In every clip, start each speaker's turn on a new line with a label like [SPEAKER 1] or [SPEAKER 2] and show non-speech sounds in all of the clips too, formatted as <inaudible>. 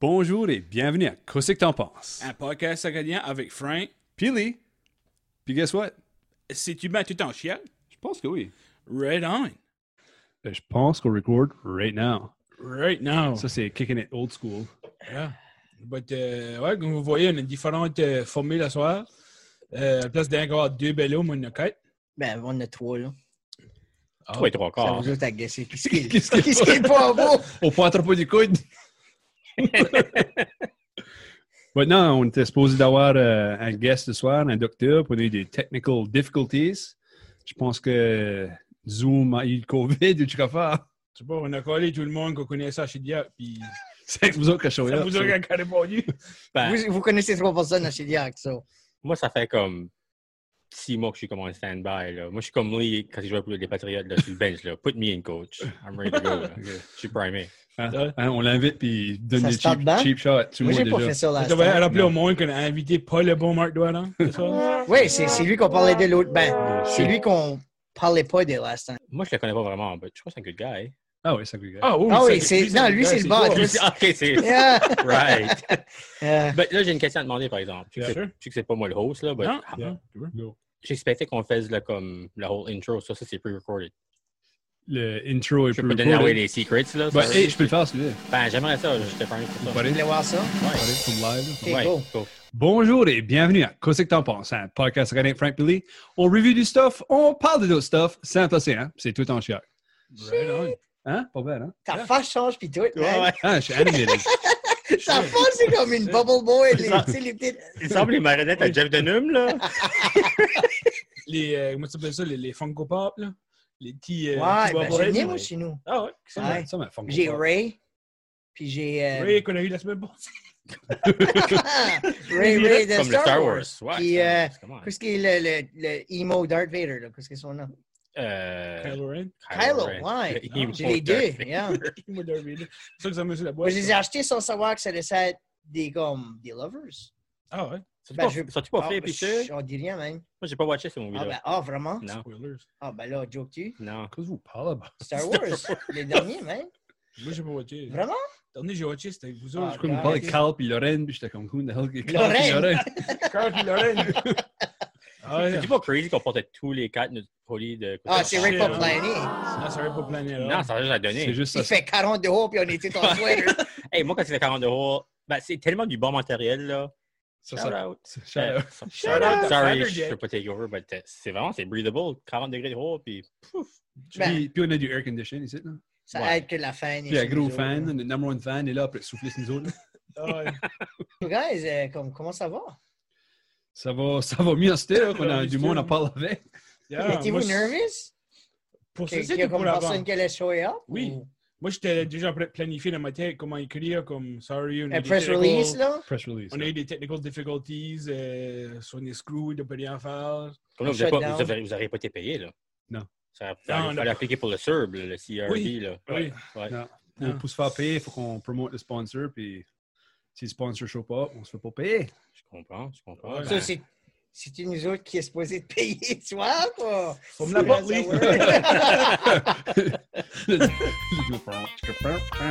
[SPEAKER 1] Bonjour et bienvenue à Qu'est-ce que t'en penses?
[SPEAKER 2] Un podcast acadien avec Frank.
[SPEAKER 1] Pili! Puis guess what?
[SPEAKER 2] Si tu mets tout en chien,
[SPEAKER 1] Je pense que oui.
[SPEAKER 2] right on.
[SPEAKER 1] Euh, Je pense qu'on record right now.
[SPEAKER 2] Right now.
[SPEAKER 1] Ça, c'est kicking it old school.
[SPEAKER 2] Yeah. But, euh, ouais, comme vous voyez, on a différentes euh, formules à soir. Euh, à la place d'un gars, deux bellos, moi, il y en a quatre.
[SPEAKER 3] Ben, on en a trois, là.
[SPEAKER 2] Ah.
[SPEAKER 4] Trois et trois
[SPEAKER 3] Ça
[SPEAKER 4] quarts.
[SPEAKER 3] vous a agacé.
[SPEAKER 4] <laughs>
[SPEAKER 3] Qu'est-ce qui
[SPEAKER 1] Qu'est-ce qu'il y a?
[SPEAKER 3] qu'est-ce qui est pas beau?
[SPEAKER 1] Au point trop du <laughs> coude! Maintenant, on était supposé d'avoir euh, un guest ce soir, un docteur, pour eu des technical difficulties. Je pense que Zoom a eu le COVID ou tu quoi faire.
[SPEAKER 2] Je sais pas, on a collé tout le monde qu'on connaissait chez Diab, puis
[SPEAKER 1] <laughs>
[SPEAKER 3] Ah,
[SPEAKER 1] C'est vous autres que je suis
[SPEAKER 2] ça
[SPEAKER 1] là.
[SPEAKER 2] vous a rien répondu.
[SPEAKER 4] Ben,
[SPEAKER 3] Vous, vous connaissez trois personnes à Chiliac, ça.
[SPEAKER 4] Moi, ça fait comme six mois que je suis comme en stand-by. Là. Moi, je suis comme lui quand il jouait pour les Patriotes là, sur le bench. Là. Put me in, coach. I'm ready to go. là.
[SPEAKER 1] Ok.
[SPEAKER 4] Je suis primé.
[SPEAKER 1] Hein? Hein, on l'invite puis il donne
[SPEAKER 3] Ça
[SPEAKER 1] des
[SPEAKER 3] se tape
[SPEAKER 1] cheap,
[SPEAKER 3] dedans?
[SPEAKER 1] cheap shots. Tu
[SPEAKER 3] Moi,
[SPEAKER 1] vois
[SPEAKER 3] j'ai pas
[SPEAKER 1] déjà.
[SPEAKER 3] fait ça
[SPEAKER 2] Je
[SPEAKER 3] last
[SPEAKER 2] devrais
[SPEAKER 3] time.
[SPEAKER 2] rappeler au monde qu'on a invité pas le bon Marc Doilan, c'est ça?
[SPEAKER 3] Oui, c'est c'est lui qu'on parlait de l'autre. Ben,
[SPEAKER 4] Ah,
[SPEAKER 3] c'est lui qu'on parlait pas de last time. <laughs>
[SPEAKER 4] Moi, je le connais pas vraiment, mais je crois que c'est un good guy. <laughs>
[SPEAKER 1] Ah oui, ça coûte
[SPEAKER 2] Ah oui,
[SPEAKER 3] Ah oui,
[SPEAKER 2] ça,
[SPEAKER 3] c'est- non,
[SPEAKER 2] un
[SPEAKER 3] lui,
[SPEAKER 2] gars,
[SPEAKER 3] c'est le bad.
[SPEAKER 2] toi.
[SPEAKER 4] Je me suis dit, OK, c'est...
[SPEAKER 3] Yeah.
[SPEAKER 4] Right.
[SPEAKER 3] Euh,
[SPEAKER 4] Ben, là, j'ai une question à demander, par exemple. Je sais,
[SPEAKER 2] Yeah.
[SPEAKER 4] que c'est- je sais que c'est pas moi le host, là, mais
[SPEAKER 3] Hein?
[SPEAKER 2] Non,
[SPEAKER 4] ah,
[SPEAKER 2] non.
[SPEAKER 4] j'expectais qu'on fasse là, comme le whole intro. Ça, ça c'est pre-recorded.
[SPEAKER 1] Le intro est
[SPEAKER 4] Je
[SPEAKER 1] plus
[SPEAKER 4] peux donner away les secrets, là.
[SPEAKER 1] Ben,
[SPEAKER 4] ça-
[SPEAKER 1] hey, je peux le faire celui-là.
[SPEAKER 4] Ben, j'aimerais ça. Je te parle pour
[SPEAKER 1] Vous
[SPEAKER 4] ça.
[SPEAKER 1] parlez?
[SPEAKER 3] vous voulez voir ça?
[SPEAKER 1] Parlez pour le live, là.
[SPEAKER 3] Ok,
[SPEAKER 4] Ouais,
[SPEAKER 3] go.
[SPEAKER 4] go.
[SPEAKER 1] Bonjour et bienvenue à Qu'est-ce que t'en penses, un podcast avec Frank Pilly. On review du stuff, on parle de d'autres stuff, c'est impossible, hein? C'est tout en chiac.
[SPEAKER 2] Right on.
[SPEAKER 1] Hein? Pas bad, hein?
[SPEAKER 3] Ta face change pis tout.
[SPEAKER 4] Ouais,
[SPEAKER 3] man.
[SPEAKER 4] ouais.
[SPEAKER 1] Ah, je suis animated.
[SPEAKER 3] Ta face, c'est comme une bubble boy. les- Tu sais, les petites.
[SPEAKER 4] Il semble les marionnettes à Jeff Denham, là.
[SPEAKER 2] Les, euh, comment tu appelles ça, les, les Funko Pop, là? Les petits... euh,
[SPEAKER 3] Ouais,
[SPEAKER 2] petits
[SPEAKER 3] ben,
[SPEAKER 2] bobbleheads,
[SPEAKER 3] j'ai venu,
[SPEAKER 2] là.
[SPEAKER 3] moi, chez nous.
[SPEAKER 2] Ah ouais, c'est
[SPEAKER 3] <laughs> Ouais.
[SPEAKER 1] Ça m'a funky.
[SPEAKER 3] J'ai Ray. Puis j'ai. euh, <laughs>
[SPEAKER 4] <laughs>
[SPEAKER 2] Oui, qu'on a eu la semaine passée.
[SPEAKER 3] Ray, Ray de
[SPEAKER 4] Comme le Star Wars. Ouais,
[SPEAKER 3] Puis,
[SPEAKER 4] Star
[SPEAKER 3] euh,
[SPEAKER 4] Wars, come on.
[SPEAKER 3] Qu'est-ce qui est le, le, le emo Darth Vader, là? Qu'est-ce que c'est son nom?
[SPEAKER 4] Euh,
[SPEAKER 2] Kylo Ren.
[SPEAKER 3] Kylo, <laughs> ouais.
[SPEAKER 4] Ren.
[SPEAKER 3] Ah,
[SPEAKER 4] Il me
[SPEAKER 3] J'ai
[SPEAKER 4] faut
[SPEAKER 3] les deux,
[SPEAKER 4] que-
[SPEAKER 3] <laughs> yeah.
[SPEAKER 2] Moi, Darth Vader. C'est ça que ça me sur la
[SPEAKER 3] Moi,
[SPEAKER 2] boîte.
[SPEAKER 3] je les ai achetés sans savoir que ça allait être des, comme, des um, lovers.
[SPEAKER 2] Ah ouais,
[SPEAKER 4] Sont-tu
[SPEAKER 3] Ben,
[SPEAKER 4] pas-
[SPEAKER 3] je-
[SPEAKER 4] Sont-tu pas
[SPEAKER 3] Ah,
[SPEAKER 4] faits,
[SPEAKER 3] ben,
[SPEAKER 4] Peter?
[SPEAKER 3] chut, on dit rien, man.
[SPEAKER 4] Moi, j'ai pas watché ce
[SPEAKER 3] Ah, ben,
[SPEAKER 4] movie-là.
[SPEAKER 3] ah, vraiment?
[SPEAKER 4] Non,
[SPEAKER 2] spoilers.
[SPEAKER 3] Ah, ben là, joke-tu?
[SPEAKER 4] non.
[SPEAKER 1] Qu'est-ce que vous parlez, bah?
[SPEAKER 3] <laughs> Star Wars, le dernier, man. <laughs>
[SPEAKER 2] Moi, j'ai pas watché. Le
[SPEAKER 3] Vraiment?
[SPEAKER 2] dernier, j'ai watché, c'était vous
[SPEAKER 3] Ah,
[SPEAKER 2] autres.
[SPEAKER 1] Je peux me
[SPEAKER 3] Ouais.
[SPEAKER 1] parler de Carl puis Lorraine, puis j'étais comme, who the hell est Carl puis
[SPEAKER 3] Lorraine. <laughs>
[SPEAKER 1] Lorraine?
[SPEAKER 2] Carl et Lorraine. Ah ouais.
[SPEAKER 1] <laughs>
[SPEAKER 4] C'est pas crazy qu'on portait tous les quatre notre folie de.
[SPEAKER 3] Ah, c'est
[SPEAKER 2] vrai.
[SPEAKER 3] Ray pas plané.
[SPEAKER 2] Non, Ah, ça aurait pas plané.
[SPEAKER 4] Non, ça a juste à
[SPEAKER 1] C'est
[SPEAKER 4] donner.
[SPEAKER 1] juste ça.
[SPEAKER 3] Il fait 40 dehors, puis on était en sweater.
[SPEAKER 4] Hey, moi, quand c'était 40 euros, ben, c'est tellement du bon matériel, là.
[SPEAKER 1] ça,
[SPEAKER 4] Shout
[SPEAKER 1] ça-
[SPEAKER 4] out.
[SPEAKER 1] ça- shout
[SPEAKER 3] Ben,
[SPEAKER 4] Euh,
[SPEAKER 1] out.
[SPEAKER 4] Shout out. Sorry,
[SPEAKER 2] Thunderjet.
[SPEAKER 4] je peux pas take over, but euh, c'est vraiment, c'est breathable. 40 degrés de haut, puis pouf.
[SPEAKER 3] Ben,
[SPEAKER 1] Puis, puis on a du air conditioning ici, là.
[SPEAKER 3] ça
[SPEAKER 4] ouais.
[SPEAKER 3] aide que la fan. est
[SPEAKER 1] Puis un
[SPEAKER 3] chez
[SPEAKER 1] gros
[SPEAKER 3] nous
[SPEAKER 1] fan,
[SPEAKER 3] autres,
[SPEAKER 1] le number one fan est là après souffler sur nous autres. là.
[SPEAKER 2] Ah Ouais.
[SPEAKER 3] là. You guys, euh, comme, comment ça va?
[SPEAKER 1] Ça va, ça va mieux en style, là, qu'on a du monde à parler avec.
[SPEAKER 2] Yeah,
[SPEAKER 3] Étiez-vous
[SPEAKER 2] Ah, moi, c'est-
[SPEAKER 3] nervous?
[SPEAKER 2] Pour
[SPEAKER 3] Qu'il
[SPEAKER 2] ceci,
[SPEAKER 3] y a
[SPEAKER 2] c'était pour
[SPEAKER 3] comme
[SPEAKER 2] la
[SPEAKER 3] personne
[SPEAKER 2] vente.
[SPEAKER 3] qui allait show up?
[SPEAKER 2] Oui.
[SPEAKER 3] Ou-
[SPEAKER 2] Moi, j'étais déjà pla- planifié dans ma tête comment écrire, comme sorry. on a
[SPEAKER 3] Un
[SPEAKER 2] des
[SPEAKER 3] press
[SPEAKER 2] technical-
[SPEAKER 3] release, là?
[SPEAKER 1] Press release.
[SPEAKER 2] On a eu des technical difficulties, euh, sur les screws, de pas rien faire.
[SPEAKER 4] Comme là, vous
[SPEAKER 3] Shut
[SPEAKER 4] n'auriez
[SPEAKER 3] down.
[SPEAKER 4] pas, vous avez- vous auriez pas été payé, là.
[SPEAKER 1] Non.
[SPEAKER 4] Ça il
[SPEAKER 2] Non,
[SPEAKER 4] fallait
[SPEAKER 2] non.
[SPEAKER 4] appliquer pour le SURB, là, le CRB,
[SPEAKER 2] Oui.
[SPEAKER 4] là.
[SPEAKER 2] Oui.
[SPEAKER 4] Ouais.
[SPEAKER 1] Non. Pour,
[SPEAKER 2] Non.
[SPEAKER 1] pour se faire payer, il faut qu'on promote le sponsor. Puis si le sponsor ne show pas, on se fait pas payer.
[SPEAKER 4] Je comprends, je comprends.
[SPEAKER 2] Ouais.
[SPEAKER 3] Ça,
[SPEAKER 4] Ben,
[SPEAKER 3] c'est- c'est nous autres qui est supposé te payer, <laughs> tu vois? quoi.
[SPEAKER 2] Faut me la
[SPEAKER 3] Comment
[SPEAKER 2] porter.
[SPEAKER 3] ça work?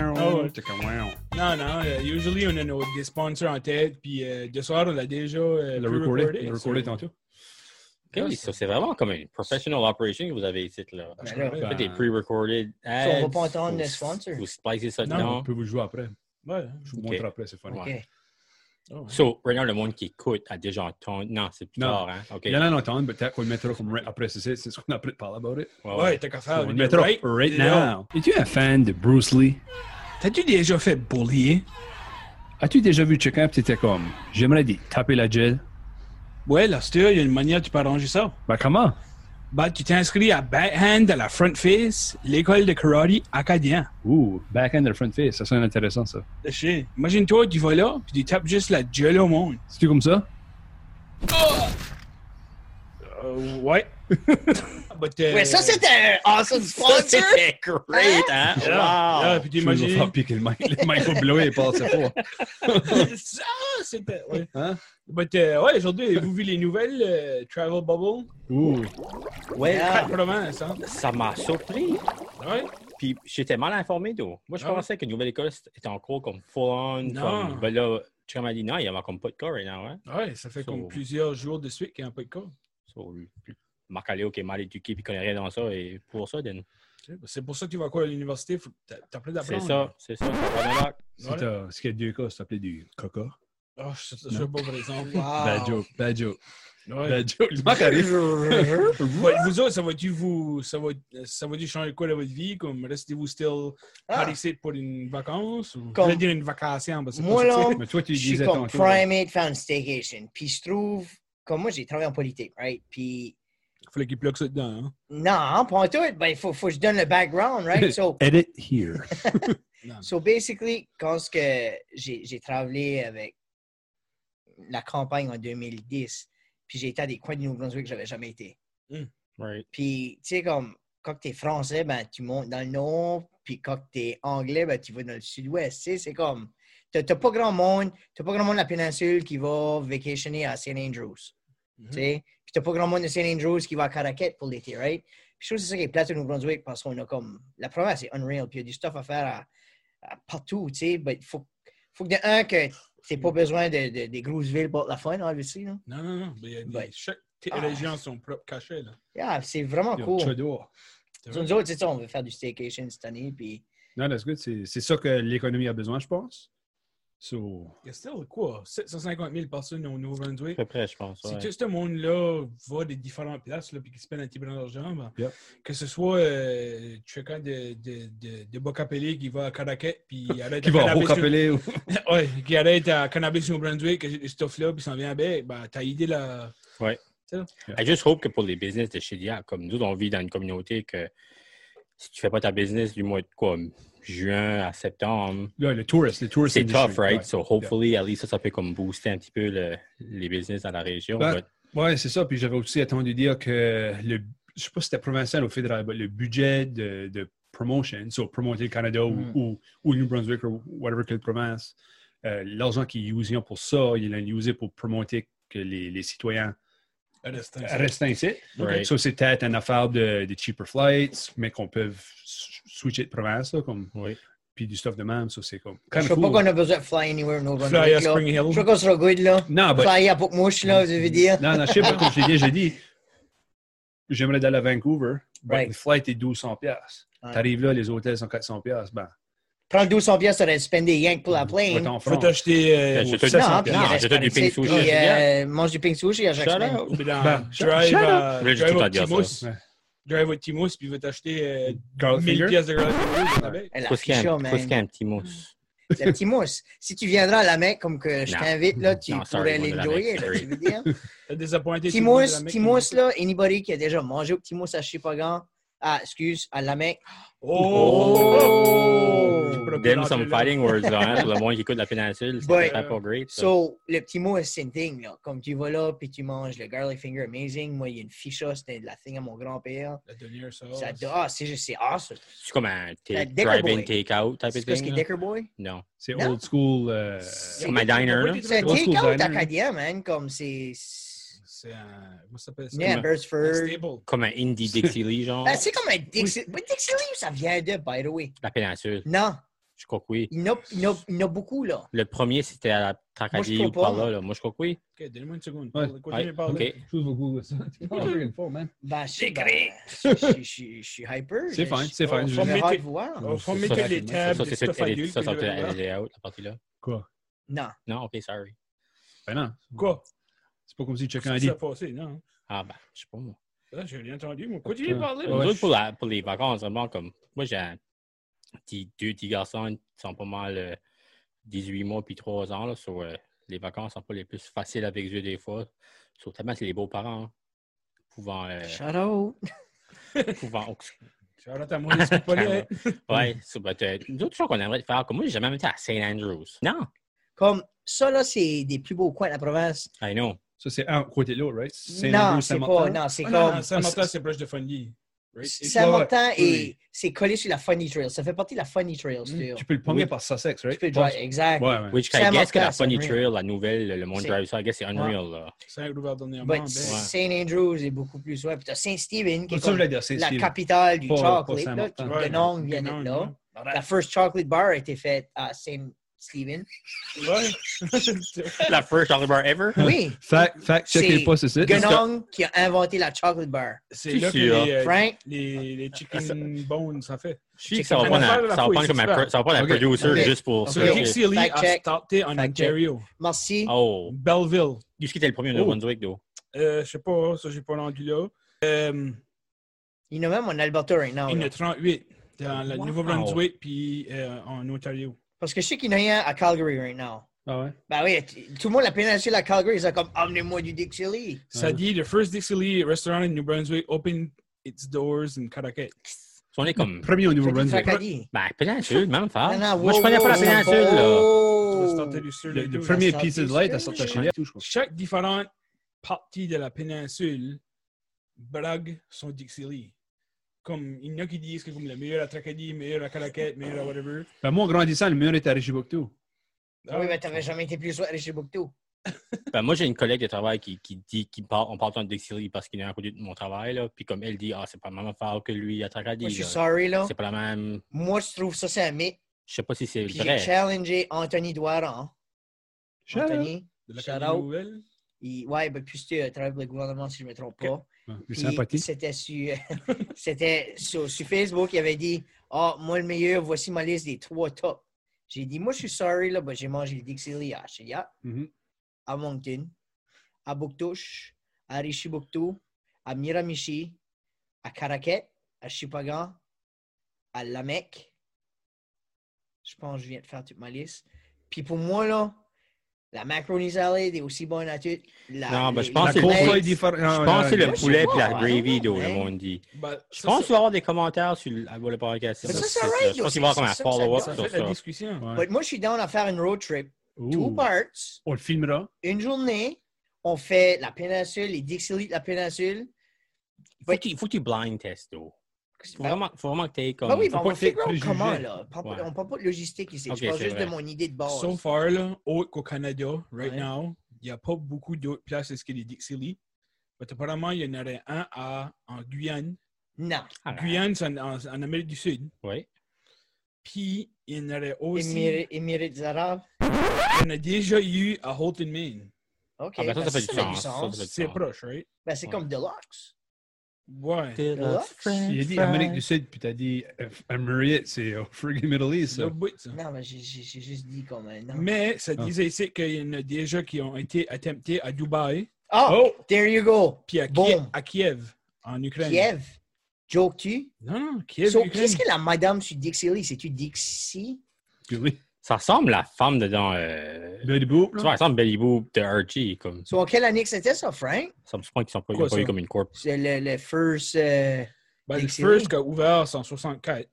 [SPEAKER 1] le
[SPEAKER 2] Non, non, euh, usually on a nos, des sponsors en tête, puis euh, de soir on l'a déjà euh,
[SPEAKER 1] recorder,
[SPEAKER 2] pre-recordé,
[SPEAKER 1] <laughs> le
[SPEAKER 2] so-
[SPEAKER 1] recorder tantôt.
[SPEAKER 4] ok, ça, c'est vraiment comme une professional operation que vous avez ici, là.
[SPEAKER 3] Ben là,
[SPEAKER 4] Tout
[SPEAKER 1] Ben,
[SPEAKER 4] est pre-recorded.
[SPEAKER 3] Ça, on va pas
[SPEAKER 4] ads,
[SPEAKER 3] entendre le
[SPEAKER 4] vous-
[SPEAKER 3] sponsor.
[SPEAKER 4] Vous splicez ça
[SPEAKER 2] Non.
[SPEAKER 1] On
[SPEAKER 4] dedans.
[SPEAKER 1] peut vous le jouer après.
[SPEAKER 2] Ouais. hein.
[SPEAKER 1] Je vous
[SPEAKER 4] Ok.
[SPEAKER 1] montre après, c'est funny.
[SPEAKER 4] Ouais.
[SPEAKER 3] Ok.
[SPEAKER 2] Oh, ouais.
[SPEAKER 4] So, right now, le monde qui écoute a déjà entendu. Non, c'est plus
[SPEAKER 1] Non.
[SPEAKER 4] tard, hein? OK.
[SPEAKER 1] Il y en a en entendre, mais peut-être qu'on le mettra comme right après ceci. C'est ce qu'on a appris de parler about it.
[SPEAKER 4] Ouais, ouais.
[SPEAKER 2] Ouais, t'as qu'à faire.
[SPEAKER 1] On le
[SPEAKER 2] des
[SPEAKER 1] mettra
[SPEAKER 2] right-
[SPEAKER 1] right,
[SPEAKER 2] des wrong.
[SPEAKER 1] now. Es-tu un fan de Bruce Lee?
[SPEAKER 2] T'as-tu déjà fait bullier?
[SPEAKER 1] As-tu déjà vu quelqu'un qui était comme J'aimerais dire, taper la gel?
[SPEAKER 2] Ouais, là, c'est il y a une manière, tu peux arranger ça.
[SPEAKER 1] Ben comment?
[SPEAKER 2] Bah, tu t'inscris à Backhand à la Front Face, l'école de karaté acadien.
[SPEAKER 1] Ouh, backhand de front face, ça sonne intéressant ça.
[SPEAKER 2] Je sais. Imagine-toi, tu vas là, puis tu tapes juste la gueule au monde.
[SPEAKER 1] C'est-tu comme ça?
[SPEAKER 2] Euh, ouais. But, euh,
[SPEAKER 3] Ouais, ça, c'était un awesome
[SPEAKER 4] <laughs> Ça,
[SPEAKER 3] sponsor.
[SPEAKER 4] c'était great, hein?
[SPEAKER 2] Yeah, yeah,
[SPEAKER 4] Wow!
[SPEAKER 2] ah, puis
[SPEAKER 1] Je vais
[SPEAKER 2] t'imagines.
[SPEAKER 1] faire piquer le mic. Le mic va blower et passer pas.
[SPEAKER 2] <laughs> ça, Ah, c'était. Ouais.
[SPEAKER 1] Hein?
[SPEAKER 2] But, euh, ouais, aujourd'hui, vous vu les nouvelles euh, Travel Bubble?
[SPEAKER 1] Ouh.
[SPEAKER 3] Ouais. Ah.
[SPEAKER 2] Quatre provinces, hein?
[SPEAKER 4] Ça m'a surpris.
[SPEAKER 2] Ouais.
[SPEAKER 4] Puis j'étais mal informé d'où. Moi, je
[SPEAKER 2] Ah ouais?
[SPEAKER 4] pensais que Nouvelle-Écosse était en cours comme full-on.
[SPEAKER 2] Non.
[SPEAKER 4] Comme, ben là, tu m'as dit non, il y avait comme pas de cas right now, hein?
[SPEAKER 2] Ouais, ça fait comme
[SPEAKER 4] So-
[SPEAKER 2] plusieurs jours de suite qu'il n'y a pas de cas.
[SPEAKER 4] So, Marc Aléo qui est mal éduqué puis connaît rien dans ça et pour ça, Dan.
[SPEAKER 2] Tu sais, C'est pour ça que tu vas quoi à l'université, faut- t'as t'as plein
[SPEAKER 4] C'est
[SPEAKER 2] d'apprendre.
[SPEAKER 4] ça, c'est ça. c'est pas mal.
[SPEAKER 1] Si
[SPEAKER 2] Voilà.
[SPEAKER 1] t'as- si il y a deux cas, ça s'appelait du coca.
[SPEAKER 2] Ah, je je sais pas, par
[SPEAKER 3] <laughs>
[SPEAKER 2] exemple.
[SPEAKER 3] Ah.
[SPEAKER 1] Bad joke, bad joke,
[SPEAKER 2] Ouais.
[SPEAKER 1] bad joke. Le mec arrive.
[SPEAKER 3] <laughs>
[SPEAKER 2] Ouais, vous autres, ça va-tu vous, ça va, ça va-tu changer quoi dans votre vie? Comme restez-vous still
[SPEAKER 3] Ah.
[SPEAKER 2] par ici pour une vacance ou
[SPEAKER 3] Comme-
[SPEAKER 2] je vais dire une vacation parce que
[SPEAKER 3] Moi,
[SPEAKER 2] c'est-
[SPEAKER 3] là,
[SPEAKER 1] Mais toi, tu
[SPEAKER 3] je suis
[SPEAKER 1] disais
[SPEAKER 3] comme
[SPEAKER 1] tantôt. hein.
[SPEAKER 3] primate found staycation. Puis je trouve, comme moi, j'ai travaillé en politique, right? Puis,
[SPEAKER 2] il fallait qu'il bloque ça dedans. Hein?
[SPEAKER 3] non, pas tout. Ben, il faut, faut que je donne le background,
[SPEAKER 1] <laughs>
[SPEAKER 3] right? So,
[SPEAKER 1] Edit here.
[SPEAKER 3] so basically, quand ce que j'ai j'ai travaillé avec la campagne en 2010, puis j'ai été à des coins du Nouveau-Brunswick que j'avais jamais été.
[SPEAKER 4] Right.
[SPEAKER 3] Puis, tu sais, comme, quand t'es français, ben, tu montes dans le nord. Puis quand t'es anglais, ben, tu vas dans le sud-ouest. Tu sais, c'est comme, t'as t'as pas grand monde, t'as pas grand monde de la péninsule qui va vacationner à St. Andrews.
[SPEAKER 2] Mhm.
[SPEAKER 3] Tu sais, puis t'as pas grand monde de St. Andrews qui va à Caraquet pour l'été, right? Puis je trouve que c'est ça qui est plate au Nouveau-Brunswick parce qu'on a comme, la province est unreal. Puis il y a du stuff à faire à- à partout, tu sais. Mais faut, faut que de un, que t'aies pas besoin de, de- des grosses villes pour la fun, obviously, là.
[SPEAKER 2] Non, non, non. mais il y a des-
[SPEAKER 3] Ben.
[SPEAKER 2] Chaque t-
[SPEAKER 3] Ah.
[SPEAKER 2] région a son propre cachet. Là.
[SPEAKER 3] Yeah, c'est vraiment
[SPEAKER 1] Yo,
[SPEAKER 3] cool.
[SPEAKER 1] Chador.
[SPEAKER 2] C'est vrai.
[SPEAKER 3] Nous autres, c'est ça, on veut faire du staycation cette année, puis...
[SPEAKER 1] Non, that's good. C'est c'est ça que l'économie a besoin, je pense. So,
[SPEAKER 2] Il y a still quoi? 750 000 personnes au
[SPEAKER 4] À
[SPEAKER 2] Nouveau-Brunswick.
[SPEAKER 4] peu près, je pense.
[SPEAKER 2] Si
[SPEAKER 4] ouais.
[SPEAKER 2] tout ce monde-là va des différentes places là, puis qui se pèle un petit peu dans l'argent, ben,
[SPEAKER 1] Yep.
[SPEAKER 2] que ce soit euh, quelqu'un de, de, de, de Bocapelli qui va à Caraquet puis il arrête
[SPEAKER 1] qui
[SPEAKER 2] à
[SPEAKER 1] va
[SPEAKER 2] Cannabis-
[SPEAKER 1] recapeler. ou-
[SPEAKER 2] ouais, qui arrête à Cannabis New Brunswick, que j'ai des stuff là, puis s'en vient à Bay, ben, t'as idée là.
[SPEAKER 4] I just hope que pour les business de Chidia, comme nous, on vit dans une communauté que si tu fais pas ta business du mois de quoi, juin à septembre,
[SPEAKER 1] Ouais, le tourist, le tourist.
[SPEAKER 4] c'est
[SPEAKER 1] industry.
[SPEAKER 4] tough, right?
[SPEAKER 1] Ouais.
[SPEAKER 4] So hopefully, at least ça, ça peut comme booster un petit peu le- les business dans la région.
[SPEAKER 1] Ben,
[SPEAKER 4] but-
[SPEAKER 1] Oui, c'est ça. Puis j'avais aussi entendu dire que le, je sais pas si c'était provincial ou fédéral, mais le budget de, de promotion, so promoter le Canada ou-
[SPEAKER 3] Mm.
[SPEAKER 1] ou, ou New Brunswick ou whatever quelle province, euh, l'argent qu'ils usaient pour ça, ils l'ont usé pour promoter que les, les citoyens
[SPEAKER 2] Reste ainsi.
[SPEAKER 1] restent ici.
[SPEAKER 4] Right.
[SPEAKER 1] So c'est peut-être une affaire de, de cheaper flights, mais qu'on peut s- switcher de province, là, comme,
[SPEAKER 4] Oui.
[SPEAKER 1] puis du stuff de même. So c'est comme.
[SPEAKER 3] Je
[SPEAKER 1] kinda
[SPEAKER 3] sais pas
[SPEAKER 1] cool.
[SPEAKER 3] qu'on a besoin de fly anywhere au
[SPEAKER 2] Fly à
[SPEAKER 3] Nouveau-Brunswick, là.
[SPEAKER 2] Spring
[SPEAKER 3] Je
[SPEAKER 2] Hill.
[SPEAKER 3] sais qu'on sera good, là.
[SPEAKER 1] Non, but-
[SPEAKER 3] Fly à Pokemouche, là, je veux dire.
[SPEAKER 1] Non, non, je sais pas, comme je l'ai déjà dit, j'aimerais aller à Vancouver. but
[SPEAKER 3] Right.
[SPEAKER 1] Le flight est 1200$. piastres.
[SPEAKER 3] Ouais.
[SPEAKER 1] T'arrives là, les hôtels sont 400$. Ben,
[SPEAKER 3] Prends 1200 piastres, t'aurais spendé rien que pour la
[SPEAKER 1] va
[SPEAKER 3] plane.
[SPEAKER 1] t'en
[SPEAKER 2] Faut
[SPEAKER 1] France.
[SPEAKER 2] t'acheter.
[SPEAKER 4] Ben,
[SPEAKER 2] euh,
[SPEAKER 4] je
[SPEAKER 2] au-
[SPEAKER 4] te-
[SPEAKER 3] Non, puis
[SPEAKER 4] Non,
[SPEAKER 3] il reste
[SPEAKER 4] j'étais du
[SPEAKER 3] par
[SPEAKER 4] ping
[SPEAKER 3] ici,
[SPEAKER 4] sushi,
[SPEAKER 3] puis,
[SPEAKER 4] c'est
[SPEAKER 3] euh, mange du ping sushi à chaque
[SPEAKER 4] Shut
[SPEAKER 3] semaine.
[SPEAKER 4] up!
[SPEAKER 2] puis dans-
[SPEAKER 1] Ben,
[SPEAKER 2] drive
[SPEAKER 1] shut
[SPEAKER 2] à
[SPEAKER 1] up.
[SPEAKER 4] Là, j'ai
[SPEAKER 2] drive
[SPEAKER 4] tout
[SPEAKER 2] au
[SPEAKER 4] à dire,
[SPEAKER 2] Timos.
[SPEAKER 1] ça. Ouais.
[SPEAKER 2] Drive au Timos, puis il va t'acheter euh,
[SPEAKER 1] Garfinger?
[SPEAKER 2] 1000 pièces de Garfinger. dans la baie.
[SPEAKER 3] Elle a
[SPEAKER 4] Qu'est-ce qu'il y
[SPEAKER 3] fait
[SPEAKER 4] a-
[SPEAKER 3] chaud,
[SPEAKER 4] qu'est-ce
[SPEAKER 3] man.
[SPEAKER 4] qu'il y a un petit mot?
[SPEAKER 1] Hmm.
[SPEAKER 3] Le petit mousse. Si tu viendras à la Mecque, comme que je
[SPEAKER 4] Non.
[SPEAKER 3] t'invite, là, tu
[SPEAKER 4] Non, sorry,
[SPEAKER 3] pourrais
[SPEAKER 4] moi, de la
[SPEAKER 3] l'enjoyer,
[SPEAKER 4] Mecque,
[SPEAKER 3] là,
[SPEAKER 4] sorry.
[SPEAKER 3] tu veux dire.
[SPEAKER 2] T'as désappointé.
[SPEAKER 3] Petit mousse, petit mousse, là, anybody qui a déjà mangé au petit mousse à Chipagan, ah, excuse, à la Mecque,
[SPEAKER 2] Oh!
[SPEAKER 3] Oh!
[SPEAKER 2] J'ai pas le
[SPEAKER 4] Them
[SPEAKER 2] coup
[SPEAKER 4] some
[SPEAKER 2] d'entrée, là.
[SPEAKER 4] fighting words, là, hein, pour
[SPEAKER 1] <laughs>
[SPEAKER 4] le monde qui écoute la péninsule, c'est
[SPEAKER 3] Ouais.
[SPEAKER 4] pas pas great. ça.
[SPEAKER 3] So, le petit mot, c'est une thing, là. Comme tu vas là, puis tu manges le garlic finger amazing. Moi, il y a une ficha, c'était de la thing à mon grand-père.
[SPEAKER 2] La dernière,
[SPEAKER 4] Oh,
[SPEAKER 2] ça.
[SPEAKER 3] Ça ah, c'est juste, c'est awesome.
[SPEAKER 4] C'est comme un
[SPEAKER 3] La
[SPEAKER 4] take,
[SPEAKER 3] Decker
[SPEAKER 4] drive-in,
[SPEAKER 3] Boy.
[SPEAKER 4] take-out type
[SPEAKER 3] C'est
[SPEAKER 4] of
[SPEAKER 3] quoi ce qui
[SPEAKER 4] thing.
[SPEAKER 3] est
[SPEAKER 4] là.
[SPEAKER 3] Decker Boy?
[SPEAKER 4] Non.
[SPEAKER 1] C'est
[SPEAKER 3] Non.
[SPEAKER 1] old school. euh,
[SPEAKER 4] C'est comme un diner. là.
[SPEAKER 3] C'est un
[SPEAKER 1] Old school
[SPEAKER 3] take-out
[SPEAKER 1] diner.
[SPEAKER 3] acadien, man. Comme c'est.
[SPEAKER 2] C'est un. Comment ça s'appelle ça?
[SPEAKER 3] Yeah,
[SPEAKER 4] Yeah,
[SPEAKER 2] Un
[SPEAKER 3] Burstford.
[SPEAKER 2] stable.
[SPEAKER 4] Comme un indie Dixie Lee, genre.
[SPEAKER 3] Ah, c'est comme un Dixie. Mais Dixie Lee, ça vient de, by the way.
[SPEAKER 4] La péninsule.
[SPEAKER 3] Non,
[SPEAKER 4] Je crois que oui.
[SPEAKER 3] il y en a- il y en a- il y en a beaucoup, là.
[SPEAKER 4] Le premier, c'était à la Tracadie
[SPEAKER 3] crois
[SPEAKER 4] ou par
[SPEAKER 3] pas.
[SPEAKER 4] là, là. Moi, je crois que oui.
[SPEAKER 2] Ok, donnez-moi une seconde.
[SPEAKER 1] Ouais.
[SPEAKER 2] Parle- Continuez
[SPEAKER 4] Ouais,
[SPEAKER 2] de parler.
[SPEAKER 4] ok.
[SPEAKER 1] Je trouve beaucoup
[SPEAKER 3] <laughs>
[SPEAKER 1] ça. T'es pas en freaking fort, man.
[SPEAKER 3] Ben, je sais, ben,
[SPEAKER 4] Décrit.
[SPEAKER 3] je je- je- je suis hyper.
[SPEAKER 1] C'est
[SPEAKER 3] je-
[SPEAKER 1] fine,
[SPEAKER 3] je-
[SPEAKER 1] c'est fine,
[SPEAKER 3] oh,
[SPEAKER 1] je-
[SPEAKER 3] J'ai
[SPEAKER 2] Mais
[SPEAKER 3] hâte
[SPEAKER 2] t'es-
[SPEAKER 3] de voir.
[SPEAKER 2] Oh, faut
[SPEAKER 4] Ça,
[SPEAKER 2] mettre
[SPEAKER 4] ça,
[SPEAKER 2] les
[SPEAKER 4] ça,
[SPEAKER 2] tables,
[SPEAKER 4] ça,
[SPEAKER 2] les
[SPEAKER 4] c'est
[SPEAKER 2] stuff à gueule
[SPEAKER 4] ça,
[SPEAKER 2] que
[SPEAKER 4] ça,
[SPEAKER 2] je vais voir.
[SPEAKER 4] c'est les out, la partie là.
[SPEAKER 1] Quoi?
[SPEAKER 3] Non.
[SPEAKER 4] Non, ok, sorry.
[SPEAKER 1] Ben non.
[SPEAKER 2] Quoi?
[SPEAKER 1] C'est pas comme si chacun a
[SPEAKER 2] Qu'est-ce qui
[SPEAKER 1] dit.
[SPEAKER 2] s'est passé? hein? Non.
[SPEAKER 4] Ah, ben, je sais pas moi.
[SPEAKER 2] Là, j'ai rien entendu. Moi, continuez de
[SPEAKER 1] Ouais.
[SPEAKER 2] parler.
[SPEAKER 4] Nous
[SPEAKER 1] Ouais.
[SPEAKER 4] autres, pour, la- pour les vacances, vraiment, comme moi, j'ai un petit- deux petits garçons qui sont pas mal euh, 18 mois puis 3 ans. Là, so, euh, les vacances sont pas les plus faciles avec eux des fois. Surtout tellement c'est les beaux-parents hein, pouvant, euh,
[SPEAKER 3] Shout out.
[SPEAKER 4] pouvant
[SPEAKER 2] Charlotte, à moi, laisse-moi pas
[SPEAKER 4] Calme.
[SPEAKER 2] là.
[SPEAKER 4] Ouais, c'est but, euh, une autre chose qu'on aimerait faire, comme moi, j'ai jamais été à St. Andrews. Non,
[SPEAKER 3] Comme ça, là, c'est des plus beaux coins de la province.
[SPEAKER 4] I know.
[SPEAKER 1] Ça, c'est un côté de l'autre, right?
[SPEAKER 3] Non, c'est pas. Non, c'est
[SPEAKER 2] Ah, non,
[SPEAKER 3] comme.
[SPEAKER 2] non, Saint-Martin, c'est proche de Fundy.
[SPEAKER 3] Saint-Martin,
[SPEAKER 1] Oui, oui.
[SPEAKER 3] et c'est collé sur la Funny Trail. Ça fait partie de la Funny Trail, ce tour.
[SPEAKER 1] Tu peux le pogner
[SPEAKER 4] Oui.
[SPEAKER 1] par Sussex, right?
[SPEAKER 3] Tu peux drive, exact.
[SPEAKER 1] Ouais, ouais.
[SPEAKER 4] Which I
[SPEAKER 3] Sam
[SPEAKER 4] guess que la
[SPEAKER 3] Ocas,
[SPEAKER 4] Funny
[SPEAKER 3] Unreal.
[SPEAKER 4] Trail, la nouvelle, le monde
[SPEAKER 3] C'est-
[SPEAKER 4] drive ça, I guess c'est Unreal. Là.
[SPEAKER 2] Cinq ouverts dernièrement.
[SPEAKER 3] But
[SPEAKER 2] ben.
[SPEAKER 3] St. Andrews est beaucoup plus loin. Puis t'as Saint-Stephen, qui est
[SPEAKER 1] Ça, je
[SPEAKER 3] comme
[SPEAKER 1] voulais dire, c'est
[SPEAKER 3] la
[SPEAKER 1] Steve.
[SPEAKER 3] capitale du
[SPEAKER 1] Pas- pas
[SPEAKER 3] chocolate. là,
[SPEAKER 1] Saint-Martin.
[SPEAKER 3] tout
[SPEAKER 2] Ouais,
[SPEAKER 3] le nom
[SPEAKER 2] le
[SPEAKER 3] vient
[SPEAKER 2] nom,
[SPEAKER 3] de
[SPEAKER 2] ouais.
[SPEAKER 3] là. La first chocolate bar a été faite à Saint-Stephen.
[SPEAKER 2] Ouais. <laughs>
[SPEAKER 4] la first Charlie Bar ever.
[SPEAKER 3] Oui,
[SPEAKER 1] Fact, fact,
[SPEAKER 3] C'est
[SPEAKER 1] checkez pas ce site.
[SPEAKER 3] Gnong qui a inventé la chocolate bar.
[SPEAKER 2] C'est
[SPEAKER 4] Tu
[SPEAKER 2] là que
[SPEAKER 4] sais,
[SPEAKER 2] les,
[SPEAKER 4] hein.
[SPEAKER 2] euh,
[SPEAKER 3] Frank?
[SPEAKER 2] les, les chicken bones, ça fait.
[SPEAKER 4] Je suis que ça va
[SPEAKER 2] Check
[SPEAKER 4] prendre
[SPEAKER 2] la
[SPEAKER 4] un,
[SPEAKER 2] fois,
[SPEAKER 4] ça va
[SPEAKER 2] la
[SPEAKER 4] prendre
[SPEAKER 2] fois,
[SPEAKER 4] comme un,
[SPEAKER 2] c'est
[SPEAKER 4] pro- ça va prendre un
[SPEAKER 1] Ok.
[SPEAKER 4] producer
[SPEAKER 3] Ok.
[SPEAKER 4] juste pour
[SPEAKER 2] So,
[SPEAKER 4] ça.
[SPEAKER 2] Rick Seeley
[SPEAKER 3] Fact
[SPEAKER 2] a
[SPEAKER 3] check.
[SPEAKER 2] starté en
[SPEAKER 3] Fact check.
[SPEAKER 2] Ontario.
[SPEAKER 3] Merci.
[SPEAKER 4] Oh,
[SPEAKER 2] Belleville.
[SPEAKER 4] qui était le premier au
[SPEAKER 2] Oh.
[SPEAKER 4] Nouveau-Brunswick, d'où?
[SPEAKER 2] Euh, je sais pas, ça, j'ai pas rendu là. Euh,
[SPEAKER 3] Il y en a même en Alberta right now.
[SPEAKER 2] il y en
[SPEAKER 3] là.
[SPEAKER 2] a 38 dans le
[SPEAKER 4] Wow.
[SPEAKER 2] Nouveau-Brunswick puis euh, en Ontario.
[SPEAKER 3] Parce que je sais qu'il n'y en a rien à Calgary right now.
[SPEAKER 1] Ah ouais?
[SPEAKER 3] Ben oui, t- tout le monde, la péninsule à Calgary, ils ont comme emmenez-moi du Dick Chili.
[SPEAKER 2] Ça dit, the first Dixie Lee restaurant in New Brunswick opened its doors in Caracat.
[SPEAKER 4] Si on est comme.
[SPEAKER 1] Premier au
[SPEAKER 3] C'est
[SPEAKER 1] Nouveau-Brunswick.
[SPEAKER 3] Acadie.
[SPEAKER 4] Ben,
[SPEAKER 3] <laughs>
[SPEAKER 4] péninsule, même face.
[SPEAKER 3] Non, non,
[SPEAKER 4] Moi, je
[SPEAKER 3] wow,
[SPEAKER 4] connais pas la
[SPEAKER 3] wow,
[SPEAKER 4] péninsule, là.
[SPEAKER 3] wow.
[SPEAKER 2] Started du sur
[SPEAKER 1] Le,
[SPEAKER 2] les
[SPEAKER 1] le
[SPEAKER 2] deux.
[SPEAKER 1] premier
[SPEAKER 3] Ça
[SPEAKER 1] piece
[SPEAKER 3] sort
[SPEAKER 1] of light à
[SPEAKER 3] du
[SPEAKER 1] sortir
[SPEAKER 3] sud.
[SPEAKER 1] chez tout, je crois.
[SPEAKER 2] Chaque différente partie de la péninsule brague son Dixie Lee. Comme, il y en a qui disent que comme le meilleur à Tracadie, meilleur à Caracat, meilleur à whatever.
[SPEAKER 1] Ben, moi, en grandissant, le mur était à Richibouctou.
[SPEAKER 3] Ah Oui, mais t'avais jamais été plus loin de chez Bouctou.
[SPEAKER 4] Ben, moi, j'ai une collègue de travail qui, qui dit qu'on parle, on parle tant de Dixie parce qu'il est à côté de mon travail, là. Puis comme elle dit, ah, c'est pas la même affaire que lui à
[SPEAKER 3] Moi, je
[SPEAKER 4] Tracadie.
[SPEAKER 3] suis
[SPEAKER 4] là.
[SPEAKER 3] sorry, là.
[SPEAKER 4] euh, C'est pas la même.
[SPEAKER 3] Moi, je trouve ça, c'est un mythe.
[SPEAKER 4] Je sais pas si c'est
[SPEAKER 3] Puis j'ai
[SPEAKER 4] vrai.
[SPEAKER 3] challengé Anthony Doiron.
[SPEAKER 1] Shout out.
[SPEAKER 3] Anthony,
[SPEAKER 2] de la
[SPEAKER 3] Shout
[SPEAKER 2] Caracat
[SPEAKER 3] out.
[SPEAKER 2] nouvelle.
[SPEAKER 3] il, ouais, ben, puis c'était à travers le gouvernement, si je ne me trompe pas.
[SPEAKER 1] Ben,
[SPEAKER 3] Puis,
[SPEAKER 1] Plus sympathique.
[SPEAKER 3] C'était sur, <laughs> c'était sur, sur Facebook, il avait dit Ah, moi le meilleur, voici ma liste des trois tops. J'ai dit Moi, je suis sorry, là, ben, j'ai mangé le Dixie Lee à Chilia,
[SPEAKER 1] Mhm.
[SPEAKER 3] à Moncton, à Bouctouche, à Richibouctou, à Miramichi, à Caraquet, à Chipagan, à Lamec. Je pense que je viens de faire toute ma liste. Puis pour moi, là, la macaroni salad est aussi bonne à tout. La,
[SPEAKER 4] Non, ben, je
[SPEAKER 3] les-
[SPEAKER 4] pense
[SPEAKER 1] La
[SPEAKER 4] que c'est
[SPEAKER 3] les
[SPEAKER 1] course
[SPEAKER 4] le-
[SPEAKER 1] est euh,
[SPEAKER 3] plates.
[SPEAKER 1] différente.
[SPEAKER 4] Je pense que c'est le
[SPEAKER 3] je sais
[SPEAKER 4] poulet
[SPEAKER 3] pas,
[SPEAKER 4] puis la
[SPEAKER 3] I don't
[SPEAKER 4] gravy,
[SPEAKER 3] know,
[SPEAKER 4] d'où le
[SPEAKER 3] man.
[SPEAKER 4] monde dit.
[SPEAKER 2] Ben,
[SPEAKER 4] Je
[SPEAKER 2] ça,
[SPEAKER 4] pense
[SPEAKER 2] ça-
[SPEAKER 4] qu'il va y avoir des commentaires sur le, à- le podcast.
[SPEAKER 3] Mais ça, c'est
[SPEAKER 4] sur le site,
[SPEAKER 3] alright,
[SPEAKER 4] là. Je pense qu'il va y avoir
[SPEAKER 3] c'est
[SPEAKER 4] comme un
[SPEAKER 3] ça,
[SPEAKER 4] follow-up
[SPEAKER 3] ça
[SPEAKER 2] ça
[SPEAKER 4] sur
[SPEAKER 2] fait de la
[SPEAKER 4] ça.
[SPEAKER 2] discussion.
[SPEAKER 1] Ouais.
[SPEAKER 3] But moi, je suis down à faire une road trip. Two
[SPEAKER 1] Ouh.
[SPEAKER 3] parts.
[SPEAKER 1] oh, On le filmera.
[SPEAKER 3] Une journée, on fait la péninsule, les Dixie de la péninsule.
[SPEAKER 4] Faut que tu- faut que tu blind test, d'où. Faut
[SPEAKER 3] Ben,
[SPEAKER 4] vraiment, faut vraiment que tu aies comme.
[SPEAKER 3] ben oui, ben,
[SPEAKER 1] faut
[SPEAKER 3] on
[SPEAKER 1] pas
[SPEAKER 3] va
[SPEAKER 1] que t'aies
[SPEAKER 3] figure out
[SPEAKER 1] préjugé.
[SPEAKER 3] comment, là. On parle pas-
[SPEAKER 4] Ouais.
[SPEAKER 3] On parle pas de logistique ici.
[SPEAKER 4] Ok,
[SPEAKER 3] je parle
[SPEAKER 4] c'est
[SPEAKER 3] juste
[SPEAKER 4] vrai.
[SPEAKER 3] de mon idée de base.
[SPEAKER 2] So far, là, autre qu'au Canada, right
[SPEAKER 3] Ouais.
[SPEAKER 2] now, il n'y a pas beaucoup d'autres places que les Dixie Lee. Mais apparemment, il y en aurait un à, en Guyane.
[SPEAKER 3] non.
[SPEAKER 4] Ah,
[SPEAKER 2] Guyane, c'est en, en- en Amérique du Sud.
[SPEAKER 4] Oui.
[SPEAKER 2] Puis, il y en aurait aussi.
[SPEAKER 3] Émir- Émirats des Arabes.
[SPEAKER 2] Il y en a déjà eu à Holton, Maine.
[SPEAKER 3] OK.
[SPEAKER 4] Ah, ben, ça,
[SPEAKER 3] ben,
[SPEAKER 4] ça fait du sens. Ça, ça fait du
[SPEAKER 1] Ah.
[SPEAKER 2] C'est
[SPEAKER 4] sens.
[SPEAKER 2] proche, right?
[SPEAKER 3] Ben, c'est comme Deluxe.
[SPEAKER 2] Ouais.
[SPEAKER 1] Il a dit Amérique du Sud, puis t'as dit euh, Amérique, c'est au friggin' Middle East.
[SPEAKER 2] C'est le
[SPEAKER 1] ça.
[SPEAKER 2] bout, ça.
[SPEAKER 3] Non, mais j'ai j'ai- j'ai juste dit comme un nom.
[SPEAKER 2] Mais ça
[SPEAKER 1] Ah.
[SPEAKER 2] disait ici qu'il y en a déjà qui ont été attemptés à Dubaï,
[SPEAKER 3] Oh,
[SPEAKER 1] Oh!
[SPEAKER 3] there you go.
[SPEAKER 2] puis à, Kie-
[SPEAKER 3] Boom.
[SPEAKER 2] à Kiev, en Ukraine.
[SPEAKER 3] Kiev. Joke-tu?
[SPEAKER 2] Non, non, Kiev,
[SPEAKER 3] So,
[SPEAKER 2] Ukraine.
[SPEAKER 3] qu'est-ce que la madame sur Dixie Lee? C'est-tu Dixie?
[SPEAKER 1] Billy.
[SPEAKER 4] Ça ressemble à la femme dedans. Euh...
[SPEAKER 1] Billy Boop,
[SPEAKER 4] Tu
[SPEAKER 1] là.
[SPEAKER 4] vois, ça ressemble à Belly Boop de RG. Comme...
[SPEAKER 3] So, en quelle année que c'était ça, Frank?
[SPEAKER 4] Ça me semble qu'ils sont pas, ils
[SPEAKER 2] Quoi,
[SPEAKER 4] ont pas eu
[SPEAKER 2] ça?
[SPEAKER 4] comme une corp.
[SPEAKER 3] C'est le, le first. euh,
[SPEAKER 2] Ben, le
[SPEAKER 3] Dixie
[SPEAKER 2] first
[SPEAKER 3] Lee.
[SPEAKER 2] qui a ouvert, c'est en 64.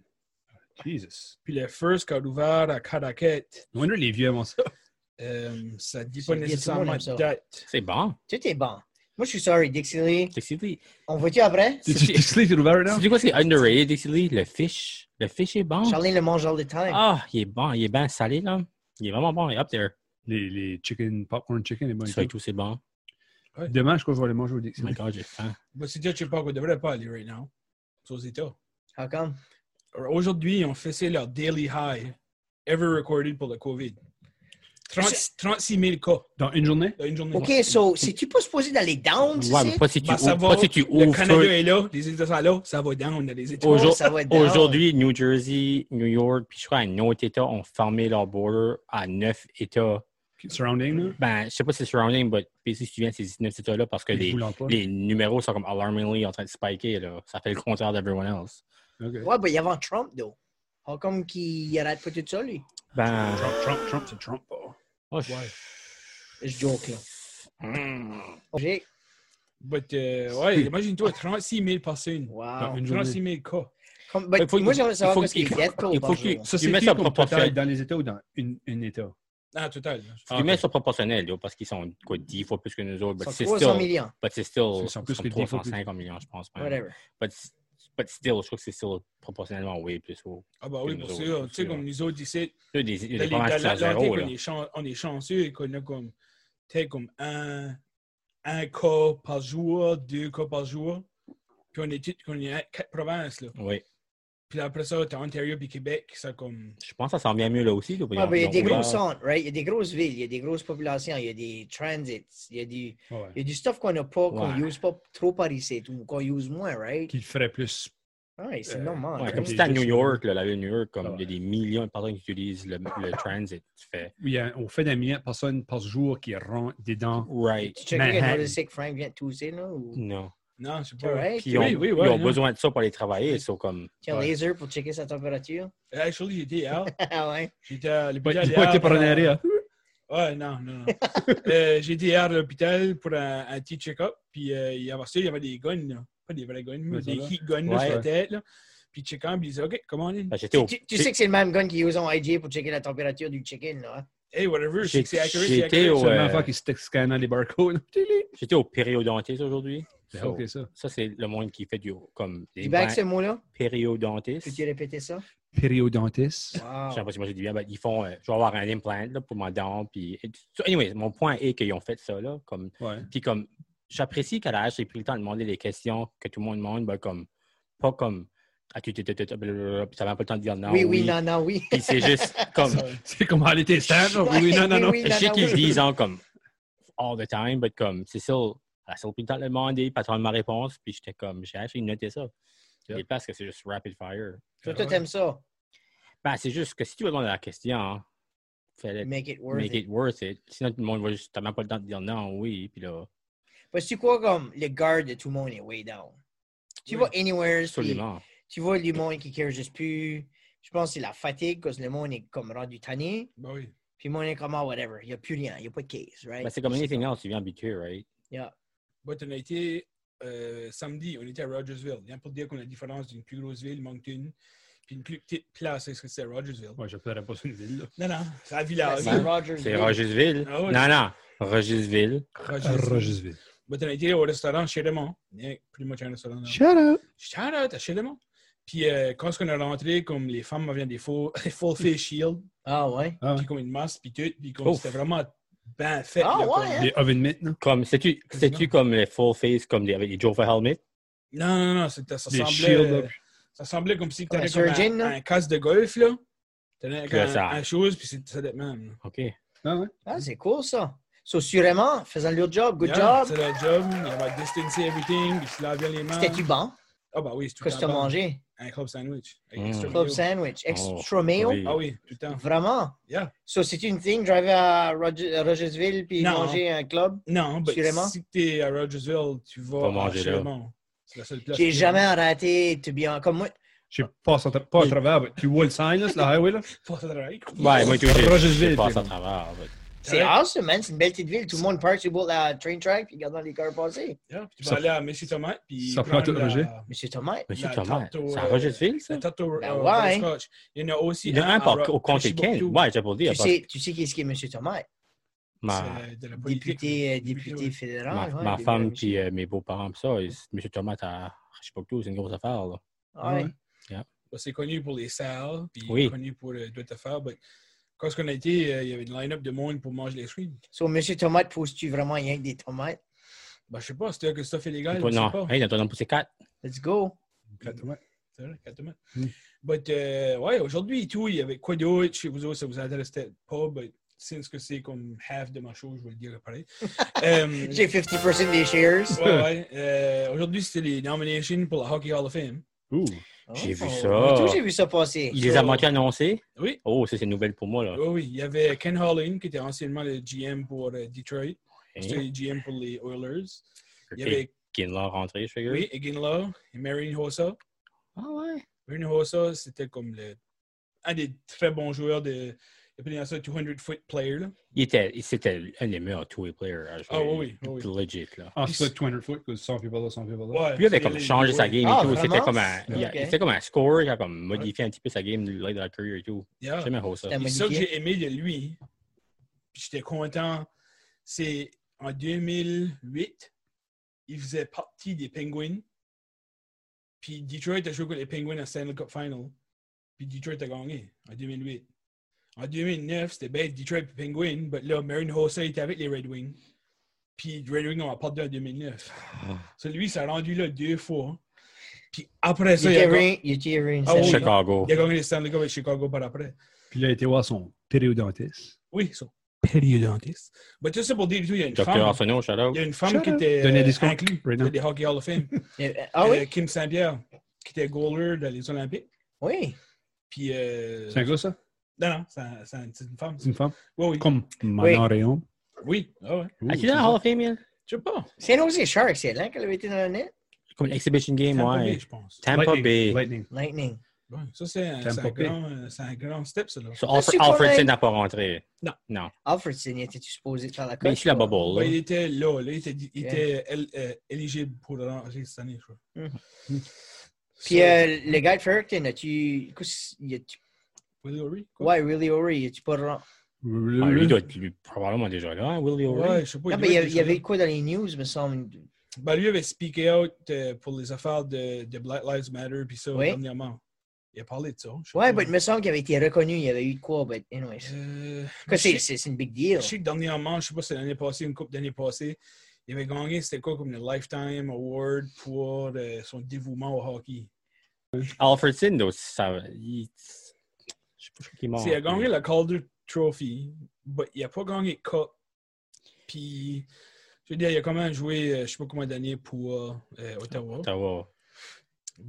[SPEAKER 1] Jesus.
[SPEAKER 2] Puis le first qui a ouvert à Caracat,
[SPEAKER 1] No wonder les vieux avant ça.
[SPEAKER 4] <laughs>
[SPEAKER 2] euh, ça ne dit
[SPEAKER 3] C'est
[SPEAKER 2] pas
[SPEAKER 3] bien, tout le
[SPEAKER 2] nécessairement
[SPEAKER 3] monde aime ça.
[SPEAKER 2] de date.
[SPEAKER 4] C'est bon.
[SPEAKER 3] Tout est bon. Moi, je suis sorry, Dixie Lee.
[SPEAKER 4] Dixie Lee.
[SPEAKER 3] On voit-tu après?
[SPEAKER 1] Tu tu- tu slick sur ouvert
[SPEAKER 4] Tu
[SPEAKER 1] là?
[SPEAKER 4] sais quoi, c'est underrated, Dixie Lee? Le fish. Le fish est bon.
[SPEAKER 3] Charlene le mange all the time.
[SPEAKER 4] Ah, il est bon. Il est bien salé, là. Il est vraiment bon. Il est up there.
[SPEAKER 1] Les, les chicken, popcorn chicken, les bonnes.
[SPEAKER 4] Ça et tout, c'est bon.
[SPEAKER 1] Demain, je crois que je vais aller manger au
[SPEAKER 4] Oh
[SPEAKER 1] Dixie.
[SPEAKER 4] my god, j'ai faim.
[SPEAKER 2] Bah, c'est déjà, je sais pas, qu'on devrait pas aller right now. C'est aux États.
[SPEAKER 3] How come?
[SPEAKER 2] Alors, Aujourd'hui, ils ont fessé leur daily high ever recorded pour le COVID. 30 36 000 cas
[SPEAKER 1] Dans une journée?
[SPEAKER 2] dans une journée.
[SPEAKER 3] OK, so, c'est-tu pas supposé d'aller down, tu
[SPEAKER 4] Ouais, mais
[SPEAKER 3] sais?
[SPEAKER 4] pas si tu
[SPEAKER 2] Ben, ça
[SPEAKER 4] ouvres.
[SPEAKER 2] va.
[SPEAKER 4] Pas si tu
[SPEAKER 2] Le
[SPEAKER 4] ouvres.
[SPEAKER 2] Canada
[SPEAKER 4] ça.
[SPEAKER 2] est là, les États sont là, ça va down dans les États.
[SPEAKER 4] Aujourd'hui-
[SPEAKER 3] ça va être down.
[SPEAKER 4] Aujourd'hui, New Jersey, New York, puis je crois un autre État ont fermé leur border à neuf États.
[SPEAKER 1] Surrounding, là?
[SPEAKER 4] Ben, je sais pas si c'est surrounding, mais si tu viens de ces 19 États-là parce que
[SPEAKER 1] Je
[SPEAKER 4] les,
[SPEAKER 1] vous l'en pas.
[SPEAKER 4] les numéros sont comme alarmingly en train de spiker, là. Ça fait le contraire d'everyone else.
[SPEAKER 1] Ok.
[SPEAKER 3] Ouais, mais il y avait Trump, though. How come qu'il arrête pas tout ça, lui?
[SPEAKER 4] Ben,
[SPEAKER 1] Trump, Trump, Trump, c'est Trump. oh.
[SPEAKER 4] oh, je-
[SPEAKER 2] Ouais.
[SPEAKER 3] Je joke, là.
[SPEAKER 1] Oh,
[SPEAKER 4] Mm.
[SPEAKER 3] J'ai-
[SPEAKER 2] But, euh, ouais, imagine-toi, 36 000 personnes.
[SPEAKER 1] Dans
[SPEAKER 3] Wow.
[SPEAKER 1] une journée.
[SPEAKER 2] 36 000 cas.
[SPEAKER 3] Comme- but
[SPEAKER 4] Il faut-
[SPEAKER 3] moi, j'aimerais
[SPEAKER 4] il
[SPEAKER 3] savoir
[SPEAKER 4] faut
[SPEAKER 3] qu'est-ce qu'il
[SPEAKER 4] qu'il-
[SPEAKER 3] y a de
[SPEAKER 4] il faut
[SPEAKER 3] par
[SPEAKER 4] qu'il-
[SPEAKER 3] jour.
[SPEAKER 1] Ça,
[SPEAKER 4] Tu
[SPEAKER 1] c'est
[SPEAKER 4] mets
[SPEAKER 1] qui
[SPEAKER 4] ça
[SPEAKER 1] ben, comme
[SPEAKER 4] proportionnel.
[SPEAKER 1] total dans les États ou dans une, une État?
[SPEAKER 2] En Ah, total. là.
[SPEAKER 1] Ah.
[SPEAKER 4] Tu mets ça proportionnel, là, parce qu'ils sont quoi, 10 fois plus que nous autres. But
[SPEAKER 3] Sont
[SPEAKER 4] c'est
[SPEAKER 3] 300
[SPEAKER 4] still,
[SPEAKER 3] millions.
[SPEAKER 4] but c'est still
[SPEAKER 1] Ils sont plus
[SPEAKER 4] comme
[SPEAKER 1] que 10 fois plus.
[SPEAKER 4] 350 millions, je pense. man.
[SPEAKER 3] Whatever.
[SPEAKER 4] But c'est- But still, je trouve que c'est still proportionnellement way plus haut.
[SPEAKER 2] Ah, bah oui,
[SPEAKER 4] Nous
[SPEAKER 2] pour
[SPEAKER 4] autres,
[SPEAKER 2] sûr.
[SPEAKER 4] pour
[SPEAKER 2] Tu sais,
[SPEAKER 4] sûr.
[SPEAKER 2] comme nous autres ici,
[SPEAKER 4] Il y a des, il y
[SPEAKER 2] Dans
[SPEAKER 4] a des
[SPEAKER 2] les-
[SPEAKER 4] provinces
[SPEAKER 2] dans
[SPEAKER 4] qui sont à zéro.
[SPEAKER 2] l'Atlantique,
[SPEAKER 4] Là.
[SPEAKER 2] on, est chan- on est chanceux qu'on a comme, peut-être comme un, un cas par jour, deux cas par jour. Puis on est, tout- qu'on est à quatre provinces. Là.
[SPEAKER 4] Oui.
[SPEAKER 2] Puis après ça, t'as Ontario puis Québec. Ça comme.
[SPEAKER 4] Je pense que ça s'en vient mieux là aussi. Là,
[SPEAKER 3] Ah, ben, il y a des
[SPEAKER 4] Donc,
[SPEAKER 3] gros
[SPEAKER 4] là,
[SPEAKER 3] centres, right? Il y a des grosses villes, il y a des grosses populations, il y a des transits, il y a du,
[SPEAKER 1] Ouais.
[SPEAKER 3] il y a du stuff qu'on n'a pas, qu'on
[SPEAKER 4] Ouais.
[SPEAKER 3] use pas trop par ici, ou qu'on use moins, right?
[SPEAKER 1] Qui le ferait plus.
[SPEAKER 3] Ouais, c'est
[SPEAKER 1] Euh,
[SPEAKER 3] normal.
[SPEAKER 4] ouais,
[SPEAKER 3] right?
[SPEAKER 4] comme
[SPEAKER 1] des-
[SPEAKER 4] si c'était à
[SPEAKER 1] des-
[SPEAKER 4] New York, là, la ville de New York, comme
[SPEAKER 1] Ah ouais.
[SPEAKER 4] il y a des millions de personnes qui utilisent le, le transit. Tu fais
[SPEAKER 1] Il y a- on fait des millions de personnes par jour qui rentrent dedans.
[SPEAKER 4] Right.
[SPEAKER 3] tu checkes quand
[SPEAKER 1] Manhattan.
[SPEAKER 3] le sick Frank vient de tousser, là? Ou...
[SPEAKER 4] Non.
[SPEAKER 2] Non, je sais pas.
[SPEAKER 3] Right?
[SPEAKER 4] Puis ils ont,
[SPEAKER 1] Oui, oui, ouais,
[SPEAKER 4] ils ont
[SPEAKER 1] non.
[SPEAKER 4] besoin de ça pour aller travailler. So, comme,
[SPEAKER 3] Tu as un
[SPEAKER 1] Ouais.
[SPEAKER 3] laser pour checker sa température?
[SPEAKER 2] Actually, j'étais out.
[SPEAKER 3] ah ouais.
[SPEAKER 2] J'étais à
[SPEAKER 1] Pas-
[SPEAKER 2] l'hôpital.
[SPEAKER 1] Dis pas que t'es
[SPEAKER 2] hier
[SPEAKER 1] par en
[SPEAKER 2] pour un-
[SPEAKER 1] arrière.
[SPEAKER 2] Ouais, non, non, non. Euh, J'étais hier à l'hôpital pour un, un petit check-up. Puis euh, il y avait ça, il y avait des guns, là. Pas des vrais guns, mais
[SPEAKER 1] Ouais, ça
[SPEAKER 2] des
[SPEAKER 1] va.
[SPEAKER 2] heat guns là,
[SPEAKER 4] Ouais.
[SPEAKER 2] sur la tête. Là. Puis check-up, ils disaient, OK, come on in.
[SPEAKER 4] Ben, j'étais
[SPEAKER 3] Tu,
[SPEAKER 4] au-
[SPEAKER 3] tu- tu sais que c'est le même gun qu'ils usent en IGA pour checker la température du chicken, là. hein?
[SPEAKER 2] Hey, whatever,
[SPEAKER 4] J'ai-
[SPEAKER 2] c'est c'est accurate, c'est
[SPEAKER 4] j'étais
[SPEAKER 2] accurate.
[SPEAKER 1] C'est la
[SPEAKER 4] Ouais.
[SPEAKER 1] même fois qu'ils se scannent les barcodes. <laughs>
[SPEAKER 4] j'étais au périodontiste aujourd'hui.
[SPEAKER 1] C'est
[SPEAKER 4] So,
[SPEAKER 1] ok, ça.
[SPEAKER 4] Ça, c'est le monde qui fait du comme des
[SPEAKER 3] Tu back
[SPEAKER 4] bains
[SPEAKER 3] ce mot-là?
[SPEAKER 4] périodontistes.
[SPEAKER 3] Peux-tu répéter ça?
[SPEAKER 1] Périodontiste.
[SPEAKER 4] Je
[SPEAKER 3] Wow.
[SPEAKER 4] sais pas si moi j'ai dit bien, mais ils font, euh, je vais avoir un implant là, pour ma dent. Puis, so, anyway, mon point est qu'ils ont fait ça. Là, comme,
[SPEAKER 1] Ouais.
[SPEAKER 4] puis comme, j'apprécie qu'à l'âge, j'ai pris le temps de demander les questions que tout le monde demande, ben, comme, pas comme, ah, tu t'es, t'es, t'es, blablabla, puis ça n'a pas le temps de dire non.
[SPEAKER 3] oui, oui, non, non,
[SPEAKER 4] <laughs>
[SPEAKER 3] oui.
[SPEAKER 4] Puis c'est
[SPEAKER 3] <laughs>
[SPEAKER 4] juste comme,
[SPEAKER 1] <laughs> C'est comme aller tes stands. là. Oui, oui, non, non, non.
[SPEAKER 3] Oui,
[SPEAKER 4] je sais
[SPEAKER 3] non,
[SPEAKER 4] qu'ils
[SPEAKER 3] oui.
[SPEAKER 4] se disent hein, comme, all the time, mais comme, c'est ça, elle a pris le temps de le demander, pas attendre ma réponse, puis j'étais comme, j'ai actually noté ça.
[SPEAKER 1] Yep.
[SPEAKER 4] Et parce que c'est juste rapid fire.
[SPEAKER 3] Toi, toi, t'aimes ça.
[SPEAKER 4] Ben, c'est juste que si tu veux demander la question, hein, fallait
[SPEAKER 3] Make it worth
[SPEAKER 4] make
[SPEAKER 3] it.
[SPEAKER 4] it worth it. Sinon, tout le monde va justement pas le temps de dire non, oui, puis là,
[SPEAKER 3] Parce que tu crois comme le guard de tout le monde est way down. Tu
[SPEAKER 2] Oui.
[SPEAKER 3] vois anywhere, puis
[SPEAKER 4] absolument.
[SPEAKER 3] tu vois le monde qui ne juste plus. Je pense que c'est la fatigue parce que le monde est comme rendu tanné.
[SPEAKER 2] Ben oui.
[SPEAKER 3] Puis le monde est comme, ah, whatever, il n'y a plus rien, il n'y a pas de case, right?
[SPEAKER 4] Ben, c'est comme anything else, tu viens habitué, right?
[SPEAKER 3] Yeah.
[SPEAKER 2] But on a été euh, samedi, on était à Rogersville. Rien pour dire qu'on a la différence d'une plus grosse ville, Moncton, puis une plus petite place, est-ce que c'est Rogersville?
[SPEAKER 1] Ouais, j'appellerais pas ça une ville. là.
[SPEAKER 2] Non, non, c'est un village.
[SPEAKER 3] Ben, C'est Rogers.
[SPEAKER 4] C'est Rogersville.
[SPEAKER 2] Ah ouais.
[SPEAKER 4] Non, non, Rogersville.
[SPEAKER 1] Ah,
[SPEAKER 2] Rogersville.
[SPEAKER 1] Rogersville.
[SPEAKER 2] But on a été au restaurant chez Raymond. Il y a pretty much un restaurant. là.
[SPEAKER 1] Shut up.
[SPEAKER 2] Shout out à chez Raymond. Puis euh, quand on est rentré, comme les femmes avaient des faux, <laughs> des full face shield,
[SPEAKER 3] Ah, ouais.
[SPEAKER 1] Ah,
[SPEAKER 2] puis comme une masse, puis tout, puis comme
[SPEAKER 4] Ouf.
[SPEAKER 2] c'était vraiment bien fait.
[SPEAKER 3] Ah,
[SPEAKER 2] là,
[SPEAKER 3] ouais,
[SPEAKER 2] comme-
[SPEAKER 1] Des oven mitts, là.
[SPEAKER 4] Comme, sais-tu, sais-tu comme les full face, comme des, avec les Jofa helmet?
[SPEAKER 2] Non, non, non, c'était- ça
[SPEAKER 1] Des
[SPEAKER 2] semblait...
[SPEAKER 1] shields, là.
[SPEAKER 2] euh, Ça semblait comme si tu
[SPEAKER 3] Comme
[SPEAKER 2] avais
[SPEAKER 3] un surgeon,
[SPEAKER 2] un,
[SPEAKER 3] là?
[SPEAKER 2] un casque de golf, là. Tu
[SPEAKER 4] Que
[SPEAKER 2] avais
[SPEAKER 4] ça.
[SPEAKER 2] un, un chose, puis c'est ça de même. là.
[SPEAKER 4] OK.
[SPEAKER 1] Ah, ouais.
[SPEAKER 3] Ah, c'est cool, ça. So, sûrement, faisant leur job, good
[SPEAKER 2] Yeah, C'est
[SPEAKER 3] job.
[SPEAKER 2] le job. On va distancer everything, puis se laver les mains.
[SPEAKER 3] C'était-tu bon?
[SPEAKER 2] Ah, bah oui, c'est tout le
[SPEAKER 3] Qu'est-ce que tu as
[SPEAKER 2] temps. bon.
[SPEAKER 3] mangé?
[SPEAKER 2] Un club sandwich. avec
[SPEAKER 4] Mm.
[SPEAKER 2] extra
[SPEAKER 3] Club
[SPEAKER 2] mayo.
[SPEAKER 3] sandwich, extra
[SPEAKER 4] Oh,
[SPEAKER 3] mayo.
[SPEAKER 4] oui.
[SPEAKER 2] Ah oui, tout le temps.
[SPEAKER 3] Vraiment?
[SPEAKER 2] Yeah.
[SPEAKER 3] So, c'est-tu une thing, driver à Roger- à Rogersville puis
[SPEAKER 2] Non.
[SPEAKER 3] manger à un club?
[SPEAKER 2] Non, mais
[SPEAKER 3] Sûrement.
[SPEAKER 2] si t'es à Rogersville, tu vas
[SPEAKER 4] Pas
[SPEAKER 2] à
[SPEAKER 4] manger là.
[SPEAKER 2] Chiremont. C'est la seule place.
[SPEAKER 3] J'ai
[SPEAKER 2] qui-
[SPEAKER 3] jamais arrêté, to be honest. Comme moi,
[SPEAKER 1] Je sais pas, ça t'a- pas à travers. mais Tu vois le sign, là, sur la <laughs> highway, là?
[SPEAKER 2] Pas de travail.
[SPEAKER 4] Ouais, moi, tu vois, je-
[SPEAKER 1] Rogersville,
[SPEAKER 4] je passe à
[SPEAKER 1] c'est
[SPEAKER 4] travers. mais-
[SPEAKER 3] C'est awesome, man. C'est une belle petite ville. Tout le monde part sur le bord de la train track puis regardant les cars passer.
[SPEAKER 2] Yeah, puis tu
[SPEAKER 1] Ça-
[SPEAKER 2] vas aller à Messi Tomate, puis.
[SPEAKER 1] ça prend tout
[SPEAKER 2] prendre
[SPEAKER 1] Roger.
[SPEAKER 2] la-
[SPEAKER 3] Monsieur Thomas,
[SPEAKER 4] Monsieur
[SPEAKER 2] La
[SPEAKER 4] Thomas,
[SPEAKER 2] tarte au,
[SPEAKER 4] c'est à
[SPEAKER 2] euh,
[SPEAKER 4] Rogersville, ça?
[SPEAKER 2] La tarte au
[SPEAKER 3] Ben
[SPEAKER 2] au
[SPEAKER 3] ouais.
[SPEAKER 2] butterscotch. Il y en a aussi.
[SPEAKER 4] Il y en a un
[SPEAKER 2] à
[SPEAKER 4] par-
[SPEAKER 2] Ro-
[SPEAKER 4] au comté de Kent.
[SPEAKER 2] Chichibucto.
[SPEAKER 4] Ouais, j'ai pour dire.
[SPEAKER 3] tu sais, tu sais qu'est-ce qui est Monsieur Thomas?
[SPEAKER 4] ma,
[SPEAKER 2] C'est euh, hein, de la politique.
[SPEAKER 3] Député, euh,
[SPEAKER 2] Député,
[SPEAKER 3] député
[SPEAKER 2] ouais.
[SPEAKER 3] fédéral.
[SPEAKER 4] ma,
[SPEAKER 3] ouais,
[SPEAKER 4] ma
[SPEAKER 3] député
[SPEAKER 4] femme
[SPEAKER 3] de
[SPEAKER 4] puis euh, mes beaux-parents, pis ça, ils- Monsieur Thomas, à Rogersville, c'est une grosse affaire, là.
[SPEAKER 3] Michigan. Ah Ouais.
[SPEAKER 1] Ouais.
[SPEAKER 2] Bah, C'est connu pour les salles, puis
[SPEAKER 4] Oui.
[SPEAKER 2] connu pour euh, d'autres affaires. mais Quand on a été, euh, il y avait une line-up de monde pour manger les fruits.
[SPEAKER 3] So, Monsieur Thomas, poses-tu vraiment rien que des tomates?
[SPEAKER 2] Bah, je sais pas, c'était que ça fait légal.
[SPEAKER 4] Toi,
[SPEAKER 2] je sais
[SPEAKER 4] non,
[SPEAKER 2] pas.
[SPEAKER 4] hey, dans ton nom poussé quatre.
[SPEAKER 3] Let's go.
[SPEAKER 1] Exactement.
[SPEAKER 2] C'est vrai, exactement.
[SPEAKER 3] Hmm.
[SPEAKER 1] Mm.
[SPEAKER 2] But, euh, ouais, aujourd'hui et tout, il y avait quoi d'autre chez vous autres, ça vous intéresse peut-être pas, mais since que c'est comme half de ma chose, je vais le dire
[SPEAKER 3] <laughs>
[SPEAKER 2] pareil. Euh,
[SPEAKER 3] J'ai 50% des shares.
[SPEAKER 2] ouais, ouais, euh, aujourd'hui, c'était les nominations pour la Hockey Hall of Fame.
[SPEAKER 1] Ouh.
[SPEAKER 4] J'ai vu
[SPEAKER 3] Oh,
[SPEAKER 4] ça.
[SPEAKER 3] moi, tout, j'ai vu ça passer.
[SPEAKER 4] Il les a manqués annoncés?
[SPEAKER 2] Oui.
[SPEAKER 4] Oh, ça, c'est une nouvelle pour moi, là.
[SPEAKER 2] Oui, oui, il y avait Ken Holland, qui était anciennement le GM pour euh, Detroit. C'était
[SPEAKER 4] Hein?
[SPEAKER 2] le GM pour les Oilers. Il y
[SPEAKER 4] Et
[SPEAKER 2] avait,
[SPEAKER 4] Kinlaw rentré, je figure.
[SPEAKER 2] oui, Eginlaw et Marine Hossa.
[SPEAKER 4] Ah ouais.
[SPEAKER 2] Marine Hossa, c'était comme le, un des très bons joueurs de, il y a 200-foot player, là.
[SPEAKER 4] Il était, il- c'était un des meilleurs two-way hein, players. à
[SPEAKER 2] Ah
[SPEAKER 4] jouer.
[SPEAKER 2] oui, oui, oui.
[SPEAKER 4] Legit, là.
[SPEAKER 1] En split 200 foot, 100 people là, 100 people là.
[SPEAKER 2] Ouais,
[SPEAKER 4] Lui il avait
[SPEAKER 2] c'est
[SPEAKER 4] comme
[SPEAKER 2] les-
[SPEAKER 4] changé sa
[SPEAKER 2] ouais.
[SPEAKER 4] game
[SPEAKER 3] Ah,
[SPEAKER 4] et tout. C'était
[SPEAKER 3] vraiment?
[SPEAKER 4] comme un, il a-
[SPEAKER 3] Ok.
[SPEAKER 4] il était comme un score, il a comme modifié un petit peu sa game late dans la career et tout.
[SPEAKER 2] Yeah.
[SPEAKER 4] J'aime bien ça.
[SPEAKER 3] C'était
[SPEAKER 2] Et ça que
[SPEAKER 3] modifié.
[SPEAKER 2] j'ai aimé de lui, puis j'étais content, c'est en 2008, il faisait partie des Penguins. Puis Detroit a joué contre les Penguins en Stanley Cup Final. Puis Detroit a gagné en 2008. En 2009, c'était bête Detroit et Penguins, mais là, Marin Hosser était avec les Red Wings. Puis les Red Wings ont apporté en 2009. So, lui, il s'est rendu là deux fois. Puis après ça, il a, gagné-
[SPEAKER 3] You tearing.
[SPEAKER 2] Ah oui.
[SPEAKER 4] Chicago.
[SPEAKER 2] il a gagné les Stanley Cup avec Chicago par après.
[SPEAKER 1] Puis là, il a été voir son périodontiste.
[SPEAKER 2] Oui, ils sont périodontiste. Mais tout ça pour dire, il y a une
[SPEAKER 4] Dr.
[SPEAKER 2] femme.
[SPEAKER 4] Arsenault, shout out.
[SPEAKER 2] Il y a une femme
[SPEAKER 1] Shout
[SPEAKER 2] qui
[SPEAKER 1] out.
[SPEAKER 2] était
[SPEAKER 1] Donnez des
[SPEAKER 2] euh,
[SPEAKER 1] scores.
[SPEAKER 2] inclue
[SPEAKER 1] Right now.
[SPEAKER 2] dans les Hockey Hall of Fame.
[SPEAKER 3] Ah
[SPEAKER 2] Euh,
[SPEAKER 3] oui?
[SPEAKER 2] Kim Saint-Pierre, qui était goaler dans les Olympiques.
[SPEAKER 3] Oui.
[SPEAKER 2] Puis, euh,
[SPEAKER 1] C'est un gars, ça?
[SPEAKER 2] non, non, c'est un- c'est un- c'est une femme.
[SPEAKER 1] C'est une femme?
[SPEAKER 2] Oui, oui.
[SPEAKER 1] Comme Manon Rayon.
[SPEAKER 2] Oui, ah ouais.
[SPEAKER 1] Ouh,
[SPEAKER 4] Ah, c'est
[SPEAKER 1] c'est
[SPEAKER 4] dans la
[SPEAKER 1] ça.
[SPEAKER 4] Hall of Fame, il?
[SPEAKER 2] Je sais pas.
[SPEAKER 3] Saint Jose Sharks, c'est là qu'elle avait été dans la net.
[SPEAKER 4] Comme une exhibition game,
[SPEAKER 2] Tampa
[SPEAKER 4] ouais.
[SPEAKER 2] Bay, je pense.
[SPEAKER 4] Tampa Bay.
[SPEAKER 1] Lightning.
[SPEAKER 3] Lightning.
[SPEAKER 2] Ouais, ça, c'est un, c'est
[SPEAKER 1] Tampa
[SPEAKER 2] un
[SPEAKER 1] Bay.
[SPEAKER 2] grand, euh, c'est un grand step, ça. Là.
[SPEAKER 4] So,
[SPEAKER 3] Je suis
[SPEAKER 4] Alfred,
[SPEAKER 3] pas
[SPEAKER 4] Alfredson
[SPEAKER 3] même-
[SPEAKER 4] n'a pas rentré.
[SPEAKER 2] Non.
[SPEAKER 4] Non.
[SPEAKER 3] Alfredson, était-tu supposé faire la cote?
[SPEAKER 4] Mais ici, la bubble.
[SPEAKER 2] Ouais, il
[SPEAKER 4] là.
[SPEAKER 2] était là, là, il était, il était él- euh, éligible pour le rentrer cette année, je crois.
[SPEAKER 3] Mhm.
[SPEAKER 2] So,
[SPEAKER 3] Puis euh, le gars de Ferrickton, as-tu. qu'est-ce- y a-tu-
[SPEAKER 2] Willie O'Ree, quoi?
[SPEAKER 3] Ouais, Willie O'Ree, as-tu pas. ren-
[SPEAKER 4] Ah, lui doit être lui, probablement déjà là, hein, Willie O'Ree.
[SPEAKER 2] Ouais, je sais pas.
[SPEAKER 3] Non,
[SPEAKER 2] il
[SPEAKER 3] mais il
[SPEAKER 2] doit
[SPEAKER 3] y
[SPEAKER 2] être
[SPEAKER 3] avait- il y avait
[SPEAKER 2] déjà
[SPEAKER 3] quoi dans les news, me semble?
[SPEAKER 2] là. Ben, lui avait speaké out euh, pour les affaires de, de Black Lives Matter, puis ça,
[SPEAKER 3] Oui.
[SPEAKER 2] dernièrement. Il a parlé de ça. je sais
[SPEAKER 3] Ouais, ben,
[SPEAKER 2] pas.
[SPEAKER 3] mais il me semble qu'il avait été reconnu, il y avait eu de quoi, but anyways.
[SPEAKER 2] Euh,
[SPEAKER 3] Que
[SPEAKER 2] je-
[SPEAKER 3] C'est c'est- c'est une big
[SPEAKER 2] Je
[SPEAKER 3] deal.
[SPEAKER 2] sais que dernièrement, je sais pas si c'est l'année passée, une couple d'années passées, il avait gagné, c'était quoi, comme le Lifetime Award pour euh, son dévouement au hockey.
[SPEAKER 4] Alfredson, though, ça, il, je sais pas qui est mort.
[SPEAKER 2] C'est, il a gagné la Calder Trophy, mais il n'a pas gagné Cup. Puis, je veux dire, il a quand même joué, euh, je sais pas combien d'années pour euh, Ottawa.
[SPEAKER 4] Ottawa.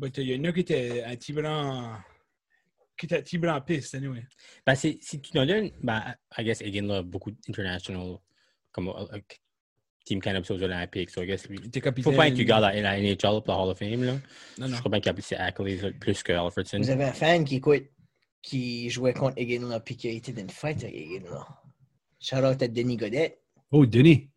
[SPEAKER 2] Mais il y en a qui était un petit blanc, qui était un petit blanc en piste, anyway.
[SPEAKER 4] Ben, c'est- si tu nous donnes, ben, I guess, again, là, beaucoup d'international, comme euh, euh, Team Canopy aux Olympiques. So, I guess, lui,
[SPEAKER 2] Il était
[SPEAKER 4] il
[SPEAKER 2] capitaine.
[SPEAKER 4] faut pas que tu gardes la, la NHL pour la Hall of Fame. Là.
[SPEAKER 2] Non,
[SPEAKER 4] Je
[SPEAKER 2] non.
[SPEAKER 4] crois bien qu'il a plus ses accolades là, plus que Alfredson.
[SPEAKER 3] Vous avez un fan qui écoute, qui jouait contre Eganla, puis qui a été dans une fight avec Eganla. Shout out à Denis Godet.
[SPEAKER 1] Oh, Denis.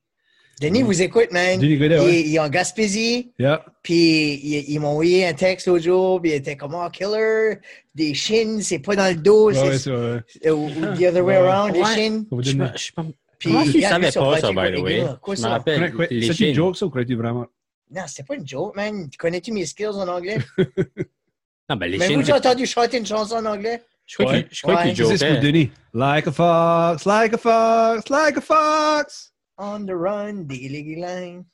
[SPEAKER 3] Denis vous écoute, man.
[SPEAKER 1] Denis Godet,
[SPEAKER 3] il,
[SPEAKER 1] ouais.
[SPEAKER 3] il est en Gaspésie,
[SPEAKER 1] Yeah.
[SPEAKER 3] puis il, il m'a envoyé un texte l'autre jour, puis il était comme oh, killer, des chines, c'est pas dans le dos,
[SPEAKER 1] Ouais, ouais,
[SPEAKER 3] c'est
[SPEAKER 1] ça, ouais.
[SPEAKER 3] euh, ou- ou the other way
[SPEAKER 1] Ouais.
[SPEAKER 3] around, les
[SPEAKER 4] Ouais.
[SPEAKER 3] chines.
[SPEAKER 1] Faut
[SPEAKER 4] Je
[SPEAKER 1] donner-
[SPEAKER 4] me- je me-
[SPEAKER 3] Puis
[SPEAKER 4] Comment tu
[SPEAKER 3] il a
[SPEAKER 4] savais
[SPEAKER 3] mis son
[SPEAKER 4] pas ça,
[SPEAKER 3] pratique
[SPEAKER 4] by the
[SPEAKER 3] contre
[SPEAKER 4] way?
[SPEAKER 3] Eganla. Quoi,
[SPEAKER 4] Je
[SPEAKER 3] ça?
[SPEAKER 4] me rappelle.
[SPEAKER 1] Ouais, ouais.
[SPEAKER 4] les
[SPEAKER 1] C'est une
[SPEAKER 4] chaînes.
[SPEAKER 1] joke, ça, ou crois-tu vraiment?
[SPEAKER 3] Non, c'était pas une joke, man. Connais-tu mes skills en anglais?
[SPEAKER 4] Non, ben, les
[SPEAKER 3] Mais
[SPEAKER 4] chaînes,
[SPEAKER 3] vous, j'ai entendu chanter une chanson en anglais?
[SPEAKER 4] Je crois
[SPEAKER 1] Ouais.
[SPEAKER 4] qu'il- je crois
[SPEAKER 3] Ouais.
[SPEAKER 4] qu'il
[SPEAKER 1] C'est ce
[SPEAKER 4] jokait.
[SPEAKER 1] que Denis. Like a fox, like a fox, like a fox.
[SPEAKER 3] On the run, diggy line.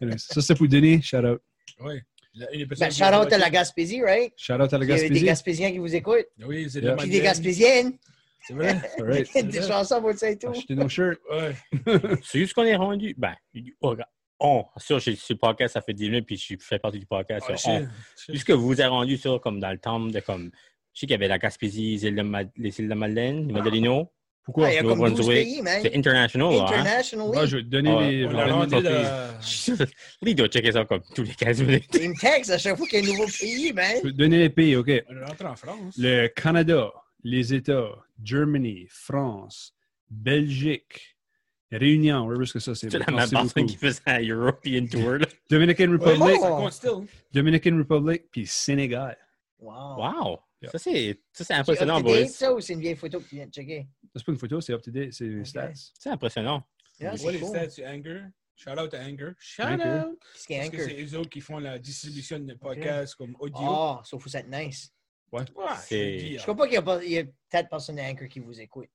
[SPEAKER 1] Anyways, Ça, c'est pour Denis. Shout out.
[SPEAKER 2] Ouais. La- une des personnes
[SPEAKER 3] Ben,
[SPEAKER 2] qui
[SPEAKER 3] shout
[SPEAKER 2] a
[SPEAKER 3] out à
[SPEAKER 2] voté-
[SPEAKER 3] la Gaspésie, right?
[SPEAKER 1] Shout out à la
[SPEAKER 3] Il y a des
[SPEAKER 1] Gaspésie.
[SPEAKER 3] Gaspésiens qui vous écoutent.
[SPEAKER 2] Oui, c'est
[SPEAKER 1] Yeah.
[SPEAKER 2] de
[SPEAKER 3] Puis des
[SPEAKER 2] Madeleine.
[SPEAKER 1] <laughs>
[SPEAKER 3] Gaspésiennes.
[SPEAKER 2] C'est vrai.
[SPEAKER 1] All right.
[SPEAKER 3] des chansons pour ça et tout.
[SPEAKER 1] Achetez nos shirts.
[SPEAKER 2] Ouais.
[SPEAKER 4] C'est juste qu'on est rendu. Ben, oh, regarde, on. Sur, j'ai- sur le podcast, ça fait 10 minutes, puis je fais partie du podcast.
[SPEAKER 2] Ah, je
[SPEAKER 4] sur on.
[SPEAKER 2] sais, je sais.
[SPEAKER 4] Juste que vous vous êtes rendu sur, comme dans le temple de comme. Je sais qu'il y avait la Gaspésie, les îles de, Ma- les îles de Madeleine, les Madelinos.
[SPEAKER 1] Pourquoi?
[SPEAKER 3] Ah, il y a
[SPEAKER 4] nous
[SPEAKER 3] comme 12
[SPEAKER 4] Brunswick,
[SPEAKER 3] pays, man.
[SPEAKER 4] C'est international, là. Hein?
[SPEAKER 1] Moi,
[SPEAKER 3] Internationally.
[SPEAKER 1] Ah, je vais te donner
[SPEAKER 4] Ouais,
[SPEAKER 1] les.
[SPEAKER 2] On
[SPEAKER 1] je vais
[SPEAKER 2] l'a
[SPEAKER 1] te donner-
[SPEAKER 2] rendu dans-
[SPEAKER 4] Lui, <laughs> il doit checker ça comme tous les 15 minutes.
[SPEAKER 3] Il me texte à chaque fois qu'il y a un nouveau pays, man.
[SPEAKER 1] je vais te donner les pays, OK.
[SPEAKER 2] On rentre en France.
[SPEAKER 1] Le Canada, les États, Germany, France, Belgique, Réunion, where est-ce que ça c'est?
[SPEAKER 4] C'est la
[SPEAKER 1] Merci
[SPEAKER 4] même personne
[SPEAKER 1] beaucoup.
[SPEAKER 4] qui faisait un European Tour. Là.
[SPEAKER 1] Dominican
[SPEAKER 2] Ouais,
[SPEAKER 1] Republic,
[SPEAKER 2] ça compte still.
[SPEAKER 1] Dominican Republic, puis Sénégal.
[SPEAKER 3] Wow.
[SPEAKER 4] Wow!
[SPEAKER 1] Yeah.
[SPEAKER 4] Ça, c'est ça, c'est
[SPEAKER 3] C'est
[SPEAKER 4] impressionnant,
[SPEAKER 3] up-to-date,
[SPEAKER 4] boys.
[SPEAKER 3] ça, ou c'est une vieille photo que tu viens de checker?
[SPEAKER 1] C'est pas une photo, c'est up-to-date, c'est les
[SPEAKER 3] OK.
[SPEAKER 1] stats.
[SPEAKER 4] C'est impressionnant.
[SPEAKER 3] Yeah,
[SPEAKER 2] Ouais,
[SPEAKER 3] c'est
[SPEAKER 2] les
[SPEAKER 3] cool.
[SPEAKER 2] stats, c'est Anger. Shout out à Anger. Shout
[SPEAKER 1] Anchor.
[SPEAKER 2] out!
[SPEAKER 3] Qu'est-ce qu'il y a,
[SPEAKER 2] Parce que
[SPEAKER 3] Anchor?
[SPEAKER 2] c'est eux autres qui font la distribution de podcasts comme audio.
[SPEAKER 3] Ah, sauf que ça être nice.
[SPEAKER 2] Ouais,
[SPEAKER 4] C'est-
[SPEAKER 2] je
[SPEAKER 3] Je
[SPEAKER 2] te dis,
[SPEAKER 3] crois pas qu'il y a, pas- il y a peut-être de personne d'Anchor qui vous écoute.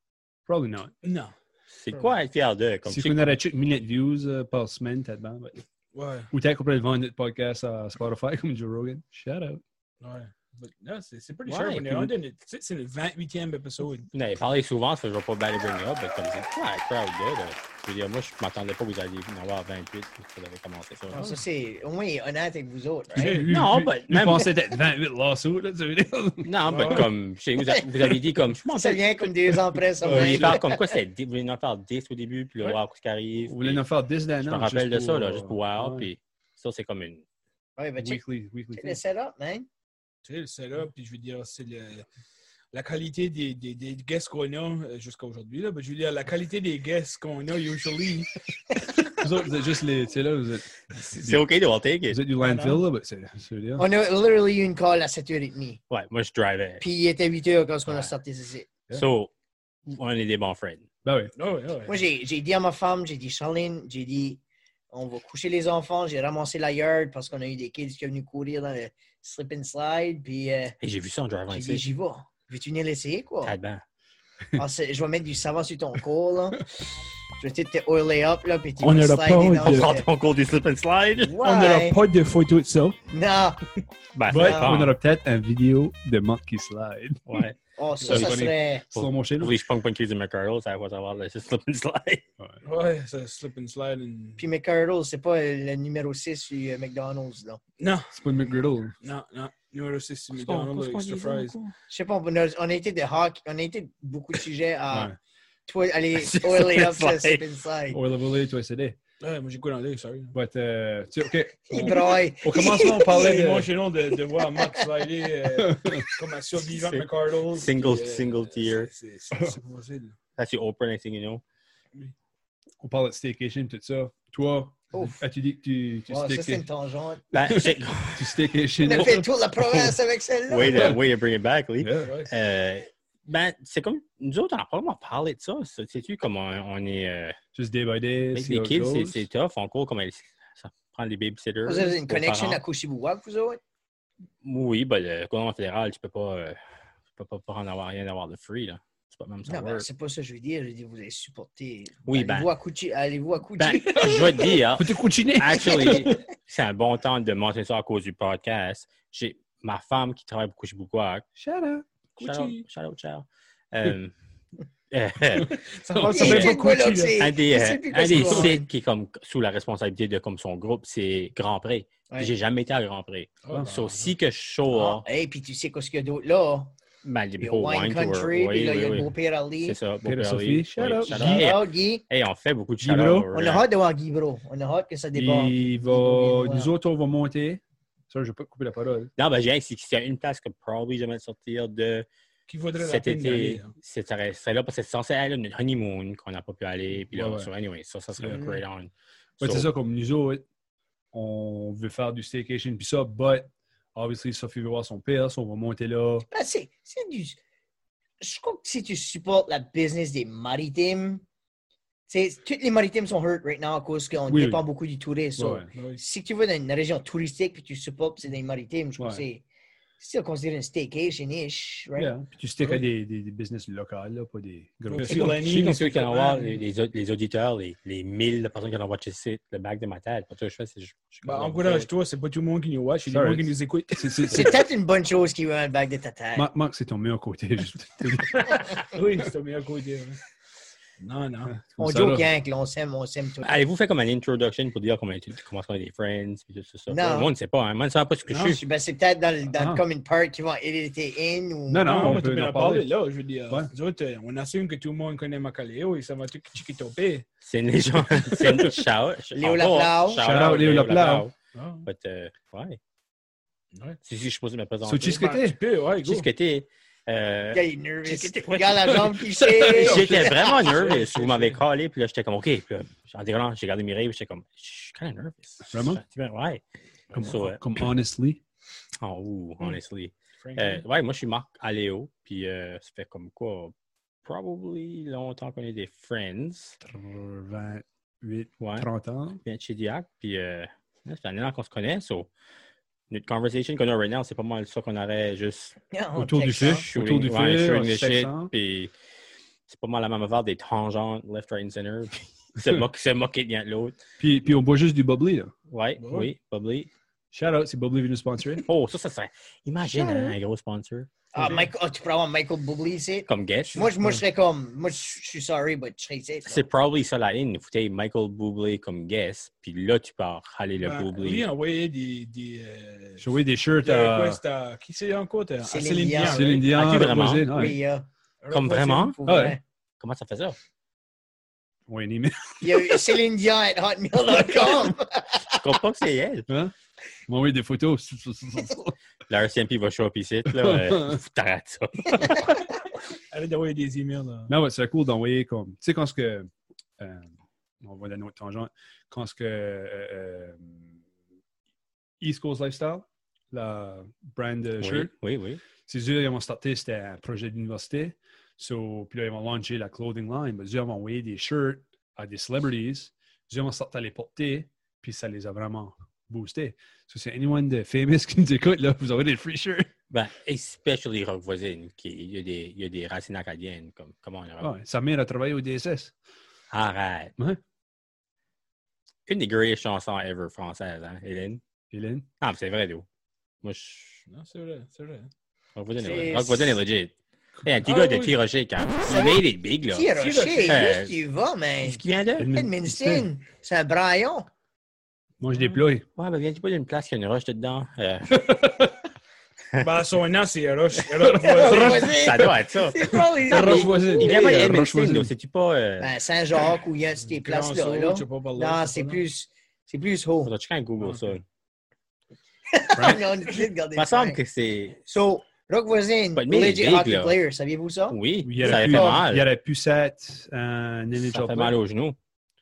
[SPEAKER 1] Probably not.
[SPEAKER 2] hein. Non.
[SPEAKER 4] C'est quoi être fier de? Comme
[SPEAKER 1] Si
[SPEAKER 4] tu-
[SPEAKER 1] on aurait check 1000 views euh, par semaine, peut-être bien. but-
[SPEAKER 2] Ouais,
[SPEAKER 1] Ou peut-être qu'on pourrait le vendre notre podcast à Spotify <laughs> comme Joe Rogan. Shout out.
[SPEAKER 2] ouais. But Non, c'est c'est pretty
[SPEAKER 4] Ouais,
[SPEAKER 2] sharp. On est
[SPEAKER 4] puis-
[SPEAKER 2] rendu à notre- tu sais, c'est le 28e épisode.
[SPEAKER 4] Vous en avez parlé souvent, ça ne va pas bien les bring up, mais comme c'est quoi être proud de? là? euh, Je veux dire, moi, je ne m'attendais pas que vous alliez en avoir 28 quand vous avez commencé ça.
[SPEAKER 3] Non, ça, c'est au moins il est honnête avec vous autres.
[SPEAKER 2] Ouais.
[SPEAKER 3] Right?
[SPEAKER 4] Non,
[SPEAKER 1] lui,
[SPEAKER 4] but
[SPEAKER 1] lui
[SPEAKER 4] même-
[SPEAKER 1] pensait être 28 lawsuits, là, tu veux dire?
[SPEAKER 4] Non, mais
[SPEAKER 2] Ouais.
[SPEAKER 4] comme, je sais, vous, a- vous avez dit comme, je pense
[SPEAKER 3] Ça vient comme des
[SPEAKER 2] <laughs>
[SPEAKER 3] emprunts, ça.
[SPEAKER 4] Vous
[SPEAKER 3] man.
[SPEAKER 4] voulez faire comme quoi, c'est vous voulez en faire 10 au début, puis le voir ce qui arrive.
[SPEAKER 1] On
[SPEAKER 4] puis
[SPEAKER 1] voulait nous faire 10 d'un an.
[SPEAKER 4] je me rappelle de ça, là, juste pour voir, puis ça, c'est comme une.
[SPEAKER 3] Ouais, ben, check,
[SPEAKER 1] Weekly, weekly.
[SPEAKER 3] check le setup, man.
[SPEAKER 2] Tu sais, c'est là, puis je veux dire, c'est le- La qualité des, des, des guests qu'on a euh, jusqu'à aujourd'hui, là, but je veux dire, la qualité des guests qu'on a usually,
[SPEAKER 1] Vous autres, vous êtes juste les. Tu sais, là, vous êtes,
[SPEAKER 4] C'est OK de voir take it.
[SPEAKER 1] vous êtes du landfill, là, mais c'est. c'est bien.
[SPEAKER 3] On a literally eu une call à 7h30.
[SPEAKER 4] Ouais, moi, je drivais.
[SPEAKER 3] Puis il était 8h quand on
[SPEAKER 4] Ouais.
[SPEAKER 3] a sorti ceci.
[SPEAKER 1] Yeah.
[SPEAKER 4] So, on est des bons friends.
[SPEAKER 1] Ben oui.
[SPEAKER 2] oh, <laughs> ouais, ouais.
[SPEAKER 3] Moi, j'ai j'ai dit à ma femme, j'ai dit Charline, j'ai dit on va coucher les enfants, j'ai ramassé la yard parce qu'on a eu des kids qui sont venus courir dans le slip and slide, puis euh,
[SPEAKER 4] Et j'ai vu ça en drivant
[SPEAKER 3] j'ai dit,
[SPEAKER 4] ici.
[SPEAKER 3] j'y vais. Veux-tu venir l'essayer, quoi?
[SPEAKER 4] Tellement.
[SPEAKER 3] Ah, c'est- je vais mettre du savon sur ton cou, là. Je vais peut-être te oiler up, là, puis tu
[SPEAKER 2] On
[SPEAKER 3] vas
[SPEAKER 2] est là
[SPEAKER 3] slider
[SPEAKER 2] pas,
[SPEAKER 3] dans
[SPEAKER 2] on
[SPEAKER 3] le-
[SPEAKER 4] Prends ton cours du slip and slide.
[SPEAKER 3] Ouais.
[SPEAKER 2] On n'aura pas de photo de ça.
[SPEAKER 3] Non.
[SPEAKER 4] Ben,
[SPEAKER 1] Ouais,
[SPEAKER 4] ça
[SPEAKER 1] on
[SPEAKER 4] dépend.
[SPEAKER 1] aura peut-être une vidéo de Monkey Slide.
[SPEAKER 4] <laughs> Ouais.
[SPEAKER 3] Oh, ça,
[SPEAKER 4] Ça,
[SPEAKER 3] ça
[SPEAKER 4] je
[SPEAKER 3] serait...
[SPEAKER 1] Slow motion. là.
[SPEAKER 4] Oui, je prends pas une crise de McCarroll, ça va savoir le slip and slide.
[SPEAKER 2] Ouais, ça slip and slide. and-
[SPEAKER 3] Puis McCardle, c'est pas euh, le numéro 6 du euh, McDonald's, là.
[SPEAKER 2] Non,
[SPEAKER 1] C'est pas une McGriddle.
[SPEAKER 2] non, non. Numéro 6, c'est McDonald's, avec extra fries.
[SPEAKER 3] Je sais pas, on a, on a été de hockey, on a été de beaucoup de sujets à...
[SPEAKER 1] Ouais.
[SPEAKER 3] Toi, aller
[SPEAKER 4] C'est
[SPEAKER 3] oiler
[SPEAKER 4] slip
[SPEAKER 3] up, ça, slip
[SPEAKER 4] and slide.
[SPEAKER 3] and slide.
[SPEAKER 1] Oil of Olay, toi, c'est des.
[SPEAKER 2] Ouais, moi j'ai quoi dans l'œil, sorry.
[SPEAKER 1] But, euh, tu- OK.
[SPEAKER 3] <laughs> Il
[SPEAKER 1] On-
[SPEAKER 3] braille.
[SPEAKER 1] Au commencement, on parlait
[SPEAKER 2] C'est
[SPEAKER 1] de...
[SPEAKER 2] émotionnant de, de voir Mark slider euh, comme un survivant
[SPEAKER 4] C'est-
[SPEAKER 2] McCardle.
[SPEAKER 4] single-
[SPEAKER 2] puis, euh,
[SPEAKER 4] single tier.
[SPEAKER 2] c'est- C'est c'est pas possible.
[SPEAKER 4] Ça, c'est Oprah, next thing you know.
[SPEAKER 1] on parlait de staycation, tout ça. Toi,
[SPEAKER 3] Ouf.
[SPEAKER 1] as-tu dit que tu, tu,
[SPEAKER 3] Oh, ça, c'est
[SPEAKER 1] stayca-
[SPEAKER 3] une tangente.
[SPEAKER 4] Ben, check.
[SPEAKER 1] tu staycation?
[SPEAKER 3] <laughs> On a fait toute la province avec celle-là.
[SPEAKER 4] way, to, way to bring it back, Lee.
[SPEAKER 1] Yeah.
[SPEAKER 2] Ouais.
[SPEAKER 4] Euh, ben, c'est comme nous autres, on n'a pas vraiment parlé de ça. ça. Sais-tu comment on, on est. euh,
[SPEAKER 1] Just day by day,
[SPEAKER 4] avec
[SPEAKER 1] see
[SPEAKER 4] les
[SPEAKER 1] how it
[SPEAKER 4] kids, c'est-
[SPEAKER 1] goes.
[SPEAKER 4] c'est tough. On court comme elle- ça prend les babysitters.
[SPEAKER 3] Vous avez une
[SPEAKER 4] aux
[SPEAKER 3] connexion
[SPEAKER 4] parents.
[SPEAKER 3] à Kouchibouak, vous autres?
[SPEAKER 4] Oui, ben, le gouvernement fédéral, tu peux pas. euh, tu peux pas, pas en avoir rien d'avoir de free, là. C'est pas même ça.
[SPEAKER 3] Non, ben,
[SPEAKER 4] work.
[SPEAKER 3] c'est pas ça que je veux dire. Je veux dire, vous allez supporter.
[SPEAKER 4] Oui, ben.
[SPEAKER 3] Allez-vous à Kouchi. Allez-vous à Kouchi.
[SPEAKER 4] Ben,
[SPEAKER 3] <laughs>
[SPEAKER 4] je vais te dire,
[SPEAKER 1] Faut-tu coutiner?
[SPEAKER 4] actually, c'est un bon temps de mentionner ça à cause du podcast. J'ai ma femme qui travaille beaucoup chez Bouquac.
[SPEAKER 1] Shut up.
[SPEAKER 4] Shout
[SPEAKER 2] Gucci.
[SPEAKER 4] out, shout out, ciao. Euh, <laughs> euh,
[SPEAKER 2] Ça
[SPEAKER 1] on
[SPEAKER 2] va, ça
[SPEAKER 1] s'appelle
[SPEAKER 2] fait
[SPEAKER 1] pas
[SPEAKER 2] pas cool.
[SPEAKER 3] l'autre,
[SPEAKER 2] là.
[SPEAKER 3] c'est-
[SPEAKER 4] un des,
[SPEAKER 3] je sais
[SPEAKER 4] euh,
[SPEAKER 3] plus quoi
[SPEAKER 4] un des
[SPEAKER 3] c'est quoi.
[SPEAKER 4] sites qui est comme sous la responsabilité de comme son groupe, c'est Grand Prix.
[SPEAKER 3] Ouais. Oh, ben,
[SPEAKER 4] J'ai jamais été à Grand Prix.
[SPEAKER 2] Ah,
[SPEAKER 4] so, si que je
[SPEAKER 3] Ah,
[SPEAKER 4] show,
[SPEAKER 3] hey, puis tu sais qu'est-ce qu'il y a d'autre là?
[SPEAKER 4] ben,
[SPEAKER 3] Il y
[SPEAKER 4] les
[SPEAKER 3] a
[SPEAKER 4] Pro
[SPEAKER 3] Wine
[SPEAKER 4] Wine Tour.
[SPEAKER 3] Country, puis
[SPEAKER 4] Oui,
[SPEAKER 3] là, il y a
[SPEAKER 4] oui,
[SPEAKER 3] le
[SPEAKER 4] oui.
[SPEAKER 3] beau-père Ali.
[SPEAKER 4] C'est ça. Bon,
[SPEAKER 1] Peter
[SPEAKER 4] ben,
[SPEAKER 1] Sophie,
[SPEAKER 4] oui,
[SPEAKER 1] shout
[SPEAKER 4] oui,
[SPEAKER 1] out.
[SPEAKER 4] shout out.
[SPEAKER 1] Yeah.
[SPEAKER 3] Alors, Guy,
[SPEAKER 4] Hey, on fait beaucoup de shout
[SPEAKER 1] Libro.
[SPEAKER 3] on a hâte de voir Guy, bro. On a hâte que ça déborde.
[SPEAKER 1] Il va...
[SPEAKER 3] Voilà.
[SPEAKER 1] Nous autres, on va monter. Ça, je vais pas te couper la parole.
[SPEAKER 4] Non, ben, j'ai c'est c'est une place que probablement jamais sortir de
[SPEAKER 2] Qui vaudrait la
[SPEAKER 4] cet
[SPEAKER 2] peine d'aller, hein.
[SPEAKER 4] été.
[SPEAKER 1] hein.
[SPEAKER 2] là.
[SPEAKER 4] C'est ça reste- c'est là parce que c'est censé aller à notre honeymoon qu'on n'a pas pu aller. Puis là,
[SPEAKER 1] Ouais, ouais.
[SPEAKER 4] so anyway, ça, ça serait un
[SPEAKER 3] Mm.
[SPEAKER 2] Mhm.
[SPEAKER 4] great on.
[SPEAKER 1] Ouais,
[SPEAKER 4] So,
[SPEAKER 1] c'est ça, comme nous autres, on veut faire du staycation, puis ça, but, obviously, Sophie veut voir son père, so on va monter là.
[SPEAKER 3] Ben, c'est c'est du. Je crois que si tu supportes la business des maritimes, tu sais, toutes les maritimes sont hurt right now à cause qu'on
[SPEAKER 1] Oui, oui.
[SPEAKER 3] dépend beaucoup du tourisme. so,
[SPEAKER 1] Ouais.
[SPEAKER 2] Ouais.
[SPEAKER 3] Si tu vas dans une région touristique puis tu supportes, c'est dans les maritimes, je crois que
[SPEAKER 1] Ouais.
[SPEAKER 3] c'est. C'est still considéré une staycation-ish, right?
[SPEAKER 1] Yeah. Puis tu stick
[SPEAKER 2] Ouais.
[SPEAKER 1] à des, des, des business locales, là, pas des gros
[SPEAKER 2] Ouais.
[SPEAKER 4] Je suis comme- je suis comme ceux qui en
[SPEAKER 2] Lenny,
[SPEAKER 4] ont les, les, au- les auditeurs, les, les 1000 personnes qui en ont watché le site, le bac de ma tête. Pas tout ce que je fais, c'est je- je-
[SPEAKER 2] Ben, encourage-toi, c'est pas tout le monde qui nous watch, c'est tout le
[SPEAKER 1] Sorry.
[SPEAKER 2] monde qui nous écoute.
[SPEAKER 1] C'est- c'est-
[SPEAKER 3] C'est
[SPEAKER 1] c'est-
[SPEAKER 3] peut-être une bonne chose qu'il y ait un bac de ta tête.
[SPEAKER 1] Marc, Marc, c'est ton meilleur côté. <laughs> juste.
[SPEAKER 2] Oui, c'est ton meilleur côté. ouais. Non, non.
[SPEAKER 3] on
[SPEAKER 1] Comme ça,
[SPEAKER 3] joke,
[SPEAKER 1] là.
[SPEAKER 3] hein, que l'on s'aime, on s'aime tout.
[SPEAKER 4] Allez-vous faire comme une introduction pour dire comment, tu- comment on est des friends, puis tout ça.
[SPEAKER 3] Non.
[SPEAKER 4] Le monde ne sait pas, hein. Le monde ne sait pas ce que
[SPEAKER 2] Non,
[SPEAKER 4] je suis.
[SPEAKER 3] Je- Ben, c'est peut-être dans, le- dans
[SPEAKER 1] Ah.
[SPEAKER 3] le common part qu'ils vont éditer in ou.
[SPEAKER 1] Non, non, on
[SPEAKER 2] mais
[SPEAKER 1] peut
[SPEAKER 2] tu
[SPEAKER 1] en
[SPEAKER 2] en
[SPEAKER 1] parler.
[SPEAKER 2] parler là, je veux dire.
[SPEAKER 1] Ouais.
[SPEAKER 2] Nous autres, euh, on assume que tout le monde connaît Macaleo et ça va tout chiquitopé.
[SPEAKER 4] C'est une légende. <laughs> C'est une shout.
[SPEAKER 3] <laughs> Léo
[SPEAKER 4] encore,
[SPEAKER 3] Laplao.
[SPEAKER 4] shout
[SPEAKER 1] Shout out, Léo Laplao.
[SPEAKER 2] Ah,
[SPEAKER 4] But, euh, ouais.
[SPEAKER 2] ouais.
[SPEAKER 4] Si si, je suis supposé me présenter.
[SPEAKER 1] So,
[SPEAKER 2] Ben,
[SPEAKER 1] cheesecake.
[SPEAKER 2] tu peux, ouais, go.
[SPEAKER 4] Tu sais ce que t'es. Euh,
[SPEAKER 3] Il est nerveux.
[SPEAKER 4] Check-
[SPEAKER 3] Regarde la
[SPEAKER 1] <laughs>
[SPEAKER 3] jambe qui fait.
[SPEAKER 4] <laughs> J'étais vraiment nerveux.
[SPEAKER 2] Je-
[SPEAKER 4] Vous m'avez callé, puis là, j'étais comme, OK. Puis là, en déroulant, j'ai regardé mes rêves, j'étais comme, je suis kind of nervous.
[SPEAKER 1] Vraiment?
[SPEAKER 4] Tu vois, Ouais.
[SPEAKER 1] Comme, Mm.
[SPEAKER 4] So, euh,
[SPEAKER 1] comme honestly.
[SPEAKER 4] Oh, ouh, honestly.
[SPEAKER 2] Frank, né?
[SPEAKER 4] Euh, ouais, moi, je suis Marc Aléo, puis euh, ça fait comme quoi, probably longtemps qu'on est des friends.
[SPEAKER 1] 28,
[SPEAKER 4] Ouais.
[SPEAKER 1] 30 ans.
[SPEAKER 4] Je viens de chez Diac, puis euh, là, ça fait un an qu'on se connaît, so notre conversation qu'on a right now, c'est pas mal ça qu'on aurait juste
[SPEAKER 1] <laughs>
[SPEAKER 3] Non,
[SPEAKER 1] Autour du
[SPEAKER 3] check ça.
[SPEAKER 1] fiche. Autour du
[SPEAKER 4] ouais,
[SPEAKER 1] feu,
[SPEAKER 4] shooting
[SPEAKER 1] on
[SPEAKER 4] the
[SPEAKER 1] se
[SPEAKER 4] shit,
[SPEAKER 1] textant.
[SPEAKER 4] puis c'est pas mal la même affaire des tangentes, left, right and center, puis <laughs> se moquer, se moquer de l'un de l'autre.
[SPEAKER 1] Puis, puis on boit juste du bubbly, là.
[SPEAKER 4] Ouais,
[SPEAKER 2] Ouais.
[SPEAKER 4] oui, probably.
[SPEAKER 1] Shout out si Bubbly veut nous sponsorer.
[SPEAKER 4] Oh, ça, ça serait. Imagine hein, un gros sponsor
[SPEAKER 3] Ah, Michael, ah, tu pourrais avoir Michael Bublé ici.
[SPEAKER 4] comme guest.
[SPEAKER 3] Moi, je, moi, je serais comme. Moi, je je suis sorry, but je serais ici.
[SPEAKER 4] C'est probably ça la ligne. Foutez Michael Bublé comme guest, puis là, tu pars aller le
[SPEAKER 2] ben,
[SPEAKER 4] Bublé.
[SPEAKER 2] Lui a envoyé des. des euh,
[SPEAKER 1] J'ai envoyé des shirts
[SPEAKER 2] des
[SPEAKER 1] à
[SPEAKER 2] requests à. Qui c'est encore t'as- à
[SPEAKER 3] Céline
[SPEAKER 2] Céline
[SPEAKER 3] Dion.
[SPEAKER 2] Dion. né?
[SPEAKER 3] à-
[SPEAKER 1] Céline Dion.
[SPEAKER 4] Ah,
[SPEAKER 1] à
[SPEAKER 4] qui vraiment?
[SPEAKER 1] Rosine. Ah,
[SPEAKER 3] Oui, euh,
[SPEAKER 2] right?
[SPEAKER 4] Comme vraiment?
[SPEAKER 3] faut
[SPEAKER 1] Ah ouais.
[SPEAKER 3] vrai.
[SPEAKER 4] Comment ça fait ça?
[SPEAKER 1] Oui, un email.
[SPEAKER 3] Il y a eu Céline Dion at
[SPEAKER 1] <laughs>
[SPEAKER 3] hotmail.com.
[SPEAKER 4] Je comprends pas que c'est elle.
[SPEAKER 1] Hein? Ils m'ont envoyé des photos. <laughs>
[SPEAKER 4] La RCMP va show up ici, là. euh, T'arrêtes ça.
[SPEAKER 2] Arrête d'envoyer des emails. là.
[SPEAKER 1] Non, ouais, c'est cool d'envoyer comme. Tu sais, quand ce que. euh, on va dans notre tangente. Quand ce que. euh, euh, East Coast Lifestyle, la brand de
[SPEAKER 4] Oui,
[SPEAKER 1] shirt,
[SPEAKER 4] oui, oui.
[SPEAKER 1] c'est eux, ils vont starter, c'était un projet d'université. So, puis là, ils vont lancer la clothing line. Mais eux, ils vont envoyer des shirts à des celebrities. Eux, ils vont sortir à les porter. Puis ça les a vraiment booster. So, c'est anyone de famous <laughs> qui nous écoute, là, vous aurez des free shirts.
[SPEAKER 4] Ben, especially Rock Voisine, qui il y a des, il y a des racines acadiennes, comme comment on leur
[SPEAKER 1] Ah, sa mère a travaillé au DSS.
[SPEAKER 4] Arrête.
[SPEAKER 1] Ouais.
[SPEAKER 4] Une des greatest chansons ever françaises, hein, Hélène?
[SPEAKER 1] Hélène.
[SPEAKER 4] Ah, mais c'est vrai, d'où? Moi, je.
[SPEAKER 2] Non, c'est vrai, c'est vrai.
[SPEAKER 4] Rock Voisine
[SPEAKER 3] C'est-
[SPEAKER 4] est, Rock Voisine est legit. Hey, un petit
[SPEAKER 2] Ah,
[SPEAKER 4] gars de
[SPEAKER 2] oui.
[SPEAKER 4] T-Rocher, quand. Il made it big, là.
[SPEAKER 3] Qui Rocher,
[SPEAKER 4] Euh,
[SPEAKER 3] qu'est-ce qui va, man?
[SPEAKER 4] Est-ce qu'il vient de?
[SPEAKER 3] Edmundston, c'est un braillon.
[SPEAKER 1] Moi, je déploie.
[SPEAKER 4] Ouais, ben, viens-tu pas d'une place qui a une roche dedans? Euh,
[SPEAKER 2] bah, son nom, c'est é Roche.
[SPEAKER 4] <laughs> ça doit être ça.
[SPEAKER 3] C'est pas les-
[SPEAKER 1] Roche voisine.
[SPEAKER 4] Il vient pas
[SPEAKER 1] Euh,
[SPEAKER 4] de
[SPEAKER 1] Roche
[SPEAKER 4] Edmonton,
[SPEAKER 1] voisine.
[SPEAKER 4] là. C'est-tu pas. Euh...
[SPEAKER 3] Ben, Saint-Jacques ou il y a ces places-là. là. Non, c'est plus, c'est plus haut.
[SPEAKER 4] Faudrait checker un Google,
[SPEAKER 2] Ah,
[SPEAKER 4] ça.
[SPEAKER 2] ok.
[SPEAKER 3] <laughs> On a décidé de garder
[SPEAKER 4] Il me semble
[SPEAKER 3] Frank.
[SPEAKER 4] que c'est.
[SPEAKER 3] So, Rock Voisine,
[SPEAKER 4] Pas de mille
[SPEAKER 3] legit
[SPEAKER 4] big,
[SPEAKER 3] hockey
[SPEAKER 4] là.
[SPEAKER 3] player, saviez-vous ça?
[SPEAKER 4] Oui,
[SPEAKER 1] Il
[SPEAKER 4] ça
[SPEAKER 1] aurait,
[SPEAKER 4] fait
[SPEAKER 1] pu,
[SPEAKER 4] mal.
[SPEAKER 1] il aurait pu s'être un NHL
[SPEAKER 4] Ça fait
[SPEAKER 1] player.
[SPEAKER 4] mal aux genoux.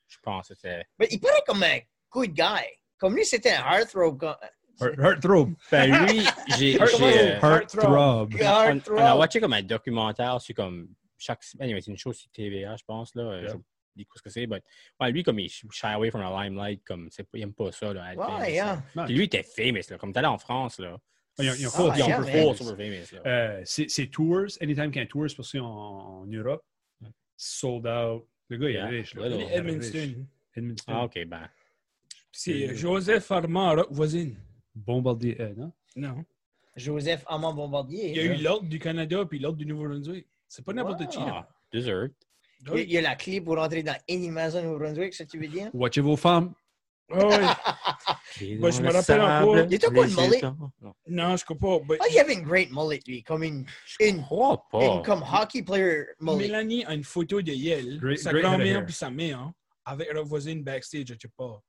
[SPEAKER 4] Je pense que c'est.
[SPEAKER 3] Mais il paraît comme un good guy. Comme lui, c'était un heartthrob. co-
[SPEAKER 1] Heart- Heartthrob.
[SPEAKER 4] Ben oui, j'ai.
[SPEAKER 2] Heart-
[SPEAKER 4] j'ai, euh,
[SPEAKER 1] Heartthrob.
[SPEAKER 4] on, on a
[SPEAKER 3] heartthrob.
[SPEAKER 4] watché comme un documentaire sur comme chaque semaine. Il y avait une chose sur TVA, je pense. Là, euh,
[SPEAKER 1] Yeah.
[SPEAKER 4] Je dis quoi ce que c'est. but- ouais, lui, comme il shy away from the limelight, comme c'est pas- il aime pas ça. Là, être famous,
[SPEAKER 3] Ouais, hein. yeah. Ah,
[SPEAKER 4] là. Puis lui, Ah, il était famous. Là, comme t'allais en France, là.
[SPEAKER 1] Ah, Ils ont- ils ont
[SPEAKER 4] full-
[SPEAKER 1] full-
[SPEAKER 4] ils ont
[SPEAKER 3] yeah,
[SPEAKER 4] full
[SPEAKER 3] man.
[SPEAKER 4] super famous. Là.
[SPEAKER 1] Euh, c'est c'est tours, anytime qu'un tours, parce en, en Europe, sold out. Le gars, il est
[SPEAKER 4] Yeah.
[SPEAKER 1] riche. là.
[SPEAKER 4] Ouais,
[SPEAKER 1] Il
[SPEAKER 4] ouais.
[SPEAKER 1] est riche.
[SPEAKER 2] Edmundston.
[SPEAKER 1] Edmundston.
[SPEAKER 4] ah, ok, ben.
[SPEAKER 2] C'est Joseph Armand Rock Voisine.
[SPEAKER 1] Bombardier, euh, non?
[SPEAKER 2] Non.
[SPEAKER 3] Joseph Armand Bombardier.
[SPEAKER 2] Il y a eu l'ordre du Canada puis l'ordre du Nouveau-Brunswick. C'est pas n'importe qui. là.
[SPEAKER 4] Ah, deserved.
[SPEAKER 3] Il y a- il y a la clé pour entrer dans any maison au Brunswick, ça tu veux dire?
[SPEAKER 1] Watchez vos femmes.
[SPEAKER 2] Ah ouais. Moi, je me rappelle encore-
[SPEAKER 3] Il était quoi, le mollet?
[SPEAKER 4] Non,
[SPEAKER 2] Non, je comprends pas.
[SPEAKER 3] <laughs> Ah, il avait une great mullet, lui. Comme une,
[SPEAKER 4] Je
[SPEAKER 3] une,
[SPEAKER 4] crois
[SPEAKER 3] une
[SPEAKER 4] pas.
[SPEAKER 3] comme hockey player mullet.
[SPEAKER 2] Mélanie a une photo de Yale,
[SPEAKER 1] Great-
[SPEAKER 2] sa
[SPEAKER 1] great head of
[SPEAKER 2] grand-mère
[SPEAKER 1] hair.
[SPEAKER 2] puis sa mère, avec leur voisine backstage, je sais pas.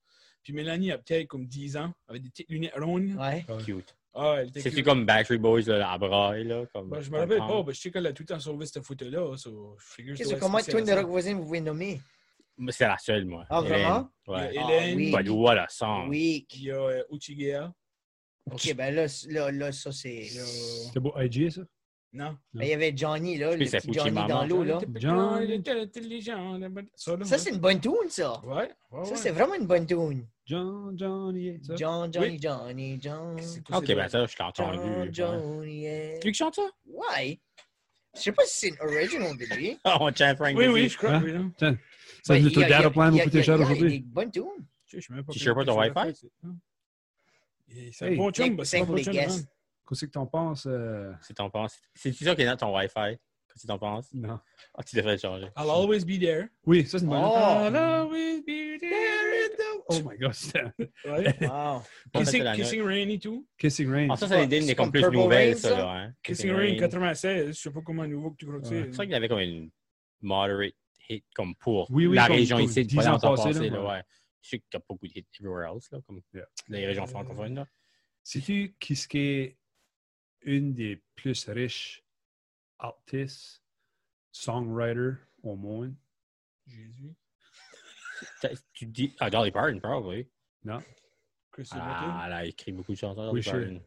[SPEAKER 2] Puis Mélanie a peut-être comme 10 ans, avec des petites lunettes rondes.
[SPEAKER 3] Ouais.
[SPEAKER 4] Cute.
[SPEAKER 2] Ah, elle était
[SPEAKER 4] C'est
[SPEAKER 2] cute.
[SPEAKER 4] comme Battery Boys là, à braille. Là, comme,
[SPEAKER 2] Bah, je me rappelle
[SPEAKER 4] comme-
[SPEAKER 2] pas, bah, je sais qu'elle a tout le temps sauvé cette photo-là. so, je figure que
[SPEAKER 3] Qu'est-ce
[SPEAKER 2] c'est-
[SPEAKER 3] que comment
[SPEAKER 2] c'est
[SPEAKER 3] Twin de
[SPEAKER 2] la-
[SPEAKER 3] Rock Voisin vous pouvez nommer?
[SPEAKER 4] Mais C'est la seule, moi.
[SPEAKER 3] Ah, vraiment?
[SPEAKER 4] Hélène. Ouais.
[SPEAKER 2] Il y a
[SPEAKER 3] Ah,
[SPEAKER 2] Hélène,
[SPEAKER 3] oui.
[SPEAKER 4] But what a song.
[SPEAKER 2] il
[SPEAKER 3] Week.
[SPEAKER 2] y a euh, Uchigea.
[SPEAKER 3] OK, ben là, c- là, là ça,
[SPEAKER 2] il
[SPEAKER 3] c'est...
[SPEAKER 2] y a-
[SPEAKER 1] C'est beau, IG, ça?
[SPEAKER 2] Non.
[SPEAKER 3] Ben, il y avait Johnny, là, le
[SPEAKER 4] Puis c'est
[SPEAKER 3] petit Johnny
[SPEAKER 4] Fuchimama.
[SPEAKER 3] dans l'eau, là.
[SPEAKER 1] John.
[SPEAKER 2] Il était intelligent. Ça, là,
[SPEAKER 3] Ça,
[SPEAKER 2] ouais.
[SPEAKER 3] c'est une bonne tune, ça.
[SPEAKER 2] Ouais, ouais,
[SPEAKER 3] Ça,
[SPEAKER 2] ouais.
[SPEAKER 3] c'est vraiment une bonne tune.
[SPEAKER 1] John, John, yeah, ça?
[SPEAKER 3] John,
[SPEAKER 2] Oui.
[SPEAKER 3] Johnny, Johnny, John.
[SPEAKER 2] C'est quoi,
[SPEAKER 4] Ok,
[SPEAKER 2] c'est
[SPEAKER 4] ben
[SPEAKER 2] drôle.
[SPEAKER 4] ça, je l'ai entendu.
[SPEAKER 3] John,
[SPEAKER 4] ouais.
[SPEAKER 3] Johnny, yeah.
[SPEAKER 4] C'est lui qui chante ça?
[SPEAKER 3] Ouais. Je sais pas si c'est une original de lui.
[SPEAKER 4] <laughs> Ah, on chante Frank
[SPEAKER 2] Oui,
[SPEAKER 4] Desi.
[SPEAKER 2] oui, je crois.
[SPEAKER 1] Hein?
[SPEAKER 2] oui, non.
[SPEAKER 1] Ça,
[SPEAKER 3] Ben,
[SPEAKER 1] c'est
[SPEAKER 3] il
[SPEAKER 1] ton
[SPEAKER 3] y a- il y
[SPEAKER 1] data
[SPEAKER 3] a-
[SPEAKER 1] plan
[SPEAKER 3] il
[SPEAKER 1] va
[SPEAKER 3] y a-
[SPEAKER 1] coûter
[SPEAKER 3] il y a-
[SPEAKER 1] cher
[SPEAKER 3] il y a des
[SPEAKER 1] aujourd'hui.
[SPEAKER 3] bonnes tunes.
[SPEAKER 2] Je sais même pas
[SPEAKER 4] Tu
[SPEAKER 2] comment
[SPEAKER 4] shares pas ton
[SPEAKER 2] ça va
[SPEAKER 4] Wi-Fi?
[SPEAKER 2] faire, c'est- non. Et C'est
[SPEAKER 1] Hey.
[SPEAKER 2] un bon chum,
[SPEAKER 3] Cinq-
[SPEAKER 2] bah, c'est
[SPEAKER 3] cinq
[SPEAKER 2] un
[SPEAKER 3] pour
[SPEAKER 2] bon
[SPEAKER 3] les
[SPEAKER 2] chum.
[SPEAKER 3] guests.
[SPEAKER 2] hein.
[SPEAKER 1] Qu'est-ce que t'en penses? euh,
[SPEAKER 4] C'est ton pense. C'est ça qui est dans ton Wi-Fi. Qu'est-ce que t'en penses?
[SPEAKER 1] Non.
[SPEAKER 4] Ah, tu devrais le changer.
[SPEAKER 2] I'll always be there.
[SPEAKER 1] Oui, ça, c'est une bonne
[SPEAKER 3] Oh,
[SPEAKER 2] I'll always be there. in the-
[SPEAKER 1] Oh my god, c'était
[SPEAKER 2] Ouais.
[SPEAKER 3] wow.
[SPEAKER 4] On fait
[SPEAKER 2] Kissing,
[SPEAKER 4] la note.
[SPEAKER 2] Kissing Rain et tout.
[SPEAKER 1] Kissing Rain.
[SPEAKER 4] Ah, ça, c'est
[SPEAKER 3] C'est
[SPEAKER 4] des
[SPEAKER 3] comme
[SPEAKER 4] comme plus
[SPEAKER 3] Purple Rain,
[SPEAKER 4] nouvelles, ça,
[SPEAKER 3] ça?
[SPEAKER 4] là. Hein?
[SPEAKER 2] Kissing Rain 96, je sais pas comment nouveau que tu crois que
[SPEAKER 1] Ouais.
[SPEAKER 4] C'est
[SPEAKER 2] c'est.
[SPEAKER 4] vrai qu'il y avait comme une moderate hit comme pour
[SPEAKER 1] Oui, oui,
[SPEAKER 4] la
[SPEAKER 1] comme-
[SPEAKER 4] région
[SPEAKER 1] comme
[SPEAKER 4] ici, de
[SPEAKER 1] dix
[SPEAKER 4] pas
[SPEAKER 1] ans
[SPEAKER 4] dans ton
[SPEAKER 1] passés, là,
[SPEAKER 4] passé, là,
[SPEAKER 1] ouais.
[SPEAKER 4] ouais. Je sais qu'il y a beaucoup de hits everywhere else, là, comme
[SPEAKER 1] Yeah.
[SPEAKER 4] les régions francophones, là.
[SPEAKER 1] Sais-tu qui ce qui est une des plus riches artistes, songwriters au monde?
[SPEAKER 2] Jésus.
[SPEAKER 4] T'as- Tu dis... Ah, Dolly Parton, probably.
[SPEAKER 2] Chris
[SPEAKER 4] Ah,
[SPEAKER 2] Martin.
[SPEAKER 4] elle a écrit beaucoup de chansons, Dolly
[SPEAKER 1] Oui, sure.
[SPEAKER 4] Parton.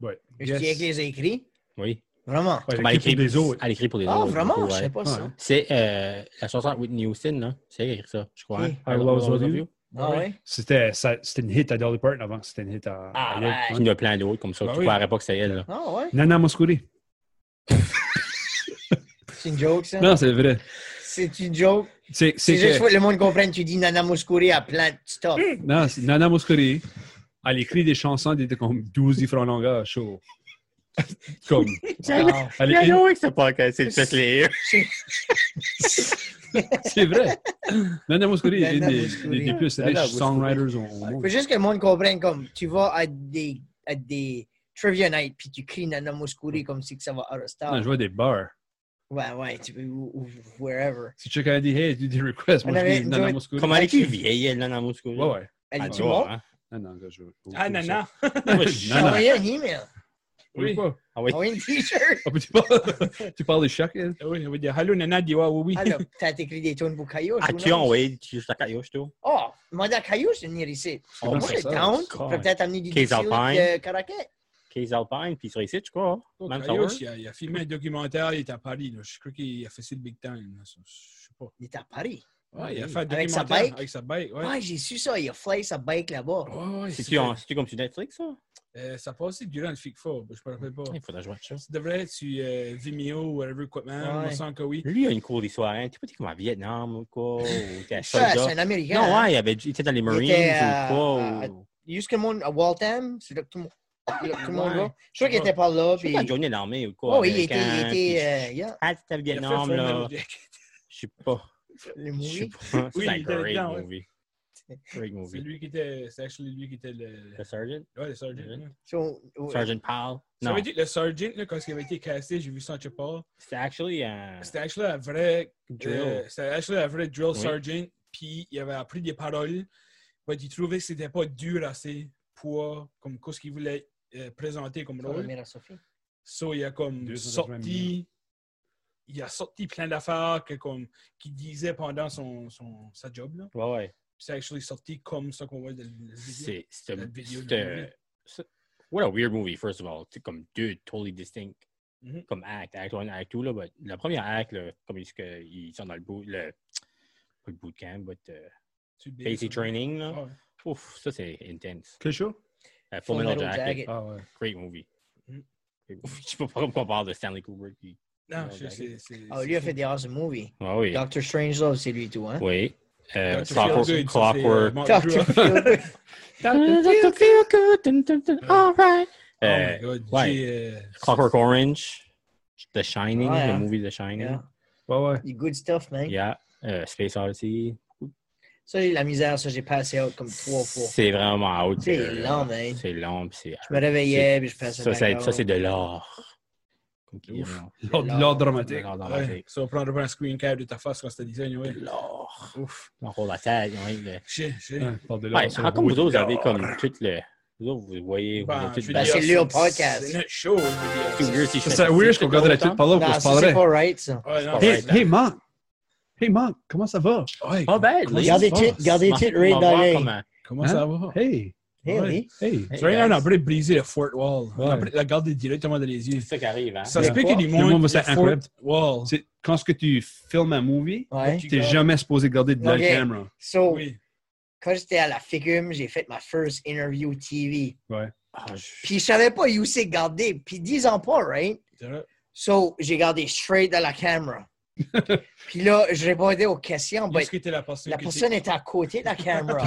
[SPEAKER 1] Ouais.
[SPEAKER 3] Est-ce qu'il y a qui les a écrits?
[SPEAKER 4] Oui.
[SPEAKER 3] Vraiment?
[SPEAKER 1] Ouais,
[SPEAKER 4] Comme elle
[SPEAKER 1] l'équipe
[SPEAKER 4] écrit
[SPEAKER 1] des autres.
[SPEAKER 4] Elle écrit pour les
[SPEAKER 3] Ah,
[SPEAKER 4] autres.
[SPEAKER 3] vraiment?
[SPEAKER 4] beaucoup,
[SPEAKER 3] Je
[SPEAKER 4] Euh, ouais.
[SPEAKER 3] sais pas ça.
[SPEAKER 1] Ouais.
[SPEAKER 4] C'est euh, la chanson avec Whitney Houston, là. C'est elle qui a écrit ça, je crois.
[SPEAKER 3] Oui.
[SPEAKER 4] hein?
[SPEAKER 1] I Love You.
[SPEAKER 3] Ah ouais?
[SPEAKER 1] C'était ça- c'était une hit à Dolly Parton avant que c'était une hit à.
[SPEAKER 3] Ah,
[SPEAKER 1] à
[SPEAKER 3] ouais.
[SPEAKER 1] Yale.
[SPEAKER 4] Il y en a plein d'autres comme ça.
[SPEAKER 1] Bah
[SPEAKER 2] Ben
[SPEAKER 4] tu
[SPEAKER 2] oui.
[SPEAKER 4] ne croirais pas que c'est elle, là.
[SPEAKER 3] Ah ouais?
[SPEAKER 1] Nana Mouskouri.
[SPEAKER 3] C'est une joke, ça?
[SPEAKER 1] Non, c'est vrai.
[SPEAKER 3] C'est une joke.
[SPEAKER 1] C'est c'est
[SPEAKER 3] C'est juste
[SPEAKER 1] que.
[SPEAKER 3] que le monde comprenne. Tu dis Nana Mouskouri à plein de stuff.
[SPEAKER 1] Non, c'est Nana Mouskouri. Elle écrit des chansons d'été comme 12 différents langages. so- <laughs> comme.
[SPEAKER 3] Wow.
[SPEAKER 1] Elle est
[SPEAKER 3] <laughs>
[SPEAKER 1] une-
[SPEAKER 4] que c'est pas que c'est
[SPEAKER 3] juste
[SPEAKER 4] les
[SPEAKER 1] C'est vrai. Nana Mouskouri est une
[SPEAKER 3] Nana
[SPEAKER 1] des,
[SPEAKER 3] Mouskouri.
[SPEAKER 1] des- des plus
[SPEAKER 4] Nana
[SPEAKER 1] riches songwriters au au monde.
[SPEAKER 3] Faut juste que le monde comprenne comme tu vas à des, à des trivia night puis tu cries Nana Mouskouri comme si que ça va à
[SPEAKER 1] Non,
[SPEAKER 3] Rostar.
[SPEAKER 1] je vois des bars.
[SPEAKER 3] Ouais, ouais, tu, ou, ou wherever.
[SPEAKER 1] Si tu as dit, hey, tu dis request, moi
[SPEAKER 3] On avait
[SPEAKER 1] je dis
[SPEAKER 3] une
[SPEAKER 1] Nana
[SPEAKER 3] joint-
[SPEAKER 1] Mouskouri.
[SPEAKER 4] Comment elle est vieille, elle, là, dans Moscou?
[SPEAKER 1] Ouais, ouais.
[SPEAKER 3] Elle
[SPEAKER 4] Ah,
[SPEAKER 3] est du
[SPEAKER 4] tu vois,
[SPEAKER 3] monde.
[SPEAKER 4] hein?
[SPEAKER 1] Ah non, gars, je.
[SPEAKER 2] Ah, Nana.
[SPEAKER 3] <laughs>
[SPEAKER 4] Moi,
[SPEAKER 3] J'ai
[SPEAKER 4] je-
[SPEAKER 1] Non, non.
[SPEAKER 3] envoyé un email.
[SPEAKER 2] Oui.
[SPEAKER 1] Pourquoi?
[SPEAKER 4] Ah oui.
[SPEAKER 3] J'ai envoyé une t-shirt.
[SPEAKER 1] Ah, Oh, mais tu parles, <laughs> tu parles de chaque. hein?
[SPEAKER 2] Ah Oui, on va dire Hello Nana Diwa, oui, oui.
[SPEAKER 3] Alors, Ah, t'as écrit des tonnes pour Caillou.
[SPEAKER 4] Ah, tu as envoyé tu juste la caillouche, toi?
[SPEAKER 1] Ah,
[SPEAKER 3] Oh, mandat Caillou, c'est venir ici.
[SPEAKER 1] Oh,
[SPEAKER 3] Moi,
[SPEAKER 1] c'est
[SPEAKER 3] je suis
[SPEAKER 1] ça,
[SPEAKER 3] down.
[SPEAKER 4] Ah, c'est
[SPEAKER 3] Tu
[SPEAKER 4] cool.
[SPEAKER 3] peux peut-être amener du euh,
[SPEAKER 4] Case
[SPEAKER 3] distillé
[SPEAKER 4] Alpine.
[SPEAKER 3] de Caraquet.
[SPEAKER 4] Case Alpine, puis il serait ici, tu crois?
[SPEAKER 2] Oh,
[SPEAKER 4] Même
[SPEAKER 2] Kaios,
[SPEAKER 4] saveur.
[SPEAKER 2] il, a, il a filmé un documentaire, il est à Paris. là. Je crois qu'il a fait ça le big time. là. Je sais pas.
[SPEAKER 3] Il est à Paris.
[SPEAKER 2] Ouais, il a fait un
[SPEAKER 3] Avec sa
[SPEAKER 2] documentaire
[SPEAKER 3] bike?
[SPEAKER 2] Avec sa bike, ouais.
[SPEAKER 3] Ouais, j'ai su ça. Il a fly sa bike là-bas.
[SPEAKER 2] Ouais, ouais,
[SPEAKER 4] C'est-tu
[SPEAKER 2] c'est-
[SPEAKER 4] en- c'est-tu comme sur Netflix, ça?
[SPEAKER 2] euh, ça passait durant le FICFO, je me rappelle pas.
[SPEAKER 4] Il faudrait jouer à ça.
[SPEAKER 2] Ça devrait être sur euh, Vimeo ou whatever equipment,
[SPEAKER 3] Ouais.
[SPEAKER 2] on sent que oui.
[SPEAKER 4] Lui, il a une cool histoire. Hein. Tu sais pas, t'es comme à Vietnam ou quoi? Ou t'es
[SPEAKER 3] <laughs>
[SPEAKER 4] à
[SPEAKER 3] Ça,
[SPEAKER 4] soldat.
[SPEAKER 3] c'est un Américain.
[SPEAKER 4] Non,
[SPEAKER 3] hein.
[SPEAKER 4] ouais, il, avait, il était dans les Marines
[SPEAKER 3] était,
[SPEAKER 4] ou quoi?
[SPEAKER 3] euh,
[SPEAKER 4] ou-
[SPEAKER 3] Juste que le monde à Waltham, c'est là que tout le monde, là que tout le monde
[SPEAKER 2] Ouais.
[SPEAKER 3] va. Je suis sûr qu'il était par là.
[SPEAKER 4] Je sais
[SPEAKER 3] Puis...
[SPEAKER 4] pas, il a joiné l'armée ou quoi?
[SPEAKER 3] Oh, oui, il était.
[SPEAKER 4] américain,
[SPEAKER 3] Il
[SPEAKER 4] puis-
[SPEAKER 3] était euh, yeah,
[SPEAKER 4] Ah, c'était le
[SPEAKER 2] Il a fait
[SPEAKER 4] Vietnam,
[SPEAKER 2] Full
[SPEAKER 4] là.
[SPEAKER 2] Metal Jacket.
[SPEAKER 4] Je sais pas.
[SPEAKER 3] le
[SPEAKER 4] Je sais
[SPEAKER 3] movie.
[SPEAKER 4] pas.
[SPEAKER 2] Oui,
[SPEAKER 4] C'est un
[SPEAKER 2] il était
[SPEAKER 4] great
[SPEAKER 2] dedans, ouais.
[SPEAKER 4] movie. Great
[SPEAKER 2] C'est
[SPEAKER 4] movie.
[SPEAKER 2] lui qui était, c'est actually lui qui était le,
[SPEAKER 4] Le Sergeant?
[SPEAKER 2] ouais, le sergeant.
[SPEAKER 4] Mhm.
[SPEAKER 2] ouais.
[SPEAKER 3] So, ouais.
[SPEAKER 4] Sergeant Powell?
[SPEAKER 2] Ça
[SPEAKER 4] Non.
[SPEAKER 2] veut dire que le sergeant, là, quand il avait été cassé, j'ai vu ça en Chippewa,
[SPEAKER 4] C'était actually un
[SPEAKER 2] c'était actually un vrai
[SPEAKER 4] drill.
[SPEAKER 2] Euh, C'était actually un vrai drill
[SPEAKER 4] Oui.
[SPEAKER 2] sergeant, puis il avait appris des paroles, mais il trouvait que c'était pas dur assez pour comme qu'est-ce qu'il voulait euh, présenter comme
[SPEAKER 3] Ça, on va
[SPEAKER 2] rôle.
[SPEAKER 3] mettre à Sophie.
[SPEAKER 2] So, il a comme
[SPEAKER 1] 280
[SPEAKER 2] sorti, il a sorti plein d'affaires que comme qu'il disait pendant son, son sa job là.
[SPEAKER 4] Ouais, ouais.
[SPEAKER 2] Puis c'est actually sorti comme ça qu'on voit dans le vidéo.
[SPEAKER 4] C'est c'est
[SPEAKER 2] La
[SPEAKER 4] un-
[SPEAKER 2] vidéo
[SPEAKER 4] c'est
[SPEAKER 2] de la
[SPEAKER 4] un-
[SPEAKER 2] movie.
[SPEAKER 4] c'est- What a weird movie, first of all. C'est comme deux totally distinct
[SPEAKER 2] Mhm.
[SPEAKER 4] comme act, act one, act two. Là, but le premier act, là, comme ils, que- ils sont dans le boot, le, pas le bootcamp, but euh,
[SPEAKER 2] Tu le
[SPEAKER 4] basic
[SPEAKER 2] verras.
[SPEAKER 4] training. Là.
[SPEAKER 2] Ah, Ouais.
[SPEAKER 4] Ouf, ça c'est intense.
[SPEAKER 1] Quel show?
[SPEAKER 4] Euh,
[SPEAKER 3] Full
[SPEAKER 4] Full Metal
[SPEAKER 3] Metal
[SPEAKER 4] Jacket,
[SPEAKER 3] Jacket.
[SPEAKER 1] Ah ouais.
[SPEAKER 4] great movie.
[SPEAKER 2] Mhm.
[SPEAKER 4] Great movie. <laughs> Je sais pas pourquoi on parle de Stanley Kubrick. Puis...
[SPEAKER 2] Non,
[SPEAKER 4] Ouais,
[SPEAKER 2] c'est- c'est- c'est-
[SPEAKER 3] Ah, lui a
[SPEAKER 2] c'est-
[SPEAKER 3] fait des awesome movies.
[SPEAKER 4] Ah oui,
[SPEAKER 3] Doctor Strangelove, c'est lui tout, hein?
[SPEAKER 4] oui. Euh,
[SPEAKER 2] Dr. Feelgood, ça,
[SPEAKER 4] Clockwork.
[SPEAKER 2] c'est, euh,
[SPEAKER 4] Clockwork.
[SPEAKER 2] Mark Drew.
[SPEAKER 3] <laughs> Doctor
[SPEAKER 4] <laughs>
[SPEAKER 3] Feelgood.
[SPEAKER 1] euh,
[SPEAKER 4] Dr. Feelgood, dun, dun, dun, all right.
[SPEAKER 2] Oh
[SPEAKER 4] Euh,
[SPEAKER 2] my God,
[SPEAKER 4] ouais.
[SPEAKER 2] j'ai, euh,
[SPEAKER 4] Clockwork Orange, The Shining,
[SPEAKER 3] Ouais, hein.
[SPEAKER 4] le movie The Shining.
[SPEAKER 3] Yeah.
[SPEAKER 1] Ouais, ouais.
[SPEAKER 3] You Good stuff, man.
[SPEAKER 4] Yeah. Euh, Space Odyssey.
[SPEAKER 3] Ça, j'ai de la misère, ça, j'ai passé out comme trois fois.
[SPEAKER 4] C'est vraiment out.
[SPEAKER 3] C'est
[SPEAKER 4] there, là.
[SPEAKER 3] long, man.
[SPEAKER 4] C'est long. puis c'est-
[SPEAKER 3] Je me réveillais, puis je passais
[SPEAKER 4] Ça,
[SPEAKER 3] back
[SPEAKER 4] c'est-
[SPEAKER 3] out.
[SPEAKER 4] ça, c'est de l'art. Comme qui
[SPEAKER 1] Ouf.
[SPEAKER 4] est long.
[SPEAKER 1] L'ordre l'ordre
[SPEAKER 4] De
[SPEAKER 1] dramatique.
[SPEAKER 4] l'art dans la
[SPEAKER 2] Ouais,
[SPEAKER 4] tête.
[SPEAKER 2] ça va prendre un screen cap de ta face quand c'était design,
[SPEAKER 4] De
[SPEAKER 2] ouais.
[SPEAKER 4] l'art.
[SPEAKER 2] Ouf.
[SPEAKER 4] On roule la tête. ouais, le-
[SPEAKER 2] J'ai, j'ai.
[SPEAKER 1] Hein, l'ordre de l'art,
[SPEAKER 4] Ouais, ah,
[SPEAKER 1] ça,
[SPEAKER 4] comme
[SPEAKER 1] oui.
[SPEAKER 4] vous autres, vous avez comme tout le. Vous autres, vous voyez. Vous
[SPEAKER 2] Ben, je
[SPEAKER 4] avez tout
[SPEAKER 2] veux
[SPEAKER 4] le-
[SPEAKER 3] Ben,
[SPEAKER 2] dire,
[SPEAKER 3] c'est lui au podcast.
[SPEAKER 2] C'est notre show, je veux
[SPEAKER 4] C'est
[SPEAKER 2] dire.
[SPEAKER 4] weird si je
[SPEAKER 1] Ça
[SPEAKER 4] fais-
[SPEAKER 1] serait weird qu'on garderait
[SPEAKER 4] longtemps.
[SPEAKER 1] tout par là pour
[SPEAKER 3] Non,
[SPEAKER 1] qu'on se
[SPEAKER 3] ça,
[SPEAKER 1] parlerait.
[SPEAKER 3] c'est pas right, ça.
[SPEAKER 2] Ouais, non,
[SPEAKER 1] Hey,
[SPEAKER 4] correct.
[SPEAKER 1] hey, Marc! Hey, Marc, comment ça va?
[SPEAKER 2] ouais,
[SPEAKER 4] Ah ben,
[SPEAKER 1] Comment
[SPEAKER 4] regardez,
[SPEAKER 1] ça se
[SPEAKER 3] titres,
[SPEAKER 1] passe?
[SPEAKER 3] gardez- Des
[SPEAKER 4] m'en-
[SPEAKER 3] titres raid
[SPEAKER 4] m'en
[SPEAKER 3] dans
[SPEAKER 4] voir
[SPEAKER 3] l'œil.
[SPEAKER 4] comment-
[SPEAKER 2] comment
[SPEAKER 1] Hein?
[SPEAKER 2] ça va?
[SPEAKER 1] Hey,
[SPEAKER 3] Hey,
[SPEAKER 2] Ouais.
[SPEAKER 3] oui.
[SPEAKER 1] hey.
[SPEAKER 4] Hey,
[SPEAKER 2] Tu vois, là, on
[SPEAKER 4] guys.
[SPEAKER 2] a de briser le Fort Wall. On a
[SPEAKER 1] Ouais.
[SPEAKER 2] La garder directement dans les yeux.
[SPEAKER 4] C'est ça qui arrive, hein?
[SPEAKER 2] Ça
[SPEAKER 1] Ouais.
[SPEAKER 2] se peut que du monde.
[SPEAKER 1] monde va
[SPEAKER 2] le
[SPEAKER 1] s'en
[SPEAKER 2] Fort
[SPEAKER 1] incroyable.
[SPEAKER 2] Wall.
[SPEAKER 1] C'est- Quand ce que tu filmes un movie,
[SPEAKER 3] Ouais.
[SPEAKER 1] t'es jamais supposé garder de la
[SPEAKER 3] Ok. <laughs>
[SPEAKER 1] caméra.
[SPEAKER 3] So,
[SPEAKER 2] Oui.
[SPEAKER 3] quand j'étais à la FICUM, j'ai fait ma first interview TV.
[SPEAKER 4] Ah, je-
[SPEAKER 3] Puis je savais pas où c'est gardé. Puis dis ans pas, right?
[SPEAKER 2] C'est vrai.
[SPEAKER 3] So, j'ai gardé straight dans la
[SPEAKER 4] <laughs>
[SPEAKER 3] caméra. Puis là, je répondais aux questions, mais
[SPEAKER 2] Est-ce que t'es la personne
[SPEAKER 3] la
[SPEAKER 2] que <laughs>
[SPEAKER 3] personne était à côté de la
[SPEAKER 4] <laughs>
[SPEAKER 3] caméra.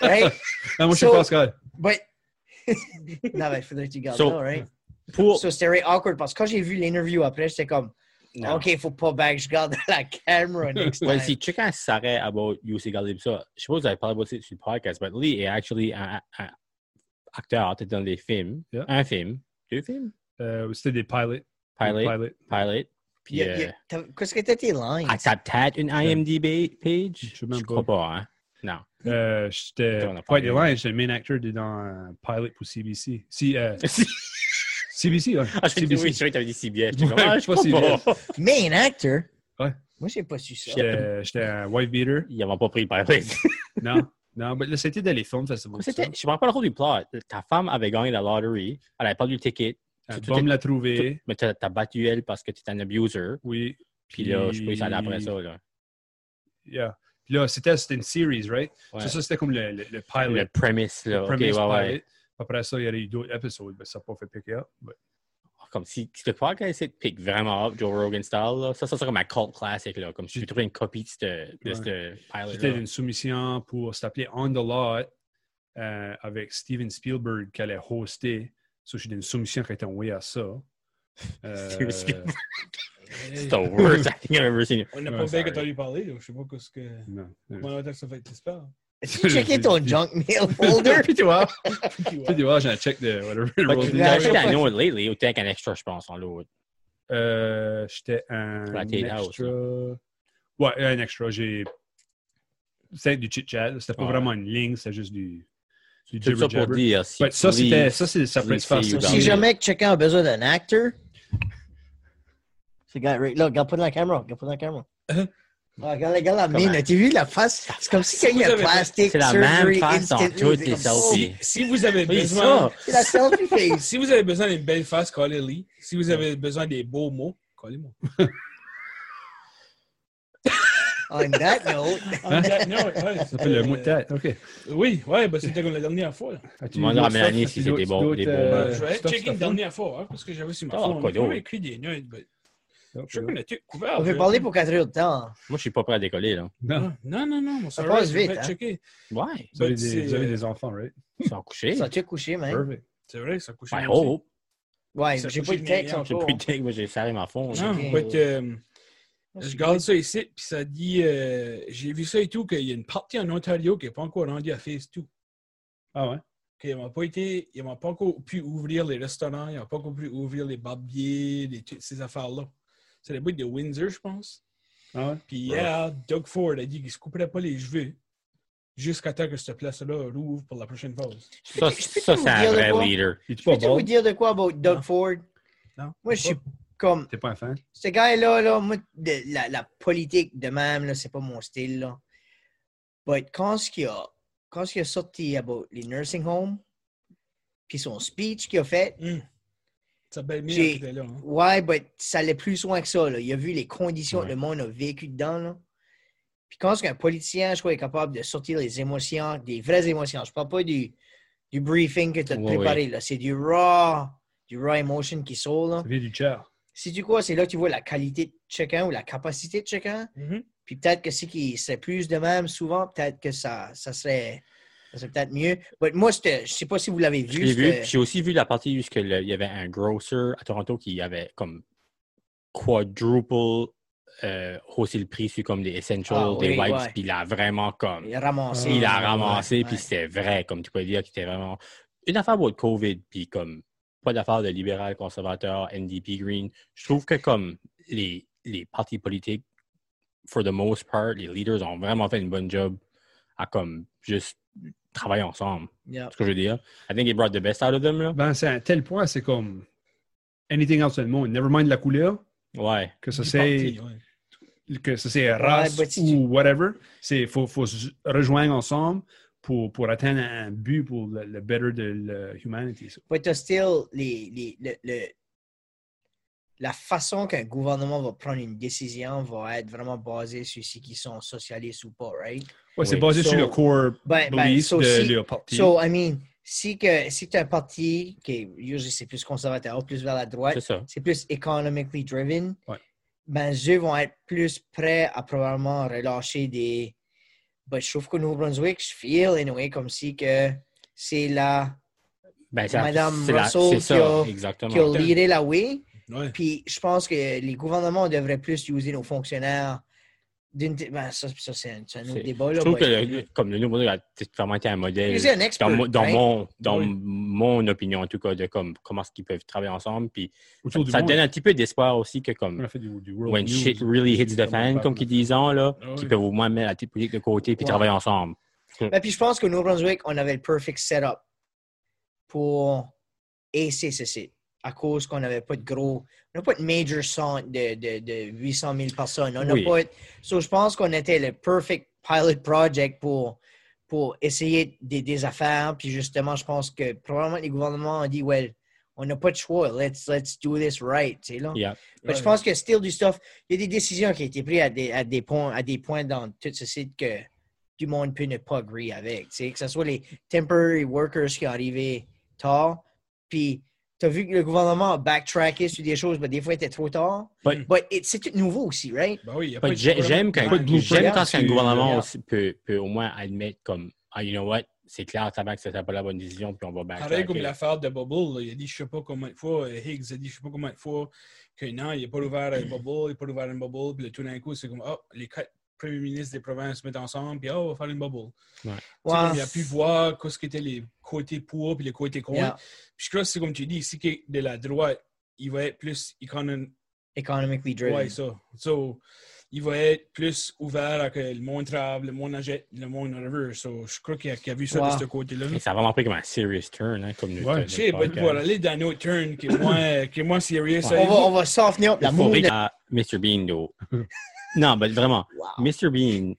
[SPEAKER 3] right?
[SPEAKER 1] Non, Ah, moi, je suis
[SPEAKER 3] So-
[SPEAKER 1] Pascal.
[SPEAKER 3] But... <laughs> non, mais il faudrait que tu gardes
[SPEAKER 4] So- oh.
[SPEAKER 3] ça, right?
[SPEAKER 4] Pour.
[SPEAKER 3] So, c'était very awkward parce que quand j'ai vu l'interview après, j'étais comme,
[SPEAKER 4] Non.
[SPEAKER 3] OK, faut pas back, je garde <laughs> la caméra next time.
[SPEAKER 4] Well, see, chacun s'arrête about UC Galib. Ça, je suppose que j'avais parlé about ça sur le podcast, mais Lee est actually un, un acteur peut-être dans des films.
[SPEAKER 1] Yeah.
[SPEAKER 4] Un film, deux films.
[SPEAKER 1] Euh, C'était des pilots.
[SPEAKER 4] Pilot,
[SPEAKER 1] Des
[SPEAKER 4] pilot.
[SPEAKER 1] pilots.
[SPEAKER 4] Puis,
[SPEAKER 3] Y a- y a-
[SPEAKER 4] euh,
[SPEAKER 3] t'as- Qu'est-ce que t'as tes lines?
[SPEAKER 4] à ta tête, une IMDb page.
[SPEAKER 1] Je sais même
[SPEAKER 4] je crois
[SPEAKER 1] pas.
[SPEAKER 4] pas, hein?
[SPEAKER 1] <laughs>
[SPEAKER 4] Non. <laughs>
[SPEAKER 1] Euh, J'étais
[SPEAKER 4] On a
[SPEAKER 1] pas des
[SPEAKER 4] parlé.
[SPEAKER 1] lines, j'étais le main actor dans un pilot pour CBC. Si, euh, CBC, ouais.
[SPEAKER 4] ah, je suis dit, oui,
[SPEAKER 1] CBC.
[SPEAKER 4] je suis t'avais dit CBS. J'étais comme,
[SPEAKER 1] Ouais,
[SPEAKER 4] ah, je
[SPEAKER 1] pas
[SPEAKER 4] crois pas. <laughs>
[SPEAKER 3] Main actor?
[SPEAKER 1] Ouais.
[SPEAKER 3] Moi, j'ai pas su ça.
[SPEAKER 1] J'étais j'étais un wife beater.
[SPEAKER 4] Ils n'avaient pas pris le pilot.
[SPEAKER 1] Non, non, mais là, c'était dans les films, ça, c'est bon. ça.
[SPEAKER 4] C'était- Je me rappelle encore du plot. Ta femme avait gagné la lotterie. Elle avait perdu le ticket.
[SPEAKER 1] Un
[SPEAKER 4] tout-
[SPEAKER 1] bum
[SPEAKER 4] tout-
[SPEAKER 1] Euh, l'a trouvé.
[SPEAKER 4] Mais t'as t'as battu elle parce que t'es un abuser.
[SPEAKER 1] Oui.
[SPEAKER 4] Puis là, je peux y aller après ça, là.
[SPEAKER 1] Yeah. Puis là, c'était c'était une series, right?
[SPEAKER 4] Ouais.
[SPEAKER 1] Ça, ça, c'était comme le, le, le pilot.
[SPEAKER 4] Le premise, là.
[SPEAKER 1] le
[SPEAKER 4] Ok,
[SPEAKER 1] premise
[SPEAKER 4] ouais, ouais.
[SPEAKER 1] pilot. Après ça, il y aurait eu d'autres épisodes, mais ça n'a pas fait pick up. mais-
[SPEAKER 4] Oh, comme si, si le podcast essaie de pick vraiment up Joe Rogan style, là, ça, ça serait comme un cult classique. Là, comme si tu trouvé une copie de ce de
[SPEAKER 1] Ouais.
[SPEAKER 4] ce pilot.
[SPEAKER 1] C'était
[SPEAKER 4] là.
[SPEAKER 1] une soumission pour s'appeler On the Lot euh, avec Steven Spielberg qui allait hoster. Ça, j'ai une soumission qui a été envoyée à ça.
[SPEAKER 4] <laughs>
[SPEAKER 1] Euh,
[SPEAKER 4] Steven Spielberg.
[SPEAKER 2] Hey,
[SPEAKER 4] It's the worst <laughs> I think I've ever seen. it.
[SPEAKER 2] On n'a
[SPEAKER 1] Ouais,
[SPEAKER 2] pas bien
[SPEAKER 1] sorry.
[SPEAKER 2] entendu parler. donc Je sais pas qu'est-ce que.
[SPEAKER 1] non, non.
[SPEAKER 2] Comment on va dire que ça fait que tu se parles?
[SPEAKER 3] As-tu checké
[SPEAKER 4] <laughs>
[SPEAKER 3] ton junk mail folder?
[SPEAKER 1] <laughs> Puis tu vois,
[SPEAKER 2] Puis, ouais.
[SPEAKER 1] puis tu vois, j'ai un check de whatever.
[SPEAKER 4] But
[SPEAKER 1] Rogan.
[SPEAKER 4] you
[SPEAKER 3] Yeah,
[SPEAKER 4] actually,
[SPEAKER 3] yeah.
[SPEAKER 4] I know it lately. Au tank, un extra, je pense, en l'autre.
[SPEAKER 1] Euh, j'étais un
[SPEAKER 4] La hein. Tate House,
[SPEAKER 1] extra. Ouais, un extra. J'ai. C'était du chit-chat. C'était pas
[SPEAKER 4] Ouais.
[SPEAKER 1] vraiment une ligne, c'était juste du. du
[SPEAKER 4] Tout ça pour
[SPEAKER 1] jibber-jabber.
[SPEAKER 4] dire. Si
[SPEAKER 1] Ouais, ça,
[SPEAKER 4] tu
[SPEAKER 1] c'était.
[SPEAKER 4] lis-
[SPEAKER 1] Ça, c'est- ça pourrait se faire.
[SPEAKER 4] Please,
[SPEAKER 1] ça.
[SPEAKER 4] please,
[SPEAKER 3] Si
[SPEAKER 4] you
[SPEAKER 1] C'est-
[SPEAKER 3] jamais que quelqu'un a besoin d'un acteur, c'est gars, right là, regarde pas dans la caméra, regarde pas dans la caméra. Ah, regarde, regarde la
[SPEAKER 4] Uh-huh. Comment?
[SPEAKER 3] mine, t'as vu la face? C'est comme si quelqu'un
[SPEAKER 2] Vous
[SPEAKER 3] avait
[SPEAKER 2] avez-
[SPEAKER 3] plastic
[SPEAKER 4] C'est la
[SPEAKER 3] surgery
[SPEAKER 4] même face dans
[SPEAKER 3] instantly.
[SPEAKER 4] toutes
[SPEAKER 3] C'est
[SPEAKER 4] les
[SPEAKER 3] comme, oh,
[SPEAKER 4] selfies.
[SPEAKER 2] Si vous avez
[SPEAKER 4] Oui,
[SPEAKER 2] besoin.
[SPEAKER 4] ça.
[SPEAKER 3] C'est la selfie face.
[SPEAKER 2] Si vous avez besoin d'une belle face, collez-les. Si vous avez besoin des beaux mots, collez-moi.
[SPEAKER 3] On that note,
[SPEAKER 2] On that note, Ah,
[SPEAKER 1] Hein?
[SPEAKER 2] ouais, euh,
[SPEAKER 1] Ça fait le mot de tête. Euh, OK.
[SPEAKER 2] Oui, ouais, bah, c'était comme la dernière fois. là.
[SPEAKER 1] As-tu
[SPEAKER 4] Demande
[SPEAKER 1] d'autres
[SPEAKER 4] à Mélanie
[SPEAKER 1] stuff?
[SPEAKER 4] si
[SPEAKER 1] As-tu
[SPEAKER 4] c'est des
[SPEAKER 1] d'autres-
[SPEAKER 4] bons- des
[SPEAKER 1] d'autres,
[SPEAKER 4] bons-
[SPEAKER 1] euh,
[SPEAKER 2] Bah, je vais
[SPEAKER 1] stuff,
[SPEAKER 2] checker
[SPEAKER 1] stuff,
[SPEAKER 2] une dernière fois, hein, parce que j'avais sur ma
[SPEAKER 4] Ah,
[SPEAKER 2] phone.
[SPEAKER 4] quoi
[SPEAKER 2] J'ai pas
[SPEAKER 4] d'autre?
[SPEAKER 2] écrit des notes, mais
[SPEAKER 1] stuff?
[SPEAKER 2] je sais qu'on a tout
[SPEAKER 4] Ah,
[SPEAKER 2] couvert.
[SPEAKER 3] on peut
[SPEAKER 2] là.
[SPEAKER 3] parler pour 4 heures de temps.
[SPEAKER 4] Moi, je suis pas prêt à décoller, là.
[SPEAKER 1] Non.
[SPEAKER 2] Non, non, non, non, mon serveur,
[SPEAKER 3] passe
[SPEAKER 2] je vais
[SPEAKER 3] vite, hein.
[SPEAKER 2] checker.
[SPEAKER 4] Ouais,
[SPEAKER 1] Vous avez,
[SPEAKER 2] Bah,
[SPEAKER 1] des,
[SPEAKER 2] c'est,
[SPEAKER 1] vous avez
[SPEAKER 2] euh,
[SPEAKER 1] des enfants, right?
[SPEAKER 4] sans coucher.
[SPEAKER 3] Ça tu couché, man.
[SPEAKER 1] Perfect.
[SPEAKER 2] C'est vrai, ça couche.
[SPEAKER 4] Ben,
[SPEAKER 2] bien
[SPEAKER 4] oh,
[SPEAKER 3] Ouais,
[SPEAKER 2] Ça
[SPEAKER 3] j'ai
[SPEAKER 2] touche
[SPEAKER 3] pas le texte
[SPEAKER 2] les
[SPEAKER 4] <laughs> j'ai
[SPEAKER 3] encore.
[SPEAKER 4] plus de tech, moi, j'ai serré ma fond.
[SPEAKER 2] aussi.
[SPEAKER 4] là.
[SPEAKER 2] Non,
[SPEAKER 3] Ok.
[SPEAKER 2] Ah, but, euh,
[SPEAKER 3] Moi,
[SPEAKER 2] je
[SPEAKER 3] c'est-
[SPEAKER 2] garde ça ici, puis ça dit, euh, j'ai vu ça et tout, qu'il y a une partie en Ontario qui n'est pas encore rendue à Phase 2.
[SPEAKER 1] Ah ouais?
[SPEAKER 2] Qu'ils n'ont pas été, ils n'ont pas encore pu ouvrir les restaurants, ils n'ont pas encore pu ouvrir les barbiers, les- toutes ces affaires-là. C'est la boîte de Windsor, je pense.
[SPEAKER 1] Ah ouais?
[SPEAKER 2] Puis hier, Doug Ford a dit qu'il ne se couperait pas les cheveux jusqu'à temps que cette place-là rouvre pour la prochaine phase.
[SPEAKER 4] Ça,
[SPEAKER 3] Je peux
[SPEAKER 4] ça,
[SPEAKER 3] tout
[SPEAKER 4] c'est un
[SPEAKER 3] dire de
[SPEAKER 4] vrai
[SPEAKER 3] quoi?
[SPEAKER 4] leader.
[SPEAKER 1] Es-tu pas
[SPEAKER 3] Peux-tu vous
[SPEAKER 1] bald?
[SPEAKER 3] dire de quoi about Doug
[SPEAKER 2] Non.
[SPEAKER 3] Ford?
[SPEAKER 2] Non?
[SPEAKER 3] Moi, je suis comme.
[SPEAKER 1] T'es pas un fan?
[SPEAKER 3] Ce gars-là, là, moi, de- la, la politique de même, là, c'est pas mon style. Là. But quand ce qu'il a, quand ce qu'il a sorti about les nursing homes, puis son speech qu'il a fait,
[SPEAKER 2] Hum. Sa belle-mère
[SPEAKER 3] J'ai-
[SPEAKER 2] qui était là. hein.
[SPEAKER 3] ouais, but ça allait plus loin que ça. Là. Il a vu les conditions que
[SPEAKER 4] Ouais.
[SPEAKER 3] le monde a vécu dedans. Là. Puis quand ce qu'un politicien, je crois, est capable de sortir les émotions, des vraies émotions, je parle pas du, du briefing que tu as
[SPEAKER 4] Ouais,
[SPEAKER 3] préparé, là. c'est du raw, du raw emotion qui sort. Là.
[SPEAKER 1] Ça vient du chat.
[SPEAKER 3] Si tu quoi, c'est là que tu vois la qualité de chacun ou la capacité de chacun.
[SPEAKER 2] Mhm.
[SPEAKER 3] Puis peut-être que si qui serait plus de même souvent, peut-être que ça, ça serait, ça serait peut-être mieux. Mais moi, c'était- je sais pas si vous l'avez
[SPEAKER 4] Je
[SPEAKER 3] vu.
[SPEAKER 4] l'ai vu.
[SPEAKER 3] c'était-
[SPEAKER 4] puis J'ai aussi vu la partie où ce que le- il y avait un grocer à Toronto qui avait comme quadruple euh, haussé le prix sur comme des essentials,
[SPEAKER 3] Ah,
[SPEAKER 4] des
[SPEAKER 3] oui,
[SPEAKER 4] wipes.
[SPEAKER 3] ouais.
[SPEAKER 4] Puis il a vraiment comme.
[SPEAKER 3] Il a ramassé.
[SPEAKER 4] Il a
[SPEAKER 3] Ouais,
[SPEAKER 4] ramassé,
[SPEAKER 3] ouais.
[SPEAKER 4] puis c'était vrai, comme tu peux dire, qu'il était vraiment. Une affaire pour le COVID, puis comme pas d'affaire de libéral, conservateur, NDP, Green. Je trouve que comme les, les partis politiques, for the most part, les leaders ont vraiment fait une bonne job à comme juste travailler ensemble.
[SPEAKER 3] Yeah.
[SPEAKER 4] C'est ce que je veux dire. I think it brought the best out of them, là.
[SPEAKER 1] Ben, c'est à tel point, c'est comme anything else in the monde. Never mind la couleur,
[SPEAKER 4] Ouais.
[SPEAKER 1] que ça
[SPEAKER 2] Du
[SPEAKER 1] c'est
[SPEAKER 2] parti, ouais.
[SPEAKER 1] que ça c'est race
[SPEAKER 3] Ouais, bah, si tu-
[SPEAKER 1] ou whatever. C'est faut, faut se rejoindre ensemble pour, pour atteindre un but pour le, le better de l'humanité. ça.
[SPEAKER 3] But t'as still les, les- le, le- la façon qu'un gouvernement va prendre une décision va être vraiment basée sur si qui sont socialistes ou pas, right?
[SPEAKER 1] Ouais, c'est
[SPEAKER 4] Oui.
[SPEAKER 1] basé
[SPEAKER 3] So-
[SPEAKER 1] sur le core
[SPEAKER 3] Ben, ben,
[SPEAKER 1] beliefs
[SPEAKER 3] so
[SPEAKER 1] de
[SPEAKER 3] si-
[SPEAKER 1] leur parti.
[SPEAKER 3] So, I mean, si que si t'as un parti qui est usually, c'est plus conservateur, plus vers la droite,
[SPEAKER 4] C'est ça.
[SPEAKER 3] c'est plus economically driven,
[SPEAKER 1] Ouais.
[SPEAKER 3] ben, eux vont être plus prêts à probablement relâcher des. Ben, je trouve qu'au Nouveau-Brunswick, je feel anyway comme si que c'est la
[SPEAKER 4] Ben, ça-
[SPEAKER 3] Madame
[SPEAKER 4] c'est la-
[SPEAKER 3] Russell
[SPEAKER 4] c'est
[SPEAKER 3] qui
[SPEAKER 4] ça,
[SPEAKER 3] a- qui a
[SPEAKER 4] exactement.
[SPEAKER 3] leadé la way.
[SPEAKER 2] Ouais.
[SPEAKER 3] Puis je pense que les gouvernements devraient plus utiliser nos fonctionnaires d'une. Ben, ça, ça, c'est un, c'est un autre
[SPEAKER 4] C'est-
[SPEAKER 3] débat.
[SPEAKER 4] Je
[SPEAKER 3] Là,
[SPEAKER 4] trouve que,
[SPEAKER 3] but-
[SPEAKER 4] le- comme le nouveau a vraiment été un modèle.
[SPEAKER 3] Utiliser un expert.
[SPEAKER 4] dans, mon- dans
[SPEAKER 3] right?
[SPEAKER 4] mon, dans
[SPEAKER 2] Oui.
[SPEAKER 4] mon opinion, en tout cas, de comme, comment est-ce qu'ils peuvent travailler ensemble. Puis
[SPEAKER 1] autour du
[SPEAKER 4] ça
[SPEAKER 1] monde.
[SPEAKER 4] donne un petit peu d'espoir aussi que
[SPEAKER 1] On
[SPEAKER 4] comme
[SPEAKER 1] a fait du, du world
[SPEAKER 4] when
[SPEAKER 1] news.
[SPEAKER 4] shit really hits the fan,
[SPEAKER 1] Exactement.
[SPEAKER 4] comme qu'ils disent, hein, là,
[SPEAKER 2] Ah oui.
[SPEAKER 4] qu'ils peuvent au moins mettre la petite politique de côté puis
[SPEAKER 3] Ouais.
[SPEAKER 4] travailler ensemble.
[SPEAKER 3] Ben, puis je pense qu'au Nouveau-Brunswick, on avait le perfect setup pour essayer ceci. À cause qu'on n'avait pas de gros, on n'a pas de major centre de, de, de 800 000 personnes. On n'a
[SPEAKER 4] Oui.
[SPEAKER 3] pas. de- So, je pense qu'on était le perfect pilot project pour, pour essayer des, des affaires. Puis justement, je pense que probablement les gouvernements ont dit, well, on n'a pas de choix. Let's, let's do this right. tu sais, là.
[SPEAKER 4] Yeah.
[SPEAKER 3] Mais je
[SPEAKER 2] Ouais.
[SPEAKER 3] pense que still du stuff, il y a des décisions qui ont été prises à des, à des points, à des points dans tout ce site que du monde peut ne pas agree avec. tu sais, Que ce soit les temporary workers qui sont arrivés tard, puis tu as vu que le gouvernement a backtracké sur des choses, mais des fois, c'était trop tard.
[SPEAKER 4] But-
[SPEAKER 3] But it- c'est tout nouveau aussi, right?
[SPEAKER 2] Ben oui, il y a pas
[SPEAKER 4] But
[SPEAKER 2] de
[SPEAKER 4] j'ai-
[SPEAKER 2] gouvernement.
[SPEAKER 4] J'aime quand,
[SPEAKER 1] Pas de blueprint.
[SPEAKER 4] j'aime quand
[SPEAKER 1] Yeah.
[SPEAKER 4] un gouvernement
[SPEAKER 3] Yeah.
[SPEAKER 4] aussi peut, peut au moins admettre comme, ah, you know what, c'est clair, tabac, que c'était pas la bonne décision, puis on va back.
[SPEAKER 2] Pareil comme l'affaire de Bubble, là, il a dit je sais pas combien de fois, euh, Higgs a dit je sais pas combien de fois que non, il n'a pas ouvert un Bubble, il n'a pas ouvert un Bubble, puis là, tout d'un coup, c'est comme, oh, les quatre premiers ministres des provinces se mettent ensemble, puis oh, on va faire une Bubble. Tu sais,
[SPEAKER 3] Ouais.
[SPEAKER 2] comme il a pu voir qu'est-ce qui était les côtés pour puis les côtés contre.
[SPEAKER 3] Yeah.
[SPEAKER 2] Puis je crois que c'est comme tu dis, si que de la droite, il va être plus économique.
[SPEAKER 3] Economically driven.
[SPEAKER 2] Ouais, ça. So, il va être plus ouvert à que le monde travaille, le monde achète, le monde en So, je crois qu'il a, qu'il a vu ça
[SPEAKER 3] Ouais.
[SPEAKER 2] de ce côté-là.
[SPEAKER 4] Et ça a vraiment pris comme un serious turn, hein, comme
[SPEAKER 1] Ouais. ben,
[SPEAKER 4] notre-
[SPEAKER 2] Je sais,
[SPEAKER 4] notre
[SPEAKER 2] but
[SPEAKER 4] podcast.
[SPEAKER 2] pour aller dans notre turn qui est moins, qui est moins sérieux,
[SPEAKER 3] On va, on
[SPEAKER 2] ça
[SPEAKER 3] va softener up la
[SPEAKER 4] Il faut
[SPEAKER 3] mood.
[SPEAKER 4] rire à Mr.
[SPEAKER 1] <laughs>
[SPEAKER 4] Bean, though. non, mais vraiment,
[SPEAKER 3] Wow.
[SPEAKER 4] Mr. Bean,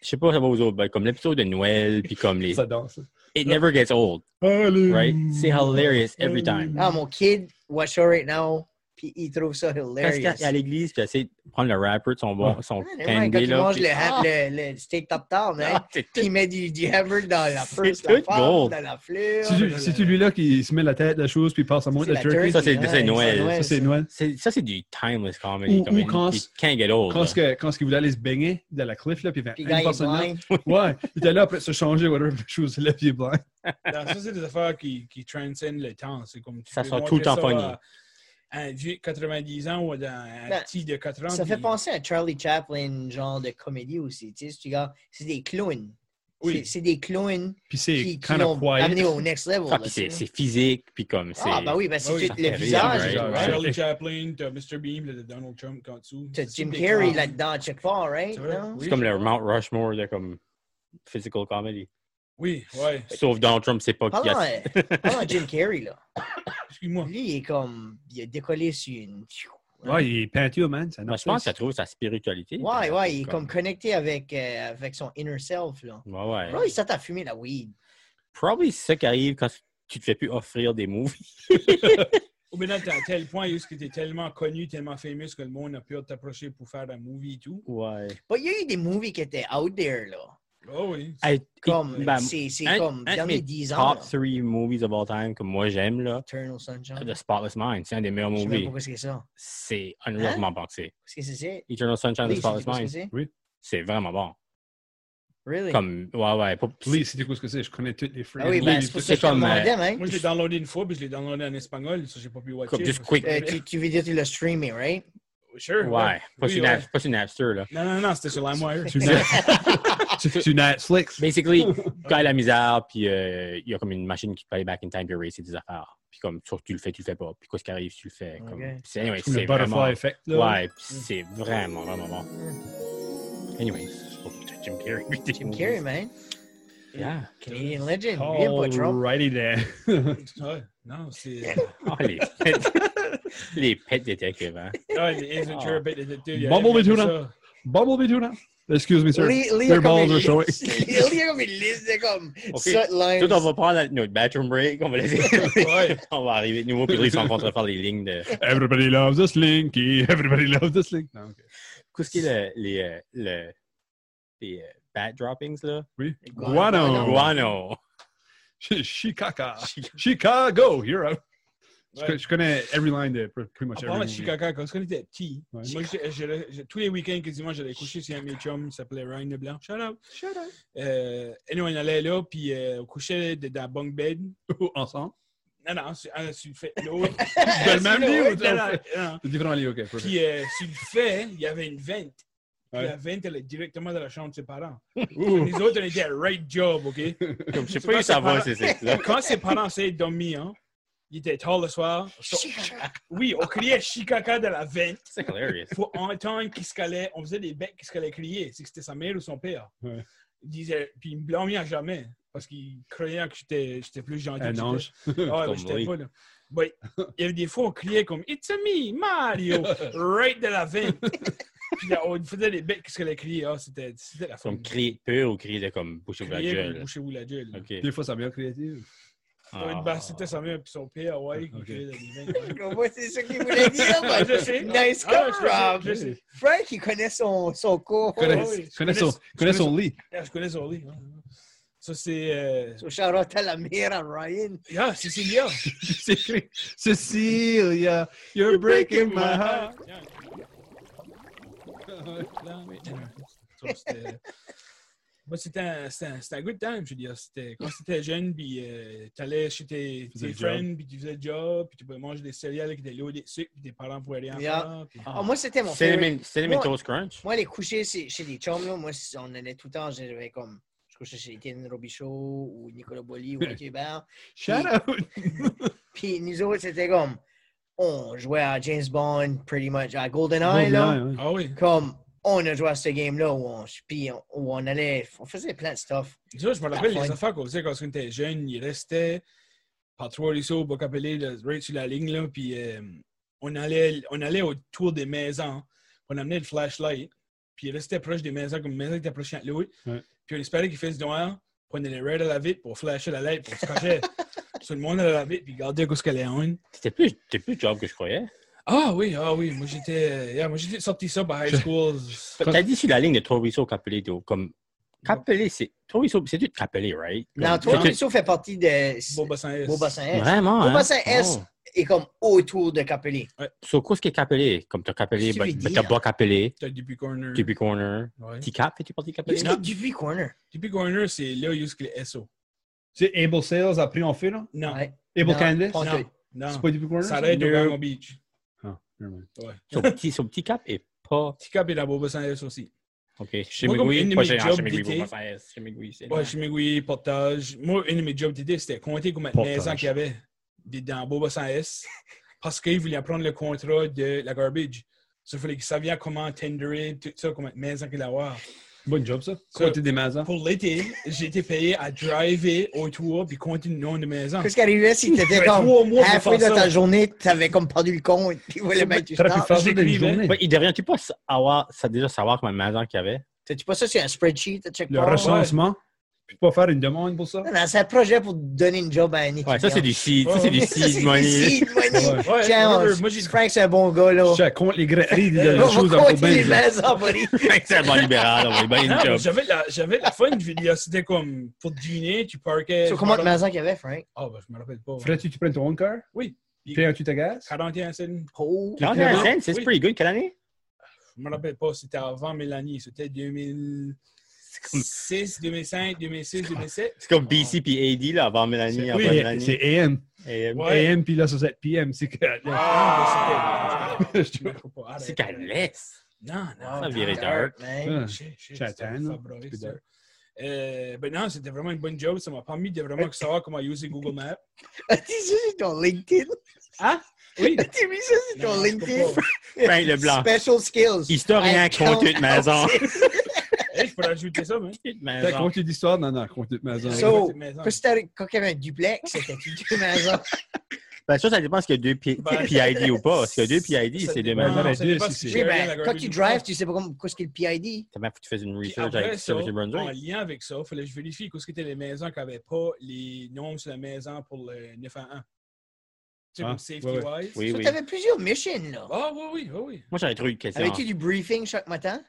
[SPEAKER 4] je sais pas ça va aux autres, mais comme l'épisode de Noël, puis
[SPEAKER 3] <laughs>
[SPEAKER 4] comme les.
[SPEAKER 1] Ça danse.
[SPEAKER 4] It never gets
[SPEAKER 3] Mm.
[SPEAKER 4] old, right? C'est hilarious every time.
[SPEAKER 3] Ah, mon kid, watch her right now. Puis Puis il trouve ça
[SPEAKER 4] Quand
[SPEAKER 3] hilarious.
[SPEAKER 4] j'étais à l'église, j'essaie de prendre le wrapper de son, bon, son
[SPEAKER 3] Ah, ouais, quand
[SPEAKER 4] candy,
[SPEAKER 3] il
[SPEAKER 4] là.
[SPEAKER 3] mange
[SPEAKER 4] puis- <laughs>
[SPEAKER 3] le, ham-
[SPEAKER 4] Ah!
[SPEAKER 3] le, le steak top-top, hein,
[SPEAKER 4] Ah, c'est
[SPEAKER 3] puis il
[SPEAKER 4] tout-
[SPEAKER 3] met du, du hammer dans la
[SPEAKER 4] C'est
[SPEAKER 3] first,
[SPEAKER 4] tout
[SPEAKER 3] la forme,
[SPEAKER 4] gold.
[SPEAKER 3] dans la fleur.
[SPEAKER 1] C'est- C'est celui-là qui se met la tête de la chose puis passe à moi
[SPEAKER 3] C'est
[SPEAKER 1] de
[SPEAKER 3] la
[SPEAKER 1] turkey.
[SPEAKER 4] Ça, c'est-
[SPEAKER 3] turkey,
[SPEAKER 4] c'est
[SPEAKER 3] hein,
[SPEAKER 4] Noël.
[SPEAKER 1] Ça, c'est
[SPEAKER 3] ça.
[SPEAKER 1] Noël.
[SPEAKER 4] c'est- Ça, c'est du timeless comedy.
[SPEAKER 1] Ou-
[SPEAKER 4] comme
[SPEAKER 1] ou
[SPEAKER 4] il-
[SPEAKER 1] quand-
[SPEAKER 4] il can't get old.
[SPEAKER 1] Quand
[SPEAKER 4] là.
[SPEAKER 1] ce que- quand ce qu'il voulait aller se baigner de la cliff, là, puis il fait
[SPEAKER 3] Puis
[SPEAKER 1] une
[SPEAKER 3] quand il est
[SPEAKER 1] personne là.
[SPEAKER 3] blind,
[SPEAKER 1] Ouais, il était là après se changer, whatever, <laughs> chose, là, puis il est blanc.
[SPEAKER 2] Non, ça, c'est des affaires qui, qui transcendent le temps. C'est comme tu
[SPEAKER 4] Ça
[SPEAKER 2] peux
[SPEAKER 4] sera
[SPEAKER 2] montrer
[SPEAKER 4] tout le temps
[SPEAKER 2] ça
[SPEAKER 4] pogné.
[SPEAKER 2] à Un vieux de 90 ans ou à un
[SPEAKER 3] Ben,
[SPEAKER 2] petit de 4 ans.
[SPEAKER 3] ça fait
[SPEAKER 2] puis-
[SPEAKER 3] penser à Charlie Chaplin, genre de comédie aussi. Tu sais, si tu regardes, c'est des clowns.
[SPEAKER 2] Oui.
[SPEAKER 3] C'est- C'est des clowns
[SPEAKER 1] Puis c'est
[SPEAKER 3] qui, qui
[SPEAKER 1] kind
[SPEAKER 3] l'ont
[SPEAKER 1] of quiet.
[SPEAKER 3] amené au next level.
[SPEAKER 4] Ah,
[SPEAKER 3] là,
[SPEAKER 4] puis
[SPEAKER 3] tu
[SPEAKER 4] c'est
[SPEAKER 3] sais.
[SPEAKER 4] c'est physique, puis comme c'est.
[SPEAKER 3] Ah, bah oui, ben c'est
[SPEAKER 2] Ah oui, ça
[SPEAKER 3] tout le
[SPEAKER 4] fait rire,
[SPEAKER 3] visage.
[SPEAKER 1] right,
[SPEAKER 3] genre,
[SPEAKER 1] right.
[SPEAKER 3] right?
[SPEAKER 2] Charlie Chaplin, t'as Mr. Beam, t'as Donald Trump quand dessous.
[SPEAKER 3] T'as
[SPEAKER 2] C'est
[SPEAKER 3] Jim
[SPEAKER 2] des
[SPEAKER 3] Carrey
[SPEAKER 2] clowns.
[SPEAKER 3] là-dedans, check pas, right?
[SPEAKER 2] C'est vrai,
[SPEAKER 3] Non?
[SPEAKER 2] oui.
[SPEAKER 4] C'est comme le Mount Rushmore de comme physical comedy.
[SPEAKER 2] Oui, ouais.
[SPEAKER 4] Sauf Donald Trump, c'est pas qui
[SPEAKER 3] Parlons,
[SPEAKER 4] a.
[SPEAKER 3] à- parlons
[SPEAKER 4] <laughs>
[SPEAKER 3] à Ah, Jim Carrey, là.
[SPEAKER 2] Excuse-moi.
[SPEAKER 3] Lui, il est comme. Il a décollé sur une.
[SPEAKER 1] Ouais, il est peinture, man. Ça
[SPEAKER 4] Moi, je pense que ça trouve sa spiritualité.
[SPEAKER 3] Ouais, ouais, il est comme connecté avec, euh, avec son inner self, là.
[SPEAKER 4] Ouais, ouais.
[SPEAKER 3] Bro, il s'attend à fumer la weed.
[SPEAKER 4] Probably c'est ça qui arrive quand tu te fais plus offrir
[SPEAKER 3] <laughs>
[SPEAKER 4] des movies.
[SPEAKER 2] Ou bien t'es à tel point où est-ce que t'es tellement connu, tellement famous que le monde a peur de t'approcher pour faire un movie et tout.
[SPEAKER 4] Ouais.
[SPEAKER 3] Bah, il y a eu des movies qui étaient out there, là.
[SPEAKER 2] Oh oui.
[SPEAKER 3] Comme.
[SPEAKER 4] ben,
[SPEAKER 3] c'est c'est
[SPEAKER 4] un-
[SPEAKER 3] comme.
[SPEAKER 4] un de
[SPEAKER 3] Dans
[SPEAKER 4] mes
[SPEAKER 3] les 10 ans.
[SPEAKER 4] top
[SPEAKER 3] là.
[SPEAKER 4] 3 movies of all time que moi j'aime, là.
[SPEAKER 3] Eternal Sunshine.
[SPEAKER 4] The Spotless Mind, c'est un des meilleurs
[SPEAKER 3] Je sais même
[SPEAKER 4] movies.
[SPEAKER 3] pas pourquoi c'est ça.
[SPEAKER 4] C'est unreal hein? pensé.
[SPEAKER 3] Qu'est-ce que c'est, c'est?
[SPEAKER 4] Eternal Sunshine of
[SPEAKER 3] Lee, tu
[SPEAKER 4] the
[SPEAKER 3] sais
[SPEAKER 4] Spotless
[SPEAKER 3] pas ce que
[SPEAKER 4] Mind,
[SPEAKER 3] c'est?
[SPEAKER 4] c'est vraiment bon.
[SPEAKER 3] Really?
[SPEAKER 4] Comme, ouais, ouais. pas-
[SPEAKER 1] Please, c'était quoi ce que c'est? Je connais toutes les frères.
[SPEAKER 3] Ah oui, ben,
[SPEAKER 4] Lee,
[SPEAKER 3] c'est pour ça
[SPEAKER 4] c'est
[SPEAKER 3] que je te
[SPEAKER 4] comme, euh,
[SPEAKER 3] demandais, hein.
[SPEAKER 2] Moi, je l'ai downloadé une fois, puis je l'ai downloadé en espagnol, ça, j'ai pas pu watcher.
[SPEAKER 4] Comme just quick.
[SPEAKER 3] Euh, tu, tu veux dire tu l'as streamé, right?
[SPEAKER 2] Sure.
[SPEAKER 4] ouais. Pas
[SPEAKER 2] Oui,
[SPEAKER 4] sur
[SPEAKER 2] ouais.
[SPEAKER 4] Nap- pas sur Napster, là.
[SPEAKER 2] Non, non, non, c'était sur LimeWire.
[SPEAKER 1] Tu <laughs> tu Netflix.
[SPEAKER 3] <laughs>
[SPEAKER 4] Basically, quand il a la misère, puis euh, il y a comme une machine qui play back in time, puis racer des affaires. Puis comme, soit tu le fais, tu le fais pas. Puis quoi ce qui arrive, tu le fais. Comme,
[SPEAKER 3] Ok.
[SPEAKER 4] c'est, anyway,
[SPEAKER 1] Comme
[SPEAKER 4] c'est
[SPEAKER 1] le butterfly
[SPEAKER 4] vraiment...
[SPEAKER 1] effect, là.
[SPEAKER 4] Ouais, puis c'est vraiment, vraiment bon. Anyway, c'est pour Jim Carrey. Ah,
[SPEAKER 3] Jim Carrey, man.
[SPEAKER 4] Yeah.
[SPEAKER 3] Canadian legend. Lui, aime pas Trump.
[SPEAKER 1] Alrighty then. <laughs>
[SPEAKER 2] Ouais, non, c'est.
[SPEAKER 4] Oh, les pets. les pets détectives, hein.
[SPEAKER 2] Ah, les Ace Ventura, Pet Detective, il y a-
[SPEAKER 1] Bumblebee
[SPEAKER 2] il y a
[SPEAKER 1] Tuna.
[SPEAKER 2] ça.
[SPEAKER 1] Bumblebee tuna. Excuse me, sir.
[SPEAKER 3] Lee- Lee
[SPEAKER 1] Their
[SPEAKER 3] a comme
[SPEAKER 1] balls
[SPEAKER 3] une
[SPEAKER 1] are
[SPEAKER 3] <laughs>
[SPEAKER 1] showing.
[SPEAKER 3] liste- Lee a comme une liste de comme
[SPEAKER 4] Ok.
[SPEAKER 3] set lines. <laughs>
[SPEAKER 4] Tout, on va prendre notre bathroom break, on va laisser...
[SPEAKER 2] Ouais.
[SPEAKER 4] <laughs> on va arriver de nouveau, puis là, ils sont en train de faire les lignes de...
[SPEAKER 1] Everybody loves the slinky. <laughs> Everybody loves the slinky. Non, ok.
[SPEAKER 4] Qu'est-ce qu'il y a, le- les, euh, le- les euh, bat droppings, là?
[SPEAKER 1] Oui.
[SPEAKER 3] Guano.
[SPEAKER 1] Guano.
[SPEAKER 4] Guano.
[SPEAKER 1] Chi- Chicago. Chicago. You're out. Je co-
[SPEAKER 2] Ouais.
[SPEAKER 1] Je connais every line de pre- pretty
[SPEAKER 2] En
[SPEAKER 1] much every
[SPEAKER 2] parlant de
[SPEAKER 1] movie.
[SPEAKER 2] Chicago, quand on était petit,
[SPEAKER 1] Ouais.
[SPEAKER 2] moi, j'ai- j'ai- j'ai- tous les week-ends, quasiment, j'allais coucher chez un de mes chums, il s'appelait Ryan Leblanc. Shout out!
[SPEAKER 3] Shut up.
[SPEAKER 2] Euh, anyway, on allait là, puis euh, on couchait de- dans la bunk bed.
[SPEAKER 1] Ensemble.
[SPEAKER 2] Non, non, sur, ah, sur le fait.
[SPEAKER 1] <laughs>
[SPEAKER 2] l'autre. Ah,
[SPEAKER 1] le même
[SPEAKER 2] Sur
[SPEAKER 1] lit ou
[SPEAKER 2] non,
[SPEAKER 1] t'as
[SPEAKER 2] non,
[SPEAKER 1] fait?
[SPEAKER 2] non.
[SPEAKER 1] C'est différent, Ali. OK. perfect.
[SPEAKER 2] Puis euh, sur le fait, il y avait une vente. Puis
[SPEAKER 1] Ouais.
[SPEAKER 2] la vente, elle est directement dans la chambre de ses parents.
[SPEAKER 1] Ouh.
[SPEAKER 2] Les autres, on était à right job, OK?
[SPEAKER 4] Comme, je sais pas où ça va, c'est ça.
[SPEAKER 2] <laughs>
[SPEAKER 4] là.
[SPEAKER 2] Quand ses parents s'est dormi, hein, il était tard le soir. So- oui, on criait Chicago de la vente.
[SPEAKER 4] C'est hilarious.
[SPEAKER 2] faut entendre qui se calait. On faisait des becs qui se calait crier. C'est que c'était sa mère ou son père.
[SPEAKER 1] Ouais.
[SPEAKER 2] Il disait, puis il me blâmait à jamais parce qu'il croyait que j'étais j'étais plus gentil.
[SPEAKER 1] Un
[SPEAKER 2] que
[SPEAKER 1] ange.
[SPEAKER 4] <laughs>
[SPEAKER 2] j'étais. Ouais, mais j'étais pas là. Ouais. il y avait des fois, on criait comme It's a me, Mario, right de la
[SPEAKER 4] <laughs>
[SPEAKER 2] veine. puis là, on faisait des becs qui se calaient crier. Ah, c'était c'était la
[SPEAKER 4] Comme
[SPEAKER 2] forme.
[SPEAKER 4] crier de peur ou crier de comme bouche ouvre la
[SPEAKER 2] Crier,
[SPEAKER 4] gueule.
[SPEAKER 2] comme, bouchez-vous la gueule.
[SPEAKER 4] OK.
[SPEAKER 1] Des fois, ça vient créatif.
[SPEAKER 2] Ouais,
[SPEAKER 4] Ah.
[SPEAKER 2] bah, c'était sa mère et son père, ouais, qui
[SPEAKER 1] Ok.
[SPEAKER 2] criaient dans les veines. ouais.
[SPEAKER 3] Moi, c'est ça qu'il
[SPEAKER 1] <laughs>
[SPEAKER 3] voulait dire.
[SPEAKER 2] Ah, je
[SPEAKER 3] mais-
[SPEAKER 2] sais.
[SPEAKER 3] <laughs> Nice
[SPEAKER 2] Ah,
[SPEAKER 3] cover,
[SPEAKER 2] je sais, je sais.
[SPEAKER 3] Rob. Frank, il connaît son, son cours.
[SPEAKER 1] Connais,
[SPEAKER 2] Ouais, ouais, je
[SPEAKER 1] connais
[SPEAKER 2] connais-
[SPEAKER 1] son,
[SPEAKER 2] je
[SPEAKER 1] connais
[SPEAKER 2] connais
[SPEAKER 1] son
[SPEAKER 2] son-
[SPEAKER 1] lit.
[SPEAKER 2] Ah, Je connais son lit. hein. Ça, c'est. euh,
[SPEAKER 3] <laughs> So, shout out à la mère à Ryan.
[SPEAKER 2] Yeah, c'est Cécilia.
[SPEAKER 1] C'est écrit, Cecilia, you're breaking my heart.
[SPEAKER 2] Là, mais- Ça, c'était- Moi, c'était un, c'était un, c'était un good time, je veux dire. C'était, quand c'était jeune, puis euh, t'allais chez tes,
[SPEAKER 1] Faisais
[SPEAKER 2] tes
[SPEAKER 1] le job.
[SPEAKER 2] friends, puis tu faisais le job, puis tu pouvais manger des céréales avec des lots et des sucres, puis tes parents pouvaient rien
[SPEAKER 3] Yeah.
[SPEAKER 2] faire. puis-
[SPEAKER 3] Ah, moi, c'était mon favorite.
[SPEAKER 4] Cinnamon, cinnamon
[SPEAKER 3] Moi-
[SPEAKER 4] Toast Crunch?
[SPEAKER 3] Moi, les coucher chez, chez les chums, là, moi, si- on allait tout le temps. J'avais comme. Je couchais chez Étienne Robichaud ou Nicolas Bolly ou Mathieu Hébert.
[SPEAKER 1] Shout out.
[SPEAKER 3] Puis nous autres, c'était comme. On jouait à James Bond, pretty much, à GoldenEye, là.
[SPEAKER 1] Ouais, ouais.
[SPEAKER 2] Ah oui.
[SPEAKER 3] Comme on a joué à ce game-là où on, puis on, où on allait. On faisait plein de stuff.
[SPEAKER 2] Ça, je me rappelle
[SPEAKER 3] La
[SPEAKER 2] les
[SPEAKER 3] fin.
[SPEAKER 2] affaires qu'on faisait quand on était jeune. Il restait par trois ruisseaux, Boc appelé, right sur la ligne, là, puis euh, on, allait, on allait autour des maisons, on amenait le flashlight, puis il restait proche des maisons, comme une maison qui était proche de l'autre,
[SPEAKER 1] Ouais.
[SPEAKER 2] puis on espérait qu'il fasse noir, puis on allait raid à la vitre pour flasher la lettre,
[SPEAKER 3] <laughs>
[SPEAKER 2] pour se cacher. Tout le monde allait à la vitre, puis garder ce qu'elle est on.
[SPEAKER 4] C'était plus, c'était plus job que je croyais.
[SPEAKER 2] Ah oui, ah oui, moi j'étais yeah, moi j'étais sorti ça par high school.
[SPEAKER 4] T'as dit sur la ligne de Toriso Capelito, comme. Capelé, c'est. Toriso, c'est du Capelé, right?
[SPEAKER 3] Non,
[SPEAKER 4] Comme-
[SPEAKER 3] toi, ça fait partie de
[SPEAKER 2] Boba Saint-S.
[SPEAKER 3] Boba Saint-S.
[SPEAKER 4] Vraiment, hein?
[SPEAKER 3] Boba Saint-S
[SPEAKER 4] Oh.
[SPEAKER 3] est comme autour de Capelli.
[SPEAKER 4] So, qu'est-ce qui est Capelé? Comme t'as Capelé,
[SPEAKER 3] Qu'est-ce que tu veux
[SPEAKER 4] mais t'as
[SPEAKER 3] dire?
[SPEAKER 4] pas Capelé.
[SPEAKER 2] T'as DP Corner.
[SPEAKER 4] Tippy Corner.
[SPEAKER 2] Ouais.
[SPEAKER 4] T-Cap, fais-tu partie de Capelé?
[SPEAKER 3] Jusqu'à Dupuis Corner.
[SPEAKER 2] DP Corner, c'est là où il y a le SO.
[SPEAKER 1] Tu sais, Able Sales a triomphé, là?
[SPEAKER 2] Non.
[SPEAKER 3] Ouais.
[SPEAKER 1] Able
[SPEAKER 3] Non,
[SPEAKER 1] Canvas?
[SPEAKER 3] pas-
[SPEAKER 2] Non.
[SPEAKER 1] C'est
[SPEAKER 2] Non.
[SPEAKER 1] pas du Corner?
[SPEAKER 2] Ça arrête au Rango Beach.
[SPEAKER 1] Ah, nevermind.
[SPEAKER 2] Ouais.
[SPEAKER 4] Son petit, son petit cap est pas.
[SPEAKER 2] Ticap est dans Boba Saint-S aussi.
[SPEAKER 4] Ok, chez
[SPEAKER 2] Moi, comme
[SPEAKER 4] Migui,
[SPEAKER 2] une de
[SPEAKER 4] pas
[SPEAKER 2] mes
[SPEAKER 4] chez
[SPEAKER 2] jobs
[SPEAKER 4] chez Migui,
[SPEAKER 2] d'été-
[SPEAKER 4] Boba Saint-S, chez Migui, c'est
[SPEAKER 2] Ouais,
[SPEAKER 4] là.
[SPEAKER 2] chez Migui, Portage. Moi, une de mes jobs d'été, c'était compter combien de
[SPEAKER 1] Portage.
[SPEAKER 2] maisons qu'il y avait des- dans Boba 100S parce qu'ils voulaient prendre le contrat de la garbage. Ça, il fallait qu'ils savaient comment tenderer, tout ça, combien de maisons qu'il allait avoir.
[SPEAKER 1] Bonne job, ça.
[SPEAKER 2] Ça-
[SPEAKER 1] Côté des Mazas.
[SPEAKER 2] Pour l'été, j'ai été payé à driver autour puis compter le nombre de maisons.
[SPEAKER 3] Qu'est-ce qui arrivait si t'étais
[SPEAKER 2] Ouais,
[SPEAKER 3] comme
[SPEAKER 2] trois mois pour
[SPEAKER 3] halfway
[SPEAKER 2] faire
[SPEAKER 3] de
[SPEAKER 2] ça.
[SPEAKER 3] ta journée, t'avais comme perdu le compte, puis voilà, ben tu hein.
[SPEAKER 1] T'aurais pu
[SPEAKER 3] stars.
[SPEAKER 1] faire ça
[SPEAKER 2] j'ai
[SPEAKER 1] d'une
[SPEAKER 2] écrit,
[SPEAKER 1] journée.
[SPEAKER 4] Ouais, il devrait-tu pas sa- avoir, ça, déjà savoir combien de maisons qu'il y avait?
[SPEAKER 3] T'as-tu pas ça sur un spreadsheet, t'as check
[SPEAKER 1] Le
[SPEAKER 3] pas?
[SPEAKER 1] recensement. Puis pas faire une demande pour ça.
[SPEAKER 3] Non, non, c'est un projet pour donner une job à un étudiant.
[SPEAKER 4] Ouais, ça, c'est du seed, ça,
[SPEAKER 2] Ouais,
[SPEAKER 4] c'est du
[SPEAKER 3] <laughs> Ça,
[SPEAKER 4] seed
[SPEAKER 3] du
[SPEAKER 4] money.
[SPEAKER 3] seed money.
[SPEAKER 1] Ouais.
[SPEAKER 2] Ouais,
[SPEAKER 3] Tiens,
[SPEAKER 2] whatever.
[SPEAKER 3] on-
[SPEAKER 2] moi, j'ai
[SPEAKER 3] Frank, c'est un bon gars, là.
[SPEAKER 1] Je compte les gratteries des
[SPEAKER 3] On va
[SPEAKER 1] choses dans
[SPEAKER 3] compter Oh. les
[SPEAKER 1] le
[SPEAKER 3] maisons,
[SPEAKER 2] <laughs>
[SPEAKER 3] buddy.
[SPEAKER 4] <laughs> C'est un bon libéral, on va lui donner
[SPEAKER 2] Non,
[SPEAKER 4] une
[SPEAKER 2] mais
[SPEAKER 4] job.
[SPEAKER 2] j'avais de la, j'avais de la fun. je veux dire, C'était comme pour dîner, tu parquais.
[SPEAKER 3] Sur
[SPEAKER 2] je
[SPEAKER 3] combien de
[SPEAKER 2] me rappelle-
[SPEAKER 3] maisons qu'il y avait, Frank?
[SPEAKER 2] Ah, ben, je me rappelle pas.
[SPEAKER 1] Ferais-tu, tu prends ton own car?
[SPEAKER 2] Oui.
[SPEAKER 1] Payes-tu ta gaz?
[SPEAKER 2] 41 cents.
[SPEAKER 3] Oh.
[SPEAKER 1] Non,
[SPEAKER 4] Non, c'est un
[SPEAKER 1] non,
[SPEAKER 4] cent, c'est
[SPEAKER 2] oui.
[SPEAKER 4] pretty good, quelle année?
[SPEAKER 2] Je me rappelle pas, c'était avant Mélanie, c'était 2006, 2005, 2006, 2007.
[SPEAKER 4] C'est comme BC puis AD, là, avant Mélanie, avant
[SPEAKER 1] Oui,
[SPEAKER 4] Mélanie.
[SPEAKER 1] c'est AM.
[SPEAKER 4] Et, euh,
[SPEAKER 2] Ouais.
[SPEAKER 1] AM, puis là, ça, c'est PM. C'est que.
[SPEAKER 2] Ah,
[SPEAKER 1] <laughs>
[SPEAKER 2] mais
[SPEAKER 1] Je
[SPEAKER 2] c'était. Je me rappelle pas, arrête.
[SPEAKER 4] C'est qu'elle laisse.
[SPEAKER 2] Non,
[SPEAKER 3] Ah,
[SPEAKER 2] non.
[SPEAKER 4] Ça virait
[SPEAKER 2] non.
[SPEAKER 4] dark.
[SPEAKER 3] man. <laughs>
[SPEAKER 1] Ah.
[SPEAKER 2] Shit, shit,
[SPEAKER 1] J'attends,
[SPEAKER 2] c'était
[SPEAKER 1] là.
[SPEAKER 2] fabriqué,
[SPEAKER 1] C'est
[SPEAKER 2] ça.
[SPEAKER 1] dark.
[SPEAKER 2] Euh, ben non, c'était vraiment une bonne job. Ça m'a permis de vraiment savoir comment user Google Maps.
[SPEAKER 3] As-tu ça sur ton LinkedIn? <laughs>
[SPEAKER 2] Oui.
[SPEAKER 3] As-tu mis ça sur
[SPEAKER 2] Non,
[SPEAKER 3] ton
[SPEAKER 2] non, je peux
[SPEAKER 3] LinkedIn?
[SPEAKER 2] pas. Ben,
[SPEAKER 4] Frank Leblanc.
[SPEAKER 3] Special skills.
[SPEAKER 4] Historien,
[SPEAKER 3] I count
[SPEAKER 4] <laughs> compte une maison.
[SPEAKER 2] Hey, je pourrais ajouter ça, mais.
[SPEAKER 4] Une
[SPEAKER 1] T'as
[SPEAKER 4] maison.
[SPEAKER 1] compté d'histoire? Non, non, compté de maison.
[SPEAKER 3] So-
[SPEAKER 2] maison.
[SPEAKER 3] Parce que si t'avais quand il y avait un duplex, c'était deux maisons.
[SPEAKER 4] Ben, ça, ça dépend s'il y a deux P-
[SPEAKER 2] Ben,
[SPEAKER 4] PID ou pas. S'il y a deux PID,
[SPEAKER 2] Ça
[SPEAKER 4] c'est deux
[SPEAKER 2] dépend-
[SPEAKER 1] maisons.
[SPEAKER 4] maisons.
[SPEAKER 2] ça dépend
[SPEAKER 1] Deux,
[SPEAKER 2] si
[SPEAKER 1] si
[SPEAKER 2] tu
[SPEAKER 1] c'est-
[SPEAKER 3] Oui,
[SPEAKER 2] gères
[SPEAKER 3] ben,
[SPEAKER 2] la
[SPEAKER 3] quand tu
[SPEAKER 2] garbage ou
[SPEAKER 3] drives,
[SPEAKER 2] pas.
[SPEAKER 3] tu sais pas comme, qu'est-ce qu'est le PID.
[SPEAKER 4] T'as même faut que tu fasses une
[SPEAKER 2] Puis
[SPEAKER 4] research
[SPEAKER 2] après
[SPEAKER 4] avec
[SPEAKER 2] ça,
[SPEAKER 4] Service New
[SPEAKER 2] en
[SPEAKER 4] Brunswick.
[SPEAKER 2] lien avec ça, il fallait que je vérifie qu'est-ce qu'étaient les maisons qui n'avaient pas les noms sur la maison pour le 9 à 1. Tu sais,
[SPEAKER 1] Ah,
[SPEAKER 2] comme safety
[SPEAKER 1] ouais,
[SPEAKER 2] wise.
[SPEAKER 4] Oui,
[SPEAKER 3] So,
[SPEAKER 4] oui.
[SPEAKER 3] t'avais plusieurs missions, là.
[SPEAKER 2] Ah, oui, oui, oui, oui.
[SPEAKER 4] Moi, j'aurais trouvé une question.
[SPEAKER 3] Avais-tu du briefing chaque matin?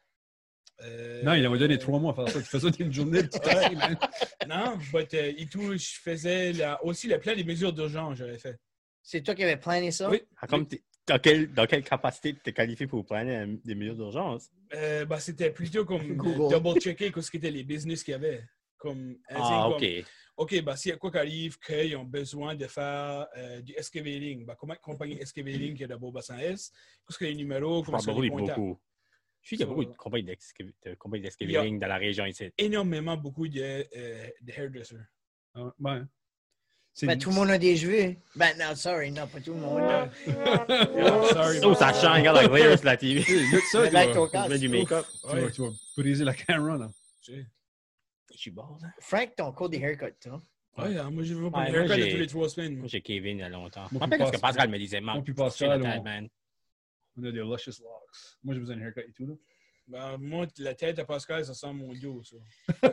[SPEAKER 2] Euh,
[SPEAKER 1] Non, il en a donné trois mois à faire ça. Tu fais ça d'une journée. tu t'arrives, man.
[SPEAKER 2] <laughs> Non, but, euh, et tout, je faisais la- aussi le plan des mesures d'urgence, j'avais fait.
[SPEAKER 3] C'est toi qui avais plané ça?
[SPEAKER 2] Oui.
[SPEAKER 4] Ah, comme t'es- dans, quelle, dans quelle capacité tu es qualifié pour prendre euh, des mesures d'urgence?
[SPEAKER 2] Euh, bah, c'était plutôt comme
[SPEAKER 3] Google.
[SPEAKER 2] double-checker qu'est-ce qu'étaient les business qu'il y avait. Comme, euh,
[SPEAKER 4] Ah,
[SPEAKER 2] comme,
[SPEAKER 4] OK.
[SPEAKER 2] OK, bah, s'il y a quoi qui arrive, qu'ils ont besoin de faire euh, du excavating, bah, comment la compagnie excavating qui est de Beau-Bassin-S, qu'est-ce que les numéros, comment sont les
[SPEAKER 4] Probablement
[SPEAKER 2] contacts.
[SPEAKER 4] beaucoup. Je suis qu'il y a
[SPEAKER 2] So-
[SPEAKER 4] beaucoup de compagnies d'exca- de compagnies
[SPEAKER 2] Il y a-
[SPEAKER 4] d'excavating dans la région ici.
[SPEAKER 2] énormément beaucoup de, euh, de hairdressers.
[SPEAKER 1] Ah, Ouais. C'est-
[SPEAKER 3] Ben, tout le monde a des cheveux. Ben, non, sorry, non, pas tout le monde. là.
[SPEAKER 2] Yeah, sorry,
[SPEAKER 4] Oh,
[SPEAKER 2] man.
[SPEAKER 4] ça change,
[SPEAKER 2] <laughs>
[SPEAKER 4] regarde la glaire sur la TV.
[SPEAKER 1] Hey, look ça,
[SPEAKER 3] Mais
[SPEAKER 1] tu
[SPEAKER 3] là,
[SPEAKER 1] vas-
[SPEAKER 3] ton
[SPEAKER 4] On
[SPEAKER 3] casque.
[SPEAKER 4] se met du make-up.
[SPEAKER 1] tu vas-
[SPEAKER 2] Ouais,
[SPEAKER 1] tu vas briser la caméra, là.
[SPEAKER 2] j'ai-
[SPEAKER 4] Je suis bon, hein. là.
[SPEAKER 3] Frank, ton cours des haircuts, toi.
[SPEAKER 2] ouais, alors moi, je vais
[SPEAKER 4] Ouais,
[SPEAKER 2] pas de
[SPEAKER 4] moi,
[SPEAKER 2] haircut de
[SPEAKER 4] j'ai-
[SPEAKER 2] tous les trois semaines.
[SPEAKER 4] Moi,
[SPEAKER 2] moi.
[SPEAKER 4] j'ai Kevin il y a longtemps. Je
[SPEAKER 1] Moi,
[SPEAKER 4] me rappelle
[SPEAKER 1] puis
[SPEAKER 4] parce que
[SPEAKER 1] Pascal.
[SPEAKER 4] Pascal me disait,
[SPEAKER 1] Moi,
[SPEAKER 4] man,
[SPEAKER 1] puis
[SPEAKER 4] c'est la
[SPEAKER 1] Pascal,
[SPEAKER 4] tête,
[SPEAKER 1] on-
[SPEAKER 4] man.
[SPEAKER 1] on a des luscious locks. Moi, j'ai besoin d'un haircut et tout, là.
[SPEAKER 2] Ben, moi, la tête à Pascal, ça sent mon dos,
[SPEAKER 4] <laughs>
[SPEAKER 2] ça.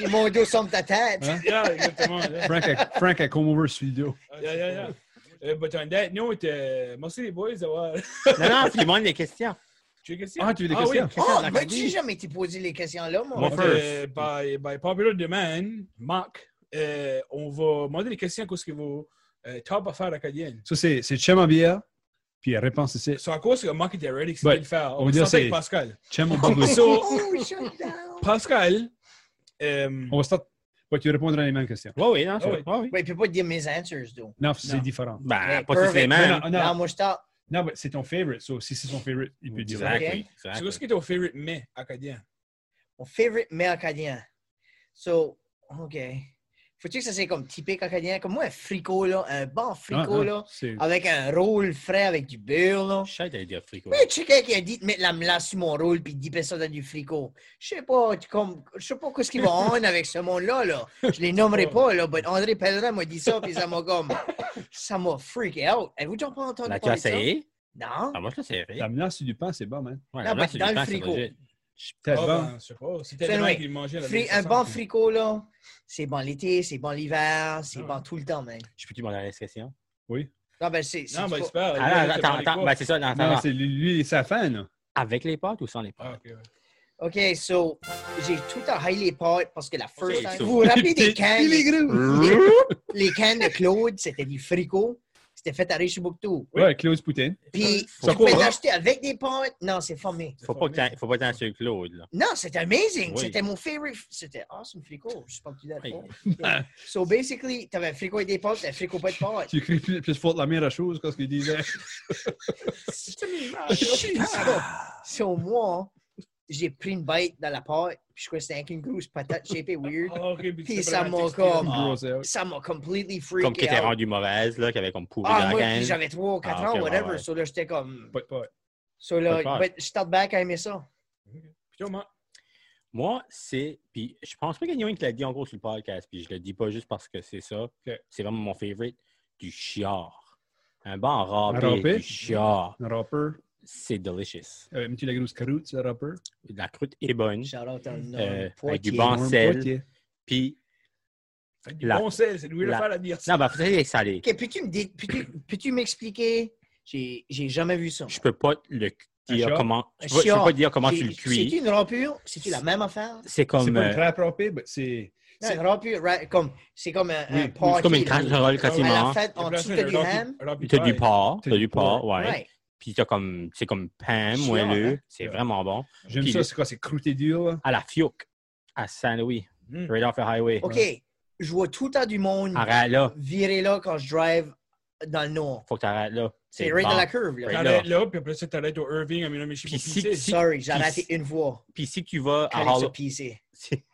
[SPEAKER 3] Et mon dos somme ta tête.
[SPEAKER 1] Hein?
[SPEAKER 2] Yeah, exactement. yeah. Ah,
[SPEAKER 1] Frank,
[SPEAKER 3] <laughs>
[SPEAKER 1] a, Frank a come over studio.
[SPEAKER 2] Yeah, yeah, yeah. Euh, but on that note, euh, merci les boys d'avoir...
[SPEAKER 4] Non, non, puis demande des questions.
[SPEAKER 2] Tu as des questions?
[SPEAKER 1] Ah, tu veux des
[SPEAKER 2] Ah,
[SPEAKER 1] questions?
[SPEAKER 4] Qu'est-ce
[SPEAKER 3] Oh,
[SPEAKER 4] qu'on a
[SPEAKER 3] mais
[SPEAKER 4] dit?
[SPEAKER 3] tu n'as jamais été posé les questions là, moi.
[SPEAKER 4] Moi,
[SPEAKER 2] Donc,
[SPEAKER 4] first.
[SPEAKER 2] euh, by, by popular demand, Marc, euh, on va demander des questions qu'est-ce que vos euh, top affaires acadiennes.
[SPEAKER 1] Ça, c'est c'est Chem en bière, puis la réponse, c'est
[SPEAKER 2] C'est à cause que Marc était ready que
[SPEAKER 1] Ouais,
[SPEAKER 2] de le faire.
[SPEAKER 1] on
[SPEAKER 2] On
[SPEAKER 1] va
[SPEAKER 2] va
[SPEAKER 1] dire
[SPEAKER 2] sortir avec
[SPEAKER 1] c'est-
[SPEAKER 2] Pascal.
[SPEAKER 3] <laughs>
[SPEAKER 1] Chem en bourbon.
[SPEAKER 2] So,
[SPEAKER 3] Oh, shut down.
[SPEAKER 2] Pascal, euh,
[SPEAKER 1] On va start. Ouais, tu répondras à les mêmes questions.
[SPEAKER 4] Oui, oui, non, c'est
[SPEAKER 2] Ah oui.
[SPEAKER 4] oui, oui.
[SPEAKER 3] Ouais, Ben, il peut pas dire mes answers, though.
[SPEAKER 1] Non, c'est
[SPEAKER 2] Non.
[SPEAKER 1] différent.
[SPEAKER 4] Ben,
[SPEAKER 3] Ouais,
[SPEAKER 4] pas tous les
[SPEAKER 3] perfect.
[SPEAKER 1] Non,
[SPEAKER 4] mêmes.
[SPEAKER 1] non,
[SPEAKER 3] Non, moi, je t'en...
[SPEAKER 1] Non, mais c'est ton favorite. So, si c'est son favorite, il peut dire.
[SPEAKER 3] Exact.
[SPEAKER 4] Exactly.
[SPEAKER 2] c'est
[SPEAKER 4] exactly.
[SPEAKER 2] quoi ce qui est ton favorite mets acadien?
[SPEAKER 3] Mon favorite mets acadien. So, OK. Faut-tu que ça c'est comme typique acadien? Comme moi, un fricot, là, un bon
[SPEAKER 1] Non,
[SPEAKER 3] fricot,
[SPEAKER 1] non,
[SPEAKER 3] là,
[SPEAKER 1] Ah,
[SPEAKER 3] Ah,
[SPEAKER 1] c'est-
[SPEAKER 3] avec un roll frais avec du beurre, là.
[SPEAKER 4] Je sais d'aller dire fricot.
[SPEAKER 3] Mais quelqu'un qui a dit de mettre la melasse sur mon roll puis dipper ça dans du fricot. Je sais pas, tu- comme, je sais pas ce <laughs> qu'ils vont on avec ce monde-là, là. Je les nommerai pas, là, mais André Pellerin m'a dit ça puis ça m'a comme, ça m'a freaké out. Avez-vous déjà pas entendu
[SPEAKER 4] Là, tu as
[SPEAKER 3] parler de ça?
[SPEAKER 4] essayé?
[SPEAKER 3] Non.
[SPEAKER 4] Ah, moi, je l'ai essayé.
[SPEAKER 1] La menace sur du pain, c'est bon, man.
[SPEAKER 4] Ouais,
[SPEAKER 3] Non,
[SPEAKER 4] la
[SPEAKER 3] mais
[SPEAKER 4] masse, c'est
[SPEAKER 3] dans
[SPEAKER 4] du
[SPEAKER 3] le
[SPEAKER 4] temps, c'est
[SPEAKER 3] frigo.
[SPEAKER 4] legit.
[SPEAKER 1] T'es
[SPEAKER 2] Ah,
[SPEAKER 1] bon.
[SPEAKER 2] ben, je sais pas. C'était
[SPEAKER 3] C'est
[SPEAKER 2] le
[SPEAKER 3] vrai.
[SPEAKER 2] mec qui le mangeait. à la
[SPEAKER 3] Fri-
[SPEAKER 2] même
[SPEAKER 3] un
[SPEAKER 2] façon.
[SPEAKER 3] bon fricot, là, Ah. c'est bon l'été, c'est bon l'hiver, c'est bon tout le temps, man.
[SPEAKER 4] Je peux-tu demander la question?
[SPEAKER 1] Oui.
[SPEAKER 3] Non, ben, c'est. c'est-
[SPEAKER 2] Non,
[SPEAKER 3] tu
[SPEAKER 2] mais
[SPEAKER 3] peux-
[SPEAKER 2] c'est pas.
[SPEAKER 4] Ah,
[SPEAKER 2] les
[SPEAKER 4] non,
[SPEAKER 2] gars, c'est
[SPEAKER 4] attends,
[SPEAKER 2] pas les
[SPEAKER 4] attends.
[SPEAKER 2] quoi.
[SPEAKER 4] Ben, c'est ça. non, attends,
[SPEAKER 1] Non,
[SPEAKER 4] attends.
[SPEAKER 1] c'est lui- lui et sa fan, là.
[SPEAKER 4] Avec les pâtes ou sans les
[SPEAKER 2] Ah,
[SPEAKER 4] pâtes?
[SPEAKER 2] ok, ouais.
[SPEAKER 3] OK, so, j'ai tout enhaï les pâtes parce que la first
[SPEAKER 4] Ok,
[SPEAKER 3] time...
[SPEAKER 4] so-
[SPEAKER 3] Vous vous
[SPEAKER 1] <laughs>
[SPEAKER 3] rappelez des cannes?
[SPEAKER 1] Il est gros.
[SPEAKER 3] les cannes de Claude, c'était des fricots. C'était fait à Richibouctou.
[SPEAKER 1] Ouais, Klaus Poutine.
[SPEAKER 3] Puis,
[SPEAKER 1] Ça
[SPEAKER 3] tu pouvais
[SPEAKER 1] court, hein?
[SPEAKER 3] l'acheter avec des pâtes. Non, c'est formé.
[SPEAKER 4] Faut pas que t'en- faut pas que t'en sur Claude, là.
[SPEAKER 3] Non, c'était amazing.
[SPEAKER 4] Oui.
[SPEAKER 3] C'était mon favorite. C'était awesome fricot. Je suis pas plus
[SPEAKER 4] Oui.
[SPEAKER 3] d'accord. So, basically, t'avais fricot avec des pâtes, t'avais fricot pas de
[SPEAKER 1] <laughs>
[SPEAKER 3] pâtes.
[SPEAKER 1] Tu écris plus, plus fort la meilleure chose qu'est-ce qu'il disait.
[SPEAKER 3] Ah. so, moi, j'ai pris une bite dans la pâte. Puis, je crois que c'était avec une grosse patate shapée weird.
[SPEAKER 2] Ah, ok, puis
[SPEAKER 3] Puis
[SPEAKER 2] c'est
[SPEAKER 3] ça
[SPEAKER 2] pas
[SPEAKER 3] m'a
[SPEAKER 2] dans le
[SPEAKER 3] comme-
[SPEAKER 2] textile.
[SPEAKER 1] Gross out.
[SPEAKER 3] Ça m'a completely freaké
[SPEAKER 4] Comme qui était
[SPEAKER 3] out.
[SPEAKER 4] rendu mauvaise, là, qui avait comme
[SPEAKER 3] Ah,
[SPEAKER 4] pourri dans
[SPEAKER 3] moi,
[SPEAKER 4] la
[SPEAKER 3] puis
[SPEAKER 4] canne.
[SPEAKER 3] j'avais 3 ou 4
[SPEAKER 4] Ah,
[SPEAKER 3] ans,
[SPEAKER 4] ok, ouais,
[SPEAKER 3] whatever.
[SPEAKER 4] ouais.
[SPEAKER 3] So, là, j'étais comme...
[SPEAKER 1] Pas de pâte.
[SPEAKER 3] So, là,
[SPEAKER 4] Pas de
[SPEAKER 3] but je start back à aimer ça.
[SPEAKER 2] Puis toi, moi,
[SPEAKER 4] Moi, c'est. Puis je pense pas qu'il y en a une qui l'a dit en gros sur le podcast, puis je le dis pas juste parce que c'est ça. C'est vraiment mon favorite. Du chiard. Un bon râpé,
[SPEAKER 1] râpé?
[SPEAKER 4] du chiard.
[SPEAKER 1] Un rapper.
[SPEAKER 4] C'est delicious.
[SPEAKER 1] Euh, Aimes-tu la grosse croûte, ce rapper?
[SPEAKER 4] La croûte est bonne.
[SPEAKER 3] Shout-out à un homme.
[SPEAKER 4] Euh, avec
[SPEAKER 3] Poitiers.
[SPEAKER 4] du bon- En sel.
[SPEAKER 1] Poitiers.
[SPEAKER 4] Puis,
[SPEAKER 2] fait du
[SPEAKER 4] La-
[SPEAKER 2] bon sel, c'est lui
[SPEAKER 4] la-
[SPEAKER 2] l'affaire à dire ça.
[SPEAKER 4] non, ben, c'est salé.
[SPEAKER 3] OK, peux-tu me dé- peux-tu- peux-tu m'expliquer? J'ai j'ai jamais vu ça.
[SPEAKER 4] Je peux pas le dire
[SPEAKER 1] chiard?
[SPEAKER 4] comment.
[SPEAKER 3] Un
[SPEAKER 4] Je peux, je peux
[SPEAKER 3] chiard.
[SPEAKER 4] pas dire comment tu
[SPEAKER 3] J'ai-
[SPEAKER 4] le
[SPEAKER 3] C'est-tu
[SPEAKER 4] cuis.
[SPEAKER 3] une rampure? C'est-tu la même affaire?
[SPEAKER 4] C'est
[SPEAKER 1] C'est
[SPEAKER 4] comme.
[SPEAKER 1] pas une
[SPEAKER 4] euh,
[SPEAKER 1] trappe rapée, mais c'est.
[SPEAKER 3] Non, une rampure, ra- comme, c'est comme
[SPEAKER 1] Oui,
[SPEAKER 3] un, un
[SPEAKER 1] oui,
[SPEAKER 4] c'est comme une
[SPEAKER 3] party, là.
[SPEAKER 4] casserole
[SPEAKER 3] À la
[SPEAKER 4] quasiment.
[SPEAKER 3] fête,
[SPEAKER 2] Il a
[SPEAKER 3] en
[SPEAKER 2] placé
[SPEAKER 3] dessous,
[SPEAKER 2] un
[SPEAKER 3] t'as du
[SPEAKER 2] rapi-
[SPEAKER 3] ham.
[SPEAKER 2] un rapi
[SPEAKER 4] T'as du
[SPEAKER 2] pie.
[SPEAKER 4] porc, t'as du porc, ouais.
[SPEAKER 3] Ouais.
[SPEAKER 4] Puis t'as comme, c'est comme pain
[SPEAKER 3] Chiant, hein.
[SPEAKER 4] moelleux. C'est
[SPEAKER 1] Ouais.
[SPEAKER 4] vraiment bon.
[SPEAKER 1] J'aime
[SPEAKER 4] Puis
[SPEAKER 1] ça,
[SPEAKER 4] le-
[SPEAKER 1] c'est quoi? C'est croûté dur, là?
[SPEAKER 4] À la Fiouk, à Saint-Louis,
[SPEAKER 1] Hmm.
[SPEAKER 2] Mm.
[SPEAKER 4] right off the highway.
[SPEAKER 3] OK, je vois tout le temps du monde
[SPEAKER 4] Arrête là.
[SPEAKER 3] virer là quand je drive dans le nord.
[SPEAKER 4] Faut que t'arrêtes là.
[SPEAKER 3] C'est right
[SPEAKER 4] bon.
[SPEAKER 3] dans la curve, là.
[SPEAKER 4] Right.
[SPEAKER 2] T'arrêtes là, puis après ça, t'arrêtes au Irving, à Minamichi.
[SPEAKER 4] Puis si- si-
[SPEAKER 3] Sorry, j'ai
[SPEAKER 4] Puis-
[SPEAKER 3] raté une fois
[SPEAKER 4] Puis si tu vas à
[SPEAKER 3] quand il se
[SPEAKER 4] Halloween,
[SPEAKER 3] pissait
[SPEAKER 4] si,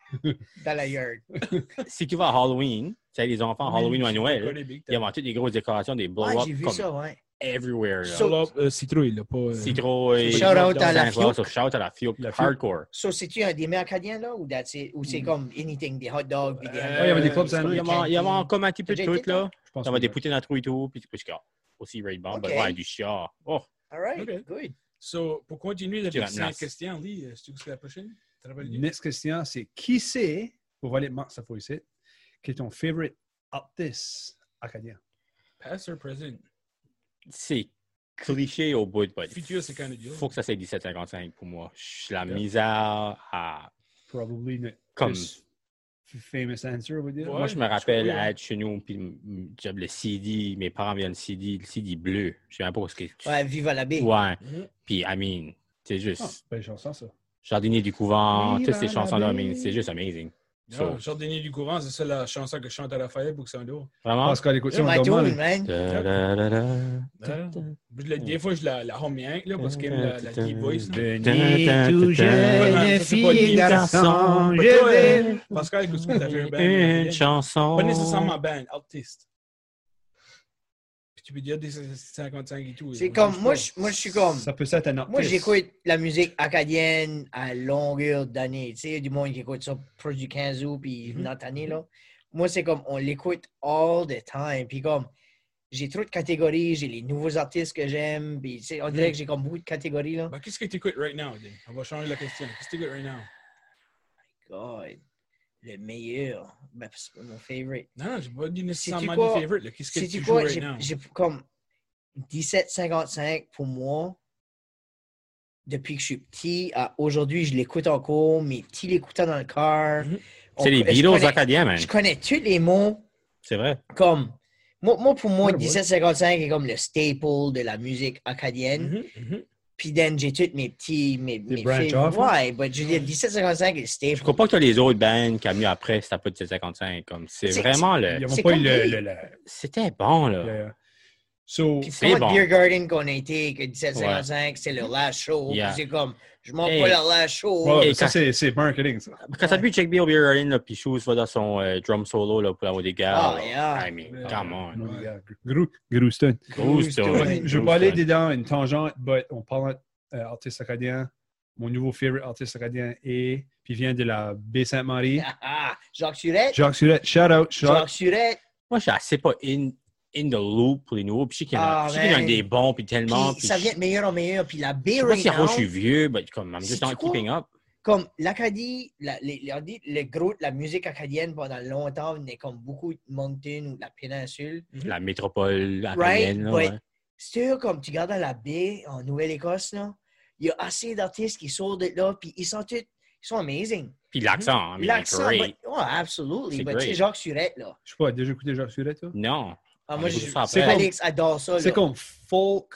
[SPEAKER 3] dans la yard.
[SPEAKER 4] <laughs> si tu vas à Halloween, tu sais, les enfants à Halloween ou à Noël, ils inventent toutes des grosses décorations, des
[SPEAKER 3] Ouais,
[SPEAKER 4] blow-ups
[SPEAKER 3] Ah, j'ai vu
[SPEAKER 4] comme
[SPEAKER 3] ça, ouais.
[SPEAKER 4] everywhere. là.
[SPEAKER 3] So-
[SPEAKER 2] Citrouille, là, pas. euh,
[SPEAKER 4] Citrouille,
[SPEAKER 2] Shout
[SPEAKER 3] out à la
[SPEAKER 4] Saint-Foy,
[SPEAKER 3] Fiouk.
[SPEAKER 4] so shout à la Fiouk,
[SPEAKER 1] La Fiouk.
[SPEAKER 4] hardcore.
[SPEAKER 3] So, c'est-tu un des meilleurs acadiens, là, ou that's it? Ou c'est comme anything, des hot dogs, puis des
[SPEAKER 2] Euh,
[SPEAKER 1] Ouais, il y avait des clubs
[SPEAKER 3] c'est
[SPEAKER 1] à
[SPEAKER 4] Il
[SPEAKER 1] nous.
[SPEAKER 4] y
[SPEAKER 1] Je
[SPEAKER 4] a- Hmm. il y avait comme un petit peu de
[SPEAKER 3] T'as
[SPEAKER 4] tout
[SPEAKER 3] déjà été,
[SPEAKER 4] là.
[SPEAKER 1] pense
[SPEAKER 4] Ça va
[SPEAKER 1] que-
[SPEAKER 4] des poutines à trou et tout, puis du chiard. Aussi right bon,
[SPEAKER 3] Ok.
[SPEAKER 4] mais ouais, du chiard. Oh,
[SPEAKER 3] All right,
[SPEAKER 2] Ok.
[SPEAKER 3] good.
[SPEAKER 2] So, pour continuer
[SPEAKER 4] Tu
[SPEAKER 2] avec
[SPEAKER 4] vas
[SPEAKER 2] la
[SPEAKER 4] menacer.
[SPEAKER 2] question, Lee, euh, c'est la prochaine? Te rappelles-tu?
[SPEAKER 1] Next question, c'est qui c'est, pour aller marquer ça faut ici, qui est ton favorite artist acadien?
[SPEAKER 2] Past or present?
[SPEAKER 4] c'est cliché au bout de body.
[SPEAKER 2] Futur, c'est quand même dur.
[SPEAKER 4] Ben, Faut que ça soit 17,55 pour moi. Je suis la misère à.
[SPEAKER 1] Probably not.
[SPEAKER 4] Comme-
[SPEAKER 1] Plus famous answer, on va dire.
[SPEAKER 2] Ouais.
[SPEAKER 4] Moi, je me
[SPEAKER 2] je
[SPEAKER 4] rappelle
[SPEAKER 2] crois,
[SPEAKER 4] à
[SPEAKER 2] ouais.
[SPEAKER 4] être chez nous, puis m- m- j'avais le CD, mes parents avaient le CD, le CD bleu. Je sais même pas ce que tu.
[SPEAKER 3] Ouais, vive à la baie.
[SPEAKER 4] Ouais.
[SPEAKER 2] Mhm.
[SPEAKER 4] Puis, I mean, c'est juste.
[SPEAKER 1] Ah, belle chanson, ça.
[SPEAKER 4] Jardinier du couvent,
[SPEAKER 1] Viva
[SPEAKER 4] toutes ces
[SPEAKER 1] la
[SPEAKER 4] chansons-là,
[SPEAKER 1] vie.
[SPEAKER 4] mais c'est juste amazing.
[SPEAKER 2] Non,
[SPEAKER 4] So,
[SPEAKER 2] Jardinier du courant, c'est ça la chanson que je chante à Raphaël Buxando.
[SPEAKER 4] vraiment.
[SPEAKER 1] Parce qu'elle écoute ça,
[SPEAKER 3] C'est ma
[SPEAKER 1] on
[SPEAKER 3] tune,
[SPEAKER 1] demande.
[SPEAKER 3] man.
[SPEAKER 4] Da, da, da, da.
[SPEAKER 2] Hein? Je la- Des fois, je la, la home yank, là, parce qu'elle aime la, la deep voice. là.
[SPEAKER 1] Denis, tout jeune,
[SPEAKER 2] Ça, c'est pas
[SPEAKER 1] fille et
[SPEAKER 2] une
[SPEAKER 1] garçon,
[SPEAKER 4] chanson.
[SPEAKER 1] je
[SPEAKER 4] hein.
[SPEAKER 1] vais...
[SPEAKER 2] Pascal, écoute ce que t'as fait un band.
[SPEAKER 4] Une
[SPEAKER 2] Pas
[SPEAKER 4] chanson. eh.
[SPEAKER 2] nécessairement band, artiste. Puis tu peux dire des 55 et tout.
[SPEAKER 3] C'est
[SPEAKER 2] là,
[SPEAKER 3] comme,
[SPEAKER 2] sais
[SPEAKER 3] moi
[SPEAKER 2] pas.
[SPEAKER 3] je, moi, je suis comme,
[SPEAKER 1] Ça peut être un artiste.
[SPEAKER 3] moi, j'écoute la musique acadienne à longueur d'année. Tu sais, du monde qui écoute ça proche du 15 août, puis
[SPEAKER 2] Mhm.
[SPEAKER 3] notre année, là. Moi, c'est comme, on l'écoute all the time. Puis comme, j'ai trop de catégories, j'ai les nouveaux artistes que j'aime, puis tu sais, on dirait que j'ai comme beaucoup de catégories, là.
[SPEAKER 2] Ben, Qu'est-ce que tu écoutes right now? Dan? On va changer la question. Qu'est-ce que tu écoutes right now?
[SPEAKER 3] God, le meilleur. Ben, c'est pas mon favorite.
[SPEAKER 2] Non, non, j'ai pas dit nécessairement
[SPEAKER 3] Sais-tu quoi?
[SPEAKER 2] des favorite. là. Qu'est-ce que
[SPEAKER 3] C'est
[SPEAKER 2] tu joues
[SPEAKER 3] quoi?
[SPEAKER 2] right
[SPEAKER 3] J'ai
[SPEAKER 2] now?
[SPEAKER 3] j'ai comme 17,55 pour moi. Depuis que je suis petit à aujourd'hui, je l'écoute encore. Mes petits l'écoutaient dans le car.
[SPEAKER 2] Mhm.
[SPEAKER 3] On- ben,
[SPEAKER 4] C'est les
[SPEAKER 3] je
[SPEAKER 4] Beatles hein,
[SPEAKER 3] connais-
[SPEAKER 4] acadiens, man.
[SPEAKER 3] Je connais tous les mots
[SPEAKER 4] C'est vrai.
[SPEAKER 3] comme. Moi, moi, pour moi,
[SPEAKER 1] Ouais, ouais.
[SPEAKER 3] 1755 est comme le staple de la musique acadienne.
[SPEAKER 2] Mhm, mhm.
[SPEAKER 3] Puis, then, j'ai tous mes petits. Mes, mes
[SPEAKER 1] branch
[SPEAKER 3] faves-
[SPEAKER 1] off, là?
[SPEAKER 2] hein?
[SPEAKER 3] Ouais, mais je veux dire, 1755 est le
[SPEAKER 4] Je
[SPEAKER 3] staple.
[SPEAKER 4] crois pas que t'as les autres bands qui a mis après, c'était pas 17,55. Comme, c'est
[SPEAKER 3] C'est-
[SPEAKER 4] vraiment le.
[SPEAKER 1] Ils n'ont
[SPEAKER 3] C'est
[SPEAKER 1] pas eu
[SPEAKER 3] comme
[SPEAKER 1] le-
[SPEAKER 3] lui.
[SPEAKER 1] le... le-
[SPEAKER 4] C'était bon, là.
[SPEAKER 1] le- So,
[SPEAKER 3] Puis
[SPEAKER 4] C'est
[SPEAKER 3] c'est
[SPEAKER 4] bon.
[SPEAKER 3] bon. Beer Garden qu'on a été, que 1755, c'est le last show.
[SPEAKER 4] Yeah.
[SPEAKER 3] Puis c'est comme, je m'en
[SPEAKER 4] Hey.
[SPEAKER 3] pas le last show.
[SPEAKER 1] ouais,
[SPEAKER 4] Et
[SPEAKER 1] ça,
[SPEAKER 4] quand-
[SPEAKER 1] c'est c'est marketing, ça.
[SPEAKER 4] Quand t'as vu Check Bill Beerin, là, puis Shoes va dans son euh, drum solo là, pour avoir des gars.
[SPEAKER 3] Ah,
[SPEAKER 4] là.
[SPEAKER 3] yeah.
[SPEAKER 4] I mean,
[SPEAKER 2] Yeah.
[SPEAKER 4] come on.
[SPEAKER 1] Non,
[SPEAKER 2] Ouais.
[SPEAKER 1] les gars, Gru- Gruston.
[SPEAKER 4] Groove Stone.
[SPEAKER 3] Ouais.
[SPEAKER 1] Je vais pas aller dedans une tangente, mais en parlant d'artiste acadien, euh, mon nouveau favorite artiste acadien est, puis vient de la Baie-Sainte-Marie,
[SPEAKER 3] Ah, ah, <laughs> Jacques Surette.
[SPEAKER 1] Jacques Surette. Shout out, Jacques.
[SPEAKER 3] Jacques Surette.
[SPEAKER 4] Moi, je suis assez pas in, in the loop pour les nouveaux. Puis je sais qu'il y en a,
[SPEAKER 3] Ah,
[SPEAKER 4] je sais qu'il y en a
[SPEAKER 3] man.
[SPEAKER 4] des bons, puis tellement.
[SPEAKER 3] Puis
[SPEAKER 4] Puis
[SPEAKER 3] ça
[SPEAKER 4] je-
[SPEAKER 3] vient de meilleur en meilleur. Puis la
[SPEAKER 4] Je
[SPEAKER 3] Beer
[SPEAKER 4] sais pas si
[SPEAKER 3] Right
[SPEAKER 4] Roche, je suis
[SPEAKER 3] Now,
[SPEAKER 4] vieux, mais comme, I'm
[SPEAKER 3] C'est
[SPEAKER 4] just not
[SPEAKER 3] quoi?
[SPEAKER 4] keeping up.
[SPEAKER 3] comme l'Acadie, la, les- les- le gros, la musique acadienne pendant longtemps venait comme beaucoup de mountain ou de la péninsule.
[SPEAKER 1] Mhm.
[SPEAKER 4] La métropole
[SPEAKER 3] Right,
[SPEAKER 4] acadienne, là,
[SPEAKER 3] but
[SPEAKER 4] ouais.
[SPEAKER 3] sûr, comme tu regardes dans la baie en Nouvelle-Écosse, là, il y a assez d'artistes qui sortent de là, puis ils sont tous, ils sont amazing.
[SPEAKER 4] Puis l'accent, I mean,
[SPEAKER 3] L'accent,
[SPEAKER 4] great.
[SPEAKER 3] but- ouais, absolutely.
[SPEAKER 4] C'est
[SPEAKER 3] But tu sais,
[SPEAKER 4] great.
[SPEAKER 3] Jacques Surette, là.
[SPEAKER 1] Je sais pas, déjà écouté Jacques Surette, toi?
[SPEAKER 4] Non.
[SPEAKER 3] Ah, moi,
[SPEAKER 4] Ah,
[SPEAKER 3] je-
[SPEAKER 4] c'est ça,
[SPEAKER 3] c'est
[SPEAKER 1] après.
[SPEAKER 3] Alex adore ça.
[SPEAKER 1] C'est
[SPEAKER 3] là.
[SPEAKER 1] comme folk,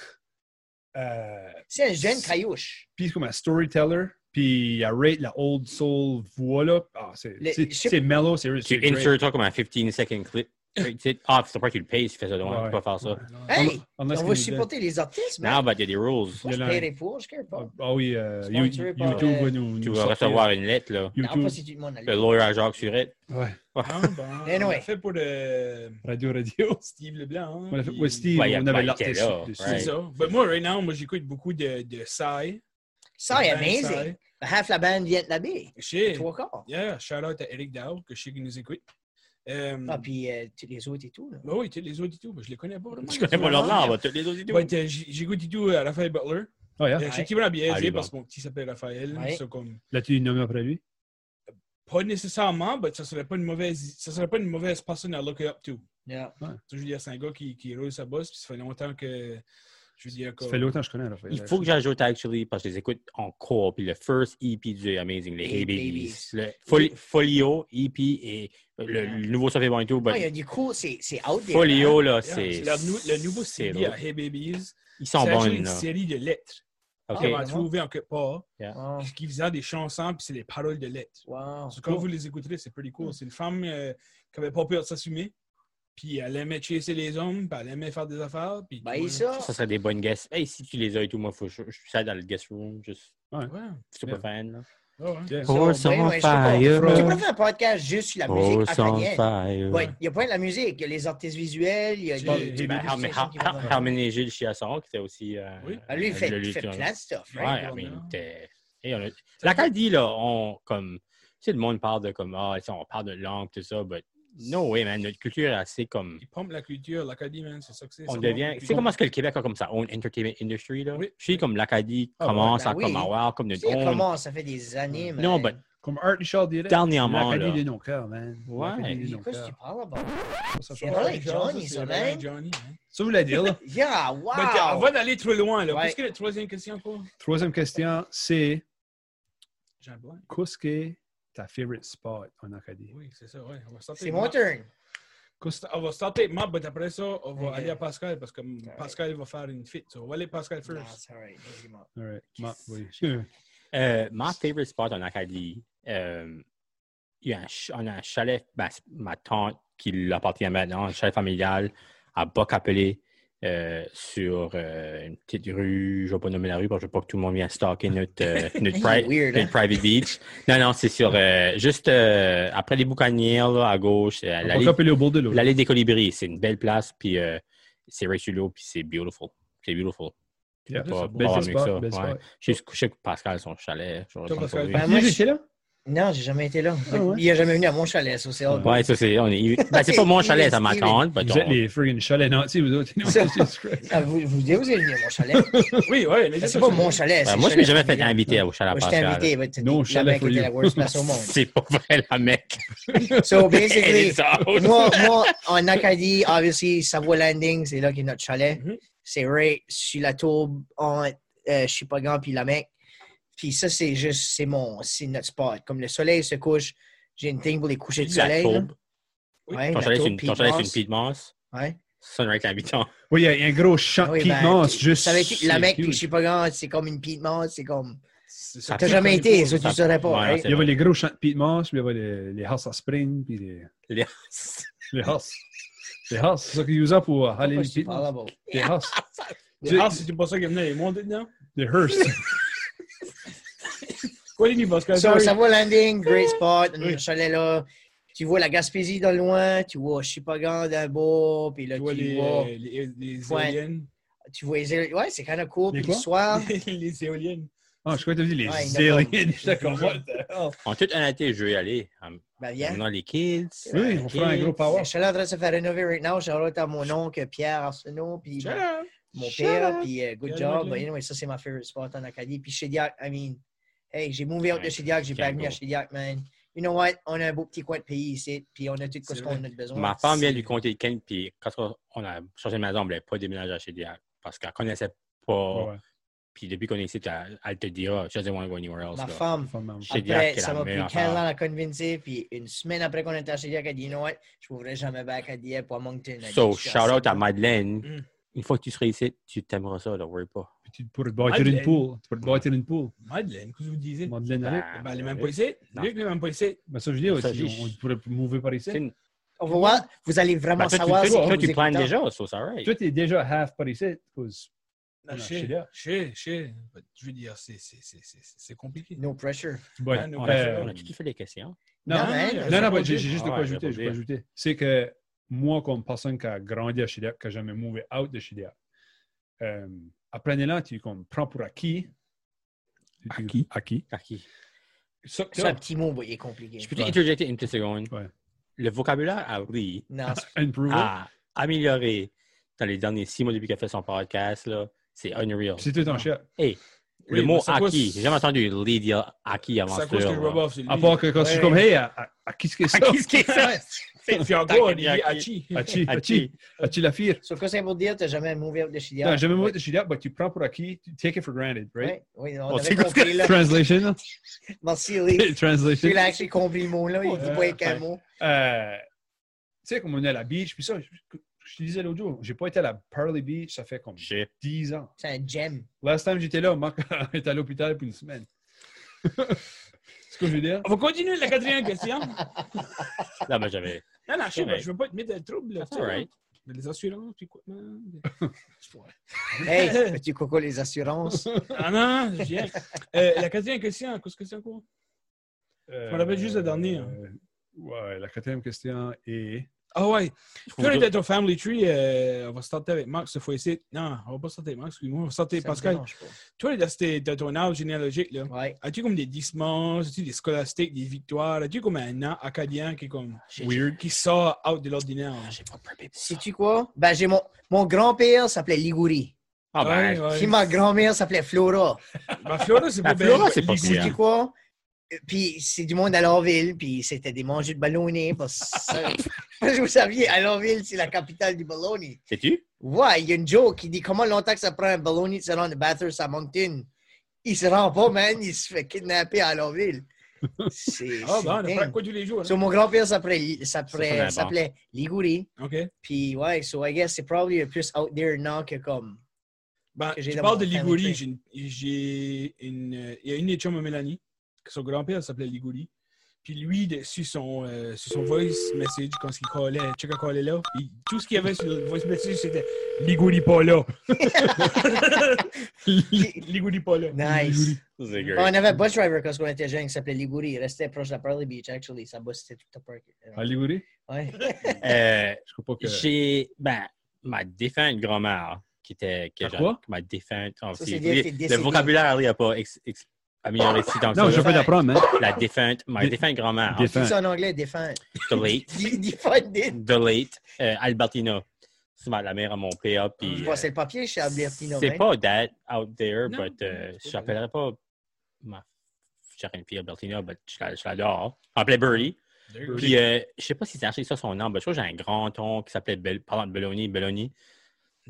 [SPEAKER 1] euh,
[SPEAKER 3] C'est un jeune caillouche.
[SPEAKER 1] puis c'est comme un storyteller, puis il rate la old soul voix là. Ah, c'est
[SPEAKER 3] Le-
[SPEAKER 1] c'est-
[SPEAKER 3] je sais-
[SPEAKER 1] c'est mellow, c'est
[SPEAKER 4] Tu
[SPEAKER 1] c'est great.
[SPEAKER 4] insert toi comme un 15
[SPEAKER 1] <laughs>
[SPEAKER 4] second clip. Tu sais, ah, c'est pas que tu le payes, tu fais ça, donc
[SPEAKER 1] Ouais.
[SPEAKER 4] tu peux pas faire ça.
[SPEAKER 3] Hey,
[SPEAKER 1] Unless
[SPEAKER 3] on
[SPEAKER 1] que
[SPEAKER 3] va
[SPEAKER 1] nous-
[SPEAKER 3] supporter les artistes, man.
[SPEAKER 4] Non, mais il y a des rules.
[SPEAKER 3] Moi, je
[SPEAKER 1] il y en a-
[SPEAKER 3] paierai pour, je ne pas.
[SPEAKER 1] Ah ah oui, euh, You-
[SPEAKER 3] Sponsored
[SPEAKER 1] YouTube
[SPEAKER 3] par, euh,
[SPEAKER 1] va nous.
[SPEAKER 4] Tu
[SPEAKER 1] nous
[SPEAKER 4] vas
[SPEAKER 1] sortir.
[SPEAKER 4] recevoir une lettre, là.
[SPEAKER 3] Non,
[SPEAKER 1] YouTube,
[SPEAKER 3] pas si tu demandes à lui.
[SPEAKER 4] Le lawyer à Jacques Surette.
[SPEAKER 1] ouais.
[SPEAKER 3] <laughs>
[SPEAKER 2] Hein, ben,
[SPEAKER 3] Anyway.
[SPEAKER 2] On l'a fait pour le
[SPEAKER 1] Radio Radio.
[SPEAKER 2] Steve Leblanc. hein,
[SPEAKER 1] On a fait
[SPEAKER 2] puis-
[SPEAKER 1] ouais, Steve,
[SPEAKER 4] Ouais, il y a
[SPEAKER 1] on avait
[SPEAKER 4] Mike
[SPEAKER 1] l'artiste.
[SPEAKER 4] Taylor,
[SPEAKER 1] dessus.
[SPEAKER 2] C'est
[SPEAKER 4] right.
[SPEAKER 2] ça. Mais moi, right now, moi, j'écoute beaucoup de, de Psy.
[SPEAKER 3] Ça, est
[SPEAKER 2] Ben
[SPEAKER 3] amazing.
[SPEAKER 2] Psy.
[SPEAKER 3] Half la bande vient de la baie.
[SPEAKER 2] Shit.
[SPEAKER 3] Trois quarts.
[SPEAKER 2] Yeah, shout out à Eric Dow, que je sais qu'il nous écoute. Euh,
[SPEAKER 3] Ah, puis euh, tous les autres et tout. là.
[SPEAKER 2] bah oui, tous les autres et tout. mais Je les connais pas vraiment.
[SPEAKER 4] Je connais pas leur nom, on va tous les autres idées.
[SPEAKER 2] Ouais, euh, j'ai- J'écoute du tout euh, Raphaël Butler.
[SPEAKER 1] Oh, yeah.
[SPEAKER 2] Euh, J'ai qui va bien
[SPEAKER 4] Ah, lui,
[SPEAKER 2] aider
[SPEAKER 4] bon.
[SPEAKER 2] parce que mon petit s'appelle Raphaël.
[SPEAKER 3] Ouais.
[SPEAKER 2] C'est comme
[SPEAKER 1] L'as-tu nommé après lui?
[SPEAKER 2] pas nécessairement, mais ça serait pas une mauvaise, ça serait pas une mauvaise personne à look up to.
[SPEAKER 3] Yeah.
[SPEAKER 2] Je veux dire, c'est un gars qui, qui roule sa bosse, puis ça fait longtemps que je veux dire
[SPEAKER 1] Ça
[SPEAKER 2] comme.
[SPEAKER 1] fait longtemps que je connais Raphaël.
[SPEAKER 4] Il faut que j'ajoute, actually, parce que je les écoute encore. Puis le first EP du Amazing, les Hey
[SPEAKER 3] Hey
[SPEAKER 4] Babies.
[SPEAKER 3] Babies.
[SPEAKER 4] Le Fol- Folio EP et le, le nouveau Sophie Bon et tout. but
[SPEAKER 3] Ah, il y a des cours, c'est c'est out there. hein.
[SPEAKER 4] Folio, là,
[SPEAKER 2] Yeah,
[SPEAKER 4] c'est.
[SPEAKER 2] Ah, c'est leur nou- le nouveau
[SPEAKER 4] c'est
[SPEAKER 2] CD à
[SPEAKER 4] drôle.
[SPEAKER 2] Hey Babies.
[SPEAKER 4] Ils
[SPEAKER 2] C'est
[SPEAKER 4] sont bons,
[SPEAKER 2] actually une
[SPEAKER 4] là.
[SPEAKER 2] série de lettres.
[SPEAKER 4] OK.
[SPEAKER 2] qu'on
[SPEAKER 3] Ah,
[SPEAKER 2] a
[SPEAKER 3] vraiment?
[SPEAKER 2] trouvé en quelque part.
[SPEAKER 3] hein.
[SPEAKER 2] Puis qui faisait des chansons, puis c'est des paroles de lettres.
[SPEAKER 3] Wow.
[SPEAKER 2] Parce que quand vous les écouterez, c'est pretty
[SPEAKER 4] Mm.
[SPEAKER 2] cool. C'est une femme euh, qui avait pas peur de s'assumer. Puis elle aimait chasser les hommes, puis elle aimait faire des affaires. Puis
[SPEAKER 3] Ben, ça.
[SPEAKER 4] Ça serait des bonnes guests. Hey, si tu les as et tout, moi, faut, je, je suis ça dans le guest room. Juste
[SPEAKER 2] Ouais.
[SPEAKER 4] super fan, là.
[SPEAKER 2] ouais, ouais.
[SPEAKER 1] Yeah.
[SPEAKER 3] Pour
[SPEAKER 4] Horse
[SPEAKER 3] ben,
[SPEAKER 4] on
[SPEAKER 3] ouais, je sais pas.
[SPEAKER 4] fire.
[SPEAKER 3] Mais Tu pourrais faire un podcast juste
[SPEAKER 4] Oh,
[SPEAKER 3] sur la musique
[SPEAKER 4] Horse on
[SPEAKER 3] acadienne.
[SPEAKER 4] fire.
[SPEAKER 3] Ouais, Il y a pas de la musique, il y a les artistes visuels, il y a
[SPEAKER 2] Ben,
[SPEAKER 3] des-
[SPEAKER 2] ben,
[SPEAKER 3] des euh,
[SPEAKER 4] Ben,
[SPEAKER 3] musiciens
[SPEAKER 4] Harmony-
[SPEAKER 3] qui vont dans-
[SPEAKER 4] Har- Harmony Gilles Chiasson, qui était aussi. euh,
[SPEAKER 2] Oui.
[SPEAKER 3] Ah, Lui, il fait,
[SPEAKER 4] je
[SPEAKER 3] il
[SPEAKER 4] l'ai
[SPEAKER 3] fait
[SPEAKER 4] lu,
[SPEAKER 3] plein de stuff.
[SPEAKER 4] Ouais,
[SPEAKER 3] right?
[SPEAKER 2] Right,
[SPEAKER 4] mais
[SPEAKER 2] on a-
[SPEAKER 4] t'es- hey, on a- L'Acadie, là, on comme. Tu sais, le monde parle de comme ah, tu sais, on parle de langue, tout ça, mais no way, man. Notre culture est assez comme.
[SPEAKER 2] Ils pompent la culture, l'acadie, man, c'est ça que c'est.
[SPEAKER 4] On
[SPEAKER 2] ça,
[SPEAKER 4] devient.
[SPEAKER 2] la
[SPEAKER 4] Tu sais
[SPEAKER 2] culture.
[SPEAKER 4] comment est-ce que le Québec a comme sa own entertainment industry, là?
[SPEAKER 2] Oui.
[SPEAKER 4] Je sais comme l'Acadie
[SPEAKER 1] Ah,
[SPEAKER 4] commence
[SPEAKER 3] ben
[SPEAKER 4] à comme
[SPEAKER 3] oui.
[SPEAKER 4] avoir comme
[SPEAKER 3] Tu
[SPEAKER 4] notre
[SPEAKER 3] sais,
[SPEAKER 4] own.
[SPEAKER 3] comment ça fait des années, man.
[SPEAKER 4] Non, but-
[SPEAKER 1] Comme Art Richard dirait.
[SPEAKER 4] Dernièrement,
[SPEAKER 1] L'Acadie
[SPEAKER 4] là.
[SPEAKER 1] des non-cœurs, man.
[SPEAKER 4] Ouais.
[SPEAKER 1] L'Acadie des
[SPEAKER 3] De quoi est-ce
[SPEAKER 1] non-cœurs.
[SPEAKER 3] que tu parles, bon?
[SPEAKER 1] Ça,
[SPEAKER 3] C'est
[SPEAKER 1] je-
[SPEAKER 3] vrai.
[SPEAKER 2] Ouais, genre,
[SPEAKER 3] Johnny,
[SPEAKER 2] c'est
[SPEAKER 3] ça,
[SPEAKER 2] vrai,
[SPEAKER 3] man.
[SPEAKER 2] Johnny, hein.
[SPEAKER 1] Ça, vous la dire, là.
[SPEAKER 3] Yeah,
[SPEAKER 2] Ben, t'es-
[SPEAKER 3] wow!
[SPEAKER 2] Avant d'aller trop loin, là,
[SPEAKER 3] Ouais.
[SPEAKER 2] qu'est-ce que la troisième question, quoi?
[SPEAKER 1] Troisième question, c'est
[SPEAKER 2] J'ai un blanc.
[SPEAKER 1] qu'est-ce que est ta favorite spot en Acadie?
[SPEAKER 2] Oui, c'est ça, ouais. On va starter
[SPEAKER 3] C'est
[SPEAKER 2] avec
[SPEAKER 3] mon
[SPEAKER 2] Marc.
[SPEAKER 3] turn.
[SPEAKER 1] Qu'est-ce
[SPEAKER 2] On va starter avec Marc, mais après ça, on va
[SPEAKER 3] Ok.
[SPEAKER 2] aller à Pascal, parce que
[SPEAKER 3] right.
[SPEAKER 2] Pascal va faire une fit. So, on va aller Pascal
[SPEAKER 3] Non,
[SPEAKER 2] first.
[SPEAKER 3] c'est all right, vas-y, Marc.
[SPEAKER 1] All right. Ma- oui.
[SPEAKER 4] Euh, my favorite spot en Acadie, euh, il y a un, ch- on a un chalet, ben, c'est ma tante qui l'appartient maintenant, un chalet familial à Boc-Appelé euh, sur euh, une petite rue, je ne vais pas nommer la rue parce que je veux pas que tout le monde vienne stalker notre,
[SPEAKER 3] <laughs>
[SPEAKER 4] euh, notre, pri-
[SPEAKER 3] Weird,
[SPEAKER 4] notre
[SPEAKER 3] hein?
[SPEAKER 4] private beach. Non, non, c'est sur euh, juste euh, après les boucaniers là, à gauche, euh,
[SPEAKER 1] On va
[SPEAKER 4] l'allée,
[SPEAKER 1] copier au bout de l'eau.
[SPEAKER 4] l'allée des colibris, c'est une belle place, puis euh, c'est reculé, puis c'est beautiful. C'est beautiful.
[SPEAKER 1] Yeah.
[SPEAKER 4] Pas- pas
[SPEAKER 1] Belle
[SPEAKER 4] mieux que
[SPEAKER 1] spot,
[SPEAKER 4] ça,
[SPEAKER 1] belle
[SPEAKER 4] ouais.
[SPEAKER 1] spot.
[SPEAKER 4] Je suis couché avec Pascal à son chalet. je
[SPEAKER 2] Toi,
[SPEAKER 4] ressemble pas
[SPEAKER 2] Pascal,
[SPEAKER 4] lui.
[SPEAKER 2] ben,
[SPEAKER 1] Tu
[SPEAKER 3] moi,
[SPEAKER 1] es
[SPEAKER 3] je-
[SPEAKER 1] juste là?
[SPEAKER 3] Non, j'ai jamais été là.
[SPEAKER 1] Ah ouais?
[SPEAKER 3] Il n'est jamais venu à mon chalet, ça, c'est all.
[SPEAKER 4] Ouais, ça c'est.
[SPEAKER 3] <laughs>
[SPEAKER 4] On est... ben, c'est pas mon chalet, ça m'attend.
[SPEAKER 1] Vous êtes les friggin' chalets nantis, vous
[SPEAKER 3] <laughs>
[SPEAKER 1] autres.
[SPEAKER 3] Ça-
[SPEAKER 1] Jesus Christ.
[SPEAKER 3] Ah, vous, vous, vous êtes venu à mon
[SPEAKER 4] <laughs>
[SPEAKER 3] chalet.
[SPEAKER 2] Oui, oui, mais
[SPEAKER 3] Ben, c'est pas mon chalet. c'est
[SPEAKER 4] Bah, moi, je
[SPEAKER 3] chalet
[SPEAKER 4] m'ai jamais fait
[SPEAKER 3] familial.
[SPEAKER 4] inviter au chalet à
[SPEAKER 3] Moi, je t'ai
[SPEAKER 4] Pascal.
[SPEAKER 3] invité, mais t'as dit
[SPEAKER 1] Non,
[SPEAKER 3] que la
[SPEAKER 1] chalet
[SPEAKER 3] mec
[SPEAKER 1] for
[SPEAKER 3] était
[SPEAKER 1] you.
[SPEAKER 3] la worst place
[SPEAKER 1] <laughs>
[SPEAKER 3] au monde.
[SPEAKER 4] <laughs> C'est pas vrai, la mec.
[SPEAKER 3] <laughs> So,
[SPEAKER 4] Elle
[SPEAKER 3] basically,
[SPEAKER 4] est
[SPEAKER 3] <laughs>
[SPEAKER 4] out. <laughs>
[SPEAKER 3] moi, moi, en Acadie, obviously, Savoie Landing, c'est là qu'est notre chalet.
[SPEAKER 4] Mm-hmm.
[SPEAKER 2] Mhm.
[SPEAKER 3] C'est right sur la tourbe entre euh, Chipagan puis la Mecque. Puis ça, c'est juste, c'est mon, c'est notre spot. Comme le soleil se couche, j'ai une thing pour les couchers de
[SPEAKER 4] La
[SPEAKER 3] soleil.
[SPEAKER 4] tourbe.
[SPEAKER 3] là.
[SPEAKER 2] Oui.
[SPEAKER 3] Ouais,
[SPEAKER 4] Ton
[SPEAKER 3] la
[SPEAKER 4] chalet, c'est
[SPEAKER 3] tourbe,
[SPEAKER 4] une,
[SPEAKER 3] puis
[SPEAKER 4] ton chalet, c'est
[SPEAKER 3] Mars.
[SPEAKER 4] une Pete Moss.
[SPEAKER 3] Ouais.
[SPEAKER 4] Ça avec l'habitant.
[SPEAKER 1] Oui, il y a un gros champ
[SPEAKER 3] Ah
[SPEAKER 1] de
[SPEAKER 3] oui, ben,
[SPEAKER 1] Piedmont,
[SPEAKER 3] tu-
[SPEAKER 1] juste.
[SPEAKER 3] Ça va être la
[SPEAKER 1] c'est
[SPEAKER 3] mec,
[SPEAKER 1] huge.
[SPEAKER 3] puis je sais pas grand, c'est comme une Piedmont, c'est comme.
[SPEAKER 4] Ça
[SPEAKER 3] T'as
[SPEAKER 4] fait
[SPEAKER 3] jamais été, ça, tu
[SPEAKER 4] ça-
[SPEAKER 3] saurais pas.
[SPEAKER 4] Ouais,
[SPEAKER 3] right?
[SPEAKER 4] c'est-
[SPEAKER 1] Il y avait les gros champs de Piedmont, puis il y avait les, les House à Spring, puis les,
[SPEAKER 4] Les- <laughs>
[SPEAKER 1] les House. Les House, c'est ça qu'ils usaient pour aller
[SPEAKER 3] Pourquoi
[SPEAKER 1] les
[SPEAKER 3] je te parle
[SPEAKER 1] Piedmont.
[SPEAKER 3] là-bas?
[SPEAKER 1] Les House.
[SPEAKER 2] Les Hars, c'est pas ça qui venait les monter
[SPEAKER 3] <laughs>
[SPEAKER 2] dedans.
[SPEAKER 1] Les Hearst.
[SPEAKER 2] Quoi, les nuits, Pascal?
[SPEAKER 3] So,
[SPEAKER 2] Sorry.
[SPEAKER 3] Savoie Landing, great spot,
[SPEAKER 2] Oui.
[SPEAKER 3] un chalet là. Tu vois la Gaspésie dans le loin, tu vois Chipagan d'un bord, puis là,
[SPEAKER 2] Tu
[SPEAKER 3] tu
[SPEAKER 2] vois
[SPEAKER 3] vois.
[SPEAKER 2] les, euh, les, les
[SPEAKER 3] Ouais.
[SPEAKER 2] éoliennes.
[SPEAKER 3] Tu vois les éoliennes. Ouais, c'est kind of cool.
[SPEAKER 1] Les
[SPEAKER 3] Puis le
[SPEAKER 1] quoi?
[SPEAKER 3] soir,
[SPEAKER 2] <laughs> les éoliennes.
[SPEAKER 1] Ah, je crois que tu as dit les
[SPEAKER 3] Ouais, il y en a
[SPEAKER 1] aliens. <laughs> J'étais comme,
[SPEAKER 3] <laughs>
[SPEAKER 1] what the hell?
[SPEAKER 4] En toute honnêteté, je vais y aller. En
[SPEAKER 3] ben viens.
[SPEAKER 4] amenant les kids.
[SPEAKER 1] Oui, on
[SPEAKER 4] Ok.
[SPEAKER 1] fera un gros
[SPEAKER 3] Le
[SPEAKER 1] power.
[SPEAKER 3] chalet est en train de se faire rénover right now. Shout-out à mon oncle Pierre Arsenault, puis
[SPEAKER 2] Shut
[SPEAKER 3] mon,
[SPEAKER 2] up.
[SPEAKER 3] mon
[SPEAKER 2] Shut
[SPEAKER 3] père,
[SPEAKER 2] up.
[SPEAKER 3] puis euh, good
[SPEAKER 2] Pierre
[SPEAKER 3] job.
[SPEAKER 2] Lemaire.
[SPEAKER 3] But anyway, ça, c'est ma favorite spot en Acadie. Puis Shediac, I mean, Hey, j'ai mouvé out de
[SPEAKER 4] Ouais,
[SPEAKER 3] Shediac, j'ai pas
[SPEAKER 4] Chicago.
[SPEAKER 3] venu à Shediac, man. You know what? On a un beau petit coin de pays ici, puis on a tout
[SPEAKER 2] C'est
[SPEAKER 3] ce qu'on
[SPEAKER 2] vrai.
[SPEAKER 3] a de besoin.
[SPEAKER 4] Ma femme vient
[SPEAKER 2] c'est-
[SPEAKER 4] du comté de Kent, puis quand on a changé de maison, on ne voulait pas déménager à chez Diac parce qu'elle ne connaissait pas.
[SPEAKER 1] Ouais,
[SPEAKER 4] Puis depuis qu'on est ici, elle, elle te dira, she doesn't want to go anywhere else.
[SPEAKER 3] Ma
[SPEAKER 4] là.
[SPEAKER 3] femme.
[SPEAKER 1] enfin, maman.
[SPEAKER 4] Chez Diac,
[SPEAKER 3] Après,
[SPEAKER 4] c'est
[SPEAKER 3] ça
[SPEAKER 4] la
[SPEAKER 3] m'a pris
[SPEAKER 4] meilleure
[SPEAKER 3] 15 ans à
[SPEAKER 4] affaire.
[SPEAKER 3] la convaincre, puis une semaine après qu'on était à Shediac, elle dit, you know what? Je m'ouvrais jamais back à Dieppe ou à Moncton. Elle dit,
[SPEAKER 4] So,
[SPEAKER 3] Je suis
[SPEAKER 4] shout out
[SPEAKER 3] assez-
[SPEAKER 4] à Madeleine.
[SPEAKER 2] Mm.
[SPEAKER 4] Une fois que tu seras ici, tu t'aimeras ça, là, worry pas.
[SPEAKER 1] Puis tu pourrais te bâtir une
[SPEAKER 2] Madeleine.
[SPEAKER 1] poule. Tu pourrais te bâtir une poule.
[SPEAKER 2] Madeleine, qu'est-ce que vous disiez?
[SPEAKER 1] Madeleine
[SPEAKER 4] Ben,
[SPEAKER 1] avec.
[SPEAKER 2] Ben, elle est même pas ici.
[SPEAKER 4] Non.
[SPEAKER 2] Luc n'est même pas ici.
[SPEAKER 1] Ben, ça, je dis
[SPEAKER 4] Ça,
[SPEAKER 1] aussi,
[SPEAKER 4] j'ai-
[SPEAKER 1] on, on pourrait mouver par ici.
[SPEAKER 4] C'est une-
[SPEAKER 3] On va voir, vous allez vraiment
[SPEAKER 4] Ben, toi, tu-
[SPEAKER 3] savoir.
[SPEAKER 4] toi,
[SPEAKER 3] si
[SPEAKER 4] toi,
[SPEAKER 3] vous
[SPEAKER 4] tu planes
[SPEAKER 3] écoutez.
[SPEAKER 4] déjà, so c'est right.
[SPEAKER 1] Toi, t'es déjà half par ici. cause-
[SPEAKER 2] Non,
[SPEAKER 1] Non,
[SPEAKER 2] je
[SPEAKER 1] chez
[SPEAKER 2] sais,
[SPEAKER 1] là.
[SPEAKER 2] je sais, je sais. Ben, Je veux dire, c'est- c'est- c'est c'est- c'est compliqué.
[SPEAKER 3] No pressure.
[SPEAKER 1] Ouais,
[SPEAKER 2] Ah, nous,
[SPEAKER 1] on
[SPEAKER 2] ben,
[SPEAKER 1] a-
[SPEAKER 2] ça,
[SPEAKER 4] On a tout fait les questions.
[SPEAKER 1] Non,
[SPEAKER 3] Non, mais-
[SPEAKER 2] il y
[SPEAKER 1] Non,
[SPEAKER 2] a
[SPEAKER 1] non,
[SPEAKER 2] pas
[SPEAKER 1] mais j'ai
[SPEAKER 2] de-
[SPEAKER 1] j'ai juste de
[SPEAKER 4] Ah
[SPEAKER 1] quoi
[SPEAKER 4] ouais,
[SPEAKER 1] ajouter.
[SPEAKER 4] j'ai
[SPEAKER 1] j'ai quoi
[SPEAKER 4] pas
[SPEAKER 1] ajouter. C'est que moi, comme personne qui a grandi à Chidiac, que j'ai jamais mouvé out de Chidiac, euh, apprenez là, tu comme, prends pour acquis. Tu-
[SPEAKER 2] Acquis?
[SPEAKER 1] Acquis.
[SPEAKER 4] Par qui?
[SPEAKER 1] Ça,
[SPEAKER 3] C'est un petit mot, mais il est compliqué.
[SPEAKER 4] Je peux interjecter une petite seconde.
[SPEAKER 1] Ouais.
[SPEAKER 4] Le vocabulaire a ri, <laughs>
[SPEAKER 3] Non, c'est-
[SPEAKER 1] Improve.
[SPEAKER 4] a amélioré dans les derniers six mois depuis qu'elle fait son podcast, là. C'est unreal.
[SPEAKER 1] C'est tout en chien.
[SPEAKER 4] Le
[SPEAKER 2] Oui,
[SPEAKER 4] mot
[SPEAKER 2] mais c'est à cause-
[SPEAKER 4] acquis. J'ai jamais entendu Lydia acquis avant
[SPEAKER 2] C'est à
[SPEAKER 4] ça.
[SPEAKER 2] cause que je
[SPEAKER 4] là.
[SPEAKER 2] rub off, c'est lui.
[SPEAKER 1] À part que quand je suis comme, hey, à- à- acquis ce que ça?
[SPEAKER 4] Acquis, ce qui est ça?
[SPEAKER 2] Et puis
[SPEAKER 4] Tac,
[SPEAKER 2] encore, il dit
[SPEAKER 4] Jackie.
[SPEAKER 2] Hachi.
[SPEAKER 1] Acquis, acquis,
[SPEAKER 4] Acquis.
[SPEAKER 1] acquis la fire.
[SPEAKER 3] Sauf que c'est pour dire, t'as jamais mouvé out de Chidiac.
[SPEAKER 1] Non, j'ai jamais mouvé de Chidiac, mais tu prends pour acquis, tu take it for granted, right?
[SPEAKER 3] Ouais, Oui,
[SPEAKER 4] On
[SPEAKER 3] on
[SPEAKER 4] sait
[SPEAKER 3] avait
[SPEAKER 4] quoi
[SPEAKER 3] compris, là.
[SPEAKER 1] Translation. là.
[SPEAKER 3] Merci,
[SPEAKER 4] <laughs>
[SPEAKER 3] Lee.
[SPEAKER 1] Translation.
[SPEAKER 3] Tu l'as actually compris le mot, là. Il ne dit
[SPEAKER 1] Ouais.
[SPEAKER 3] pas avec un mot.
[SPEAKER 1] Euh, tu sais, comme on est à la beach, puis ça, je, je te disais l'autre jour, j'ai pas été à la Pearly Beach, ça fait comme
[SPEAKER 4] Shit.
[SPEAKER 1] 10 ans.
[SPEAKER 3] C'est un gem.
[SPEAKER 1] Last time j'étais là, Marc <laughs> était à l'hôpital pour une semaine. C'est ce que je veux dire?
[SPEAKER 2] On va continuer la quatrième question. Non,
[SPEAKER 4] Non, mais j'avais.
[SPEAKER 2] non, je sais pas,
[SPEAKER 4] Correct.
[SPEAKER 2] je veux pas te mettre dans le trouble. là,
[SPEAKER 4] That's
[SPEAKER 2] tu sais,
[SPEAKER 4] alright.
[SPEAKER 2] là. Les assurances, puis quoi. non. Je sais pas.
[SPEAKER 4] <laughs>
[SPEAKER 3] Hey, fais-tu coco les assurances?
[SPEAKER 2] Ah non, je viens. Euh, La quatrième question, qu'est-ce que c'est encore?
[SPEAKER 1] Euh,
[SPEAKER 2] me rappelle juste la dernière.
[SPEAKER 1] euh, ouais, la quatrième question est.
[SPEAKER 2] Ah ouais,
[SPEAKER 4] Je trouve
[SPEAKER 2] Quel
[SPEAKER 4] que-
[SPEAKER 2] était ton family tree? euh, on va starter avec Max cette fois-ci. Non, on va pas starter avec Max, excuse-moi. On va starter
[SPEAKER 3] Ça me
[SPEAKER 2] Pascal.
[SPEAKER 3] dérange pas.
[SPEAKER 2] Toi, dans tes- dans ton arbre généalogique, là,
[SPEAKER 3] Ouais.
[SPEAKER 2] as-tu comme des dismanches, as-tu des scolastiques, des victoires? As-tu comme un an acadien qui est comme
[SPEAKER 1] Weird.
[SPEAKER 2] qui sort out de l'ordinaire?
[SPEAKER 4] Ah, J'ai pas preppé pour ça.
[SPEAKER 3] Sais-tu quoi? Ben, j'ai mon, mon grand-père s'appelait Liguri.
[SPEAKER 4] Ah, ben.
[SPEAKER 2] Ouais, ouais.
[SPEAKER 3] Puis ma grand-mère s'appelait Flora.
[SPEAKER 2] Ma Flora, c'est pas
[SPEAKER 4] La Flora,
[SPEAKER 2] belle.
[SPEAKER 4] c'est pas
[SPEAKER 2] Liguri.
[SPEAKER 4] bien.
[SPEAKER 3] Sais-tu quoi? Euh, Puis c'est du monde à Lorville, puis c'était des mangeurs de ballonnet. Parce que je vous saviez, à Lorville, c'est la capitale du ballonnet.
[SPEAKER 4] Sais-tu?
[SPEAKER 3] Ouais, il y a une joke qui dit comment longtemps que ça prend un ballonnet de se rendre de Bathurst à Moncton. Il se rend pas, man, il se fait kidnapper à Lorville. C'est.
[SPEAKER 2] Ah,
[SPEAKER 3] c'est
[SPEAKER 2] ben, on apprend
[SPEAKER 3] dingue.
[SPEAKER 2] quoi tous les jours? hein?
[SPEAKER 3] So, mon grand-père s'appelait-
[SPEAKER 4] Ça, ça
[SPEAKER 3] s'appelait
[SPEAKER 4] sonne
[SPEAKER 3] s'appelait Liguri.
[SPEAKER 2] OK.
[SPEAKER 3] Puis ouais, so I guess c'est probably le plus out there now que comme.
[SPEAKER 2] Ben,
[SPEAKER 3] que j'ai
[SPEAKER 2] tu
[SPEAKER 3] dans
[SPEAKER 2] parles
[SPEAKER 3] mon
[SPEAKER 2] de
[SPEAKER 3] family
[SPEAKER 2] Liguri.
[SPEAKER 3] tree.
[SPEAKER 2] j'ai une- J'ai une. euh, Il y a une des chums à Mélanie, que son grand-père s'appelait Liguri. Puis lui, de- sur son, euh, sur son voice message, quand il callait, check a callait là, il- tout ce qu'il y avait sur le voice message, c'était Liguri pas
[SPEAKER 3] <laughs>
[SPEAKER 2] là. <laughs> Liguri pas là.
[SPEAKER 3] Nice.
[SPEAKER 4] C'est
[SPEAKER 3] Bon, on avait un bus driver quand on était jeune qui s'appelait Liguri. Il restait proche de la Pearly Beach, actually. Sa bosse, c'était tout à parc.
[SPEAKER 4] Ah,
[SPEAKER 1] À Ligourie?
[SPEAKER 3] Ouais.
[SPEAKER 4] Euh,
[SPEAKER 1] Je crois pas que.
[SPEAKER 4] J'ai ben, ma défunte grand-mère qui était. Que
[SPEAKER 1] Ta
[SPEAKER 4] j'en-
[SPEAKER 1] quoi?
[SPEAKER 4] Ma défunte. oh,
[SPEAKER 3] Ça,
[SPEAKER 4] c'est-
[SPEAKER 3] c'est bien
[SPEAKER 4] oui,
[SPEAKER 3] fait
[SPEAKER 4] le
[SPEAKER 3] décédé.
[SPEAKER 4] vocabulaire, il n'y a pas ex- ex- amélioré si tant que
[SPEAKER 1] Non,
[SPEAKER 4] ça,
[SPEAKER 1] je
[SPEAKER 4] là.
[SPEAKER 1] vais d'apprendre, hein?
[SPEAKER 4] La défunte, ma
[SPEAKER 1] Dé-
[SPEAKER 4] défunte grand-mère.
[SPEAKER 1] Défunte.
[SPEAKER 3] Tout ça en anglais, défend.
[SPEAKER 4] Delete.
[SPEAKER 3] Defunded.
[SPEAKER 4] Delete. euh, Albertina. C'est ma- la mère à mon PA.
[SPEAKER 3] Je
[SPEAKER 4] Puis, euh,
[SPEAKER 3] passais le papier chez Albertino.
[SPEAKER 4] c'est
[SPEAKER 3] hein.
[SPEAKER 4] pas that out there,
[SPEAKER 2] Non,
[SPEAKER 4] but
[SPEAKER 2] non,
[SPEAKER 4] euh,
[SPEAKER 2] c'est
[SPEAKER 4] je
[SPEAKER 2] pas
[SPEAKER 4] l'appellerais pas ma. J'ai rien fille Albertina, but je la- je l'adore. Je l'appelais Birdie. Puis, euh, je sais pas si c'est acheté ça son nom, mais je crois que j'ai un grand ton qui s'appelait, Bel- parlant de Belloni, Belloni,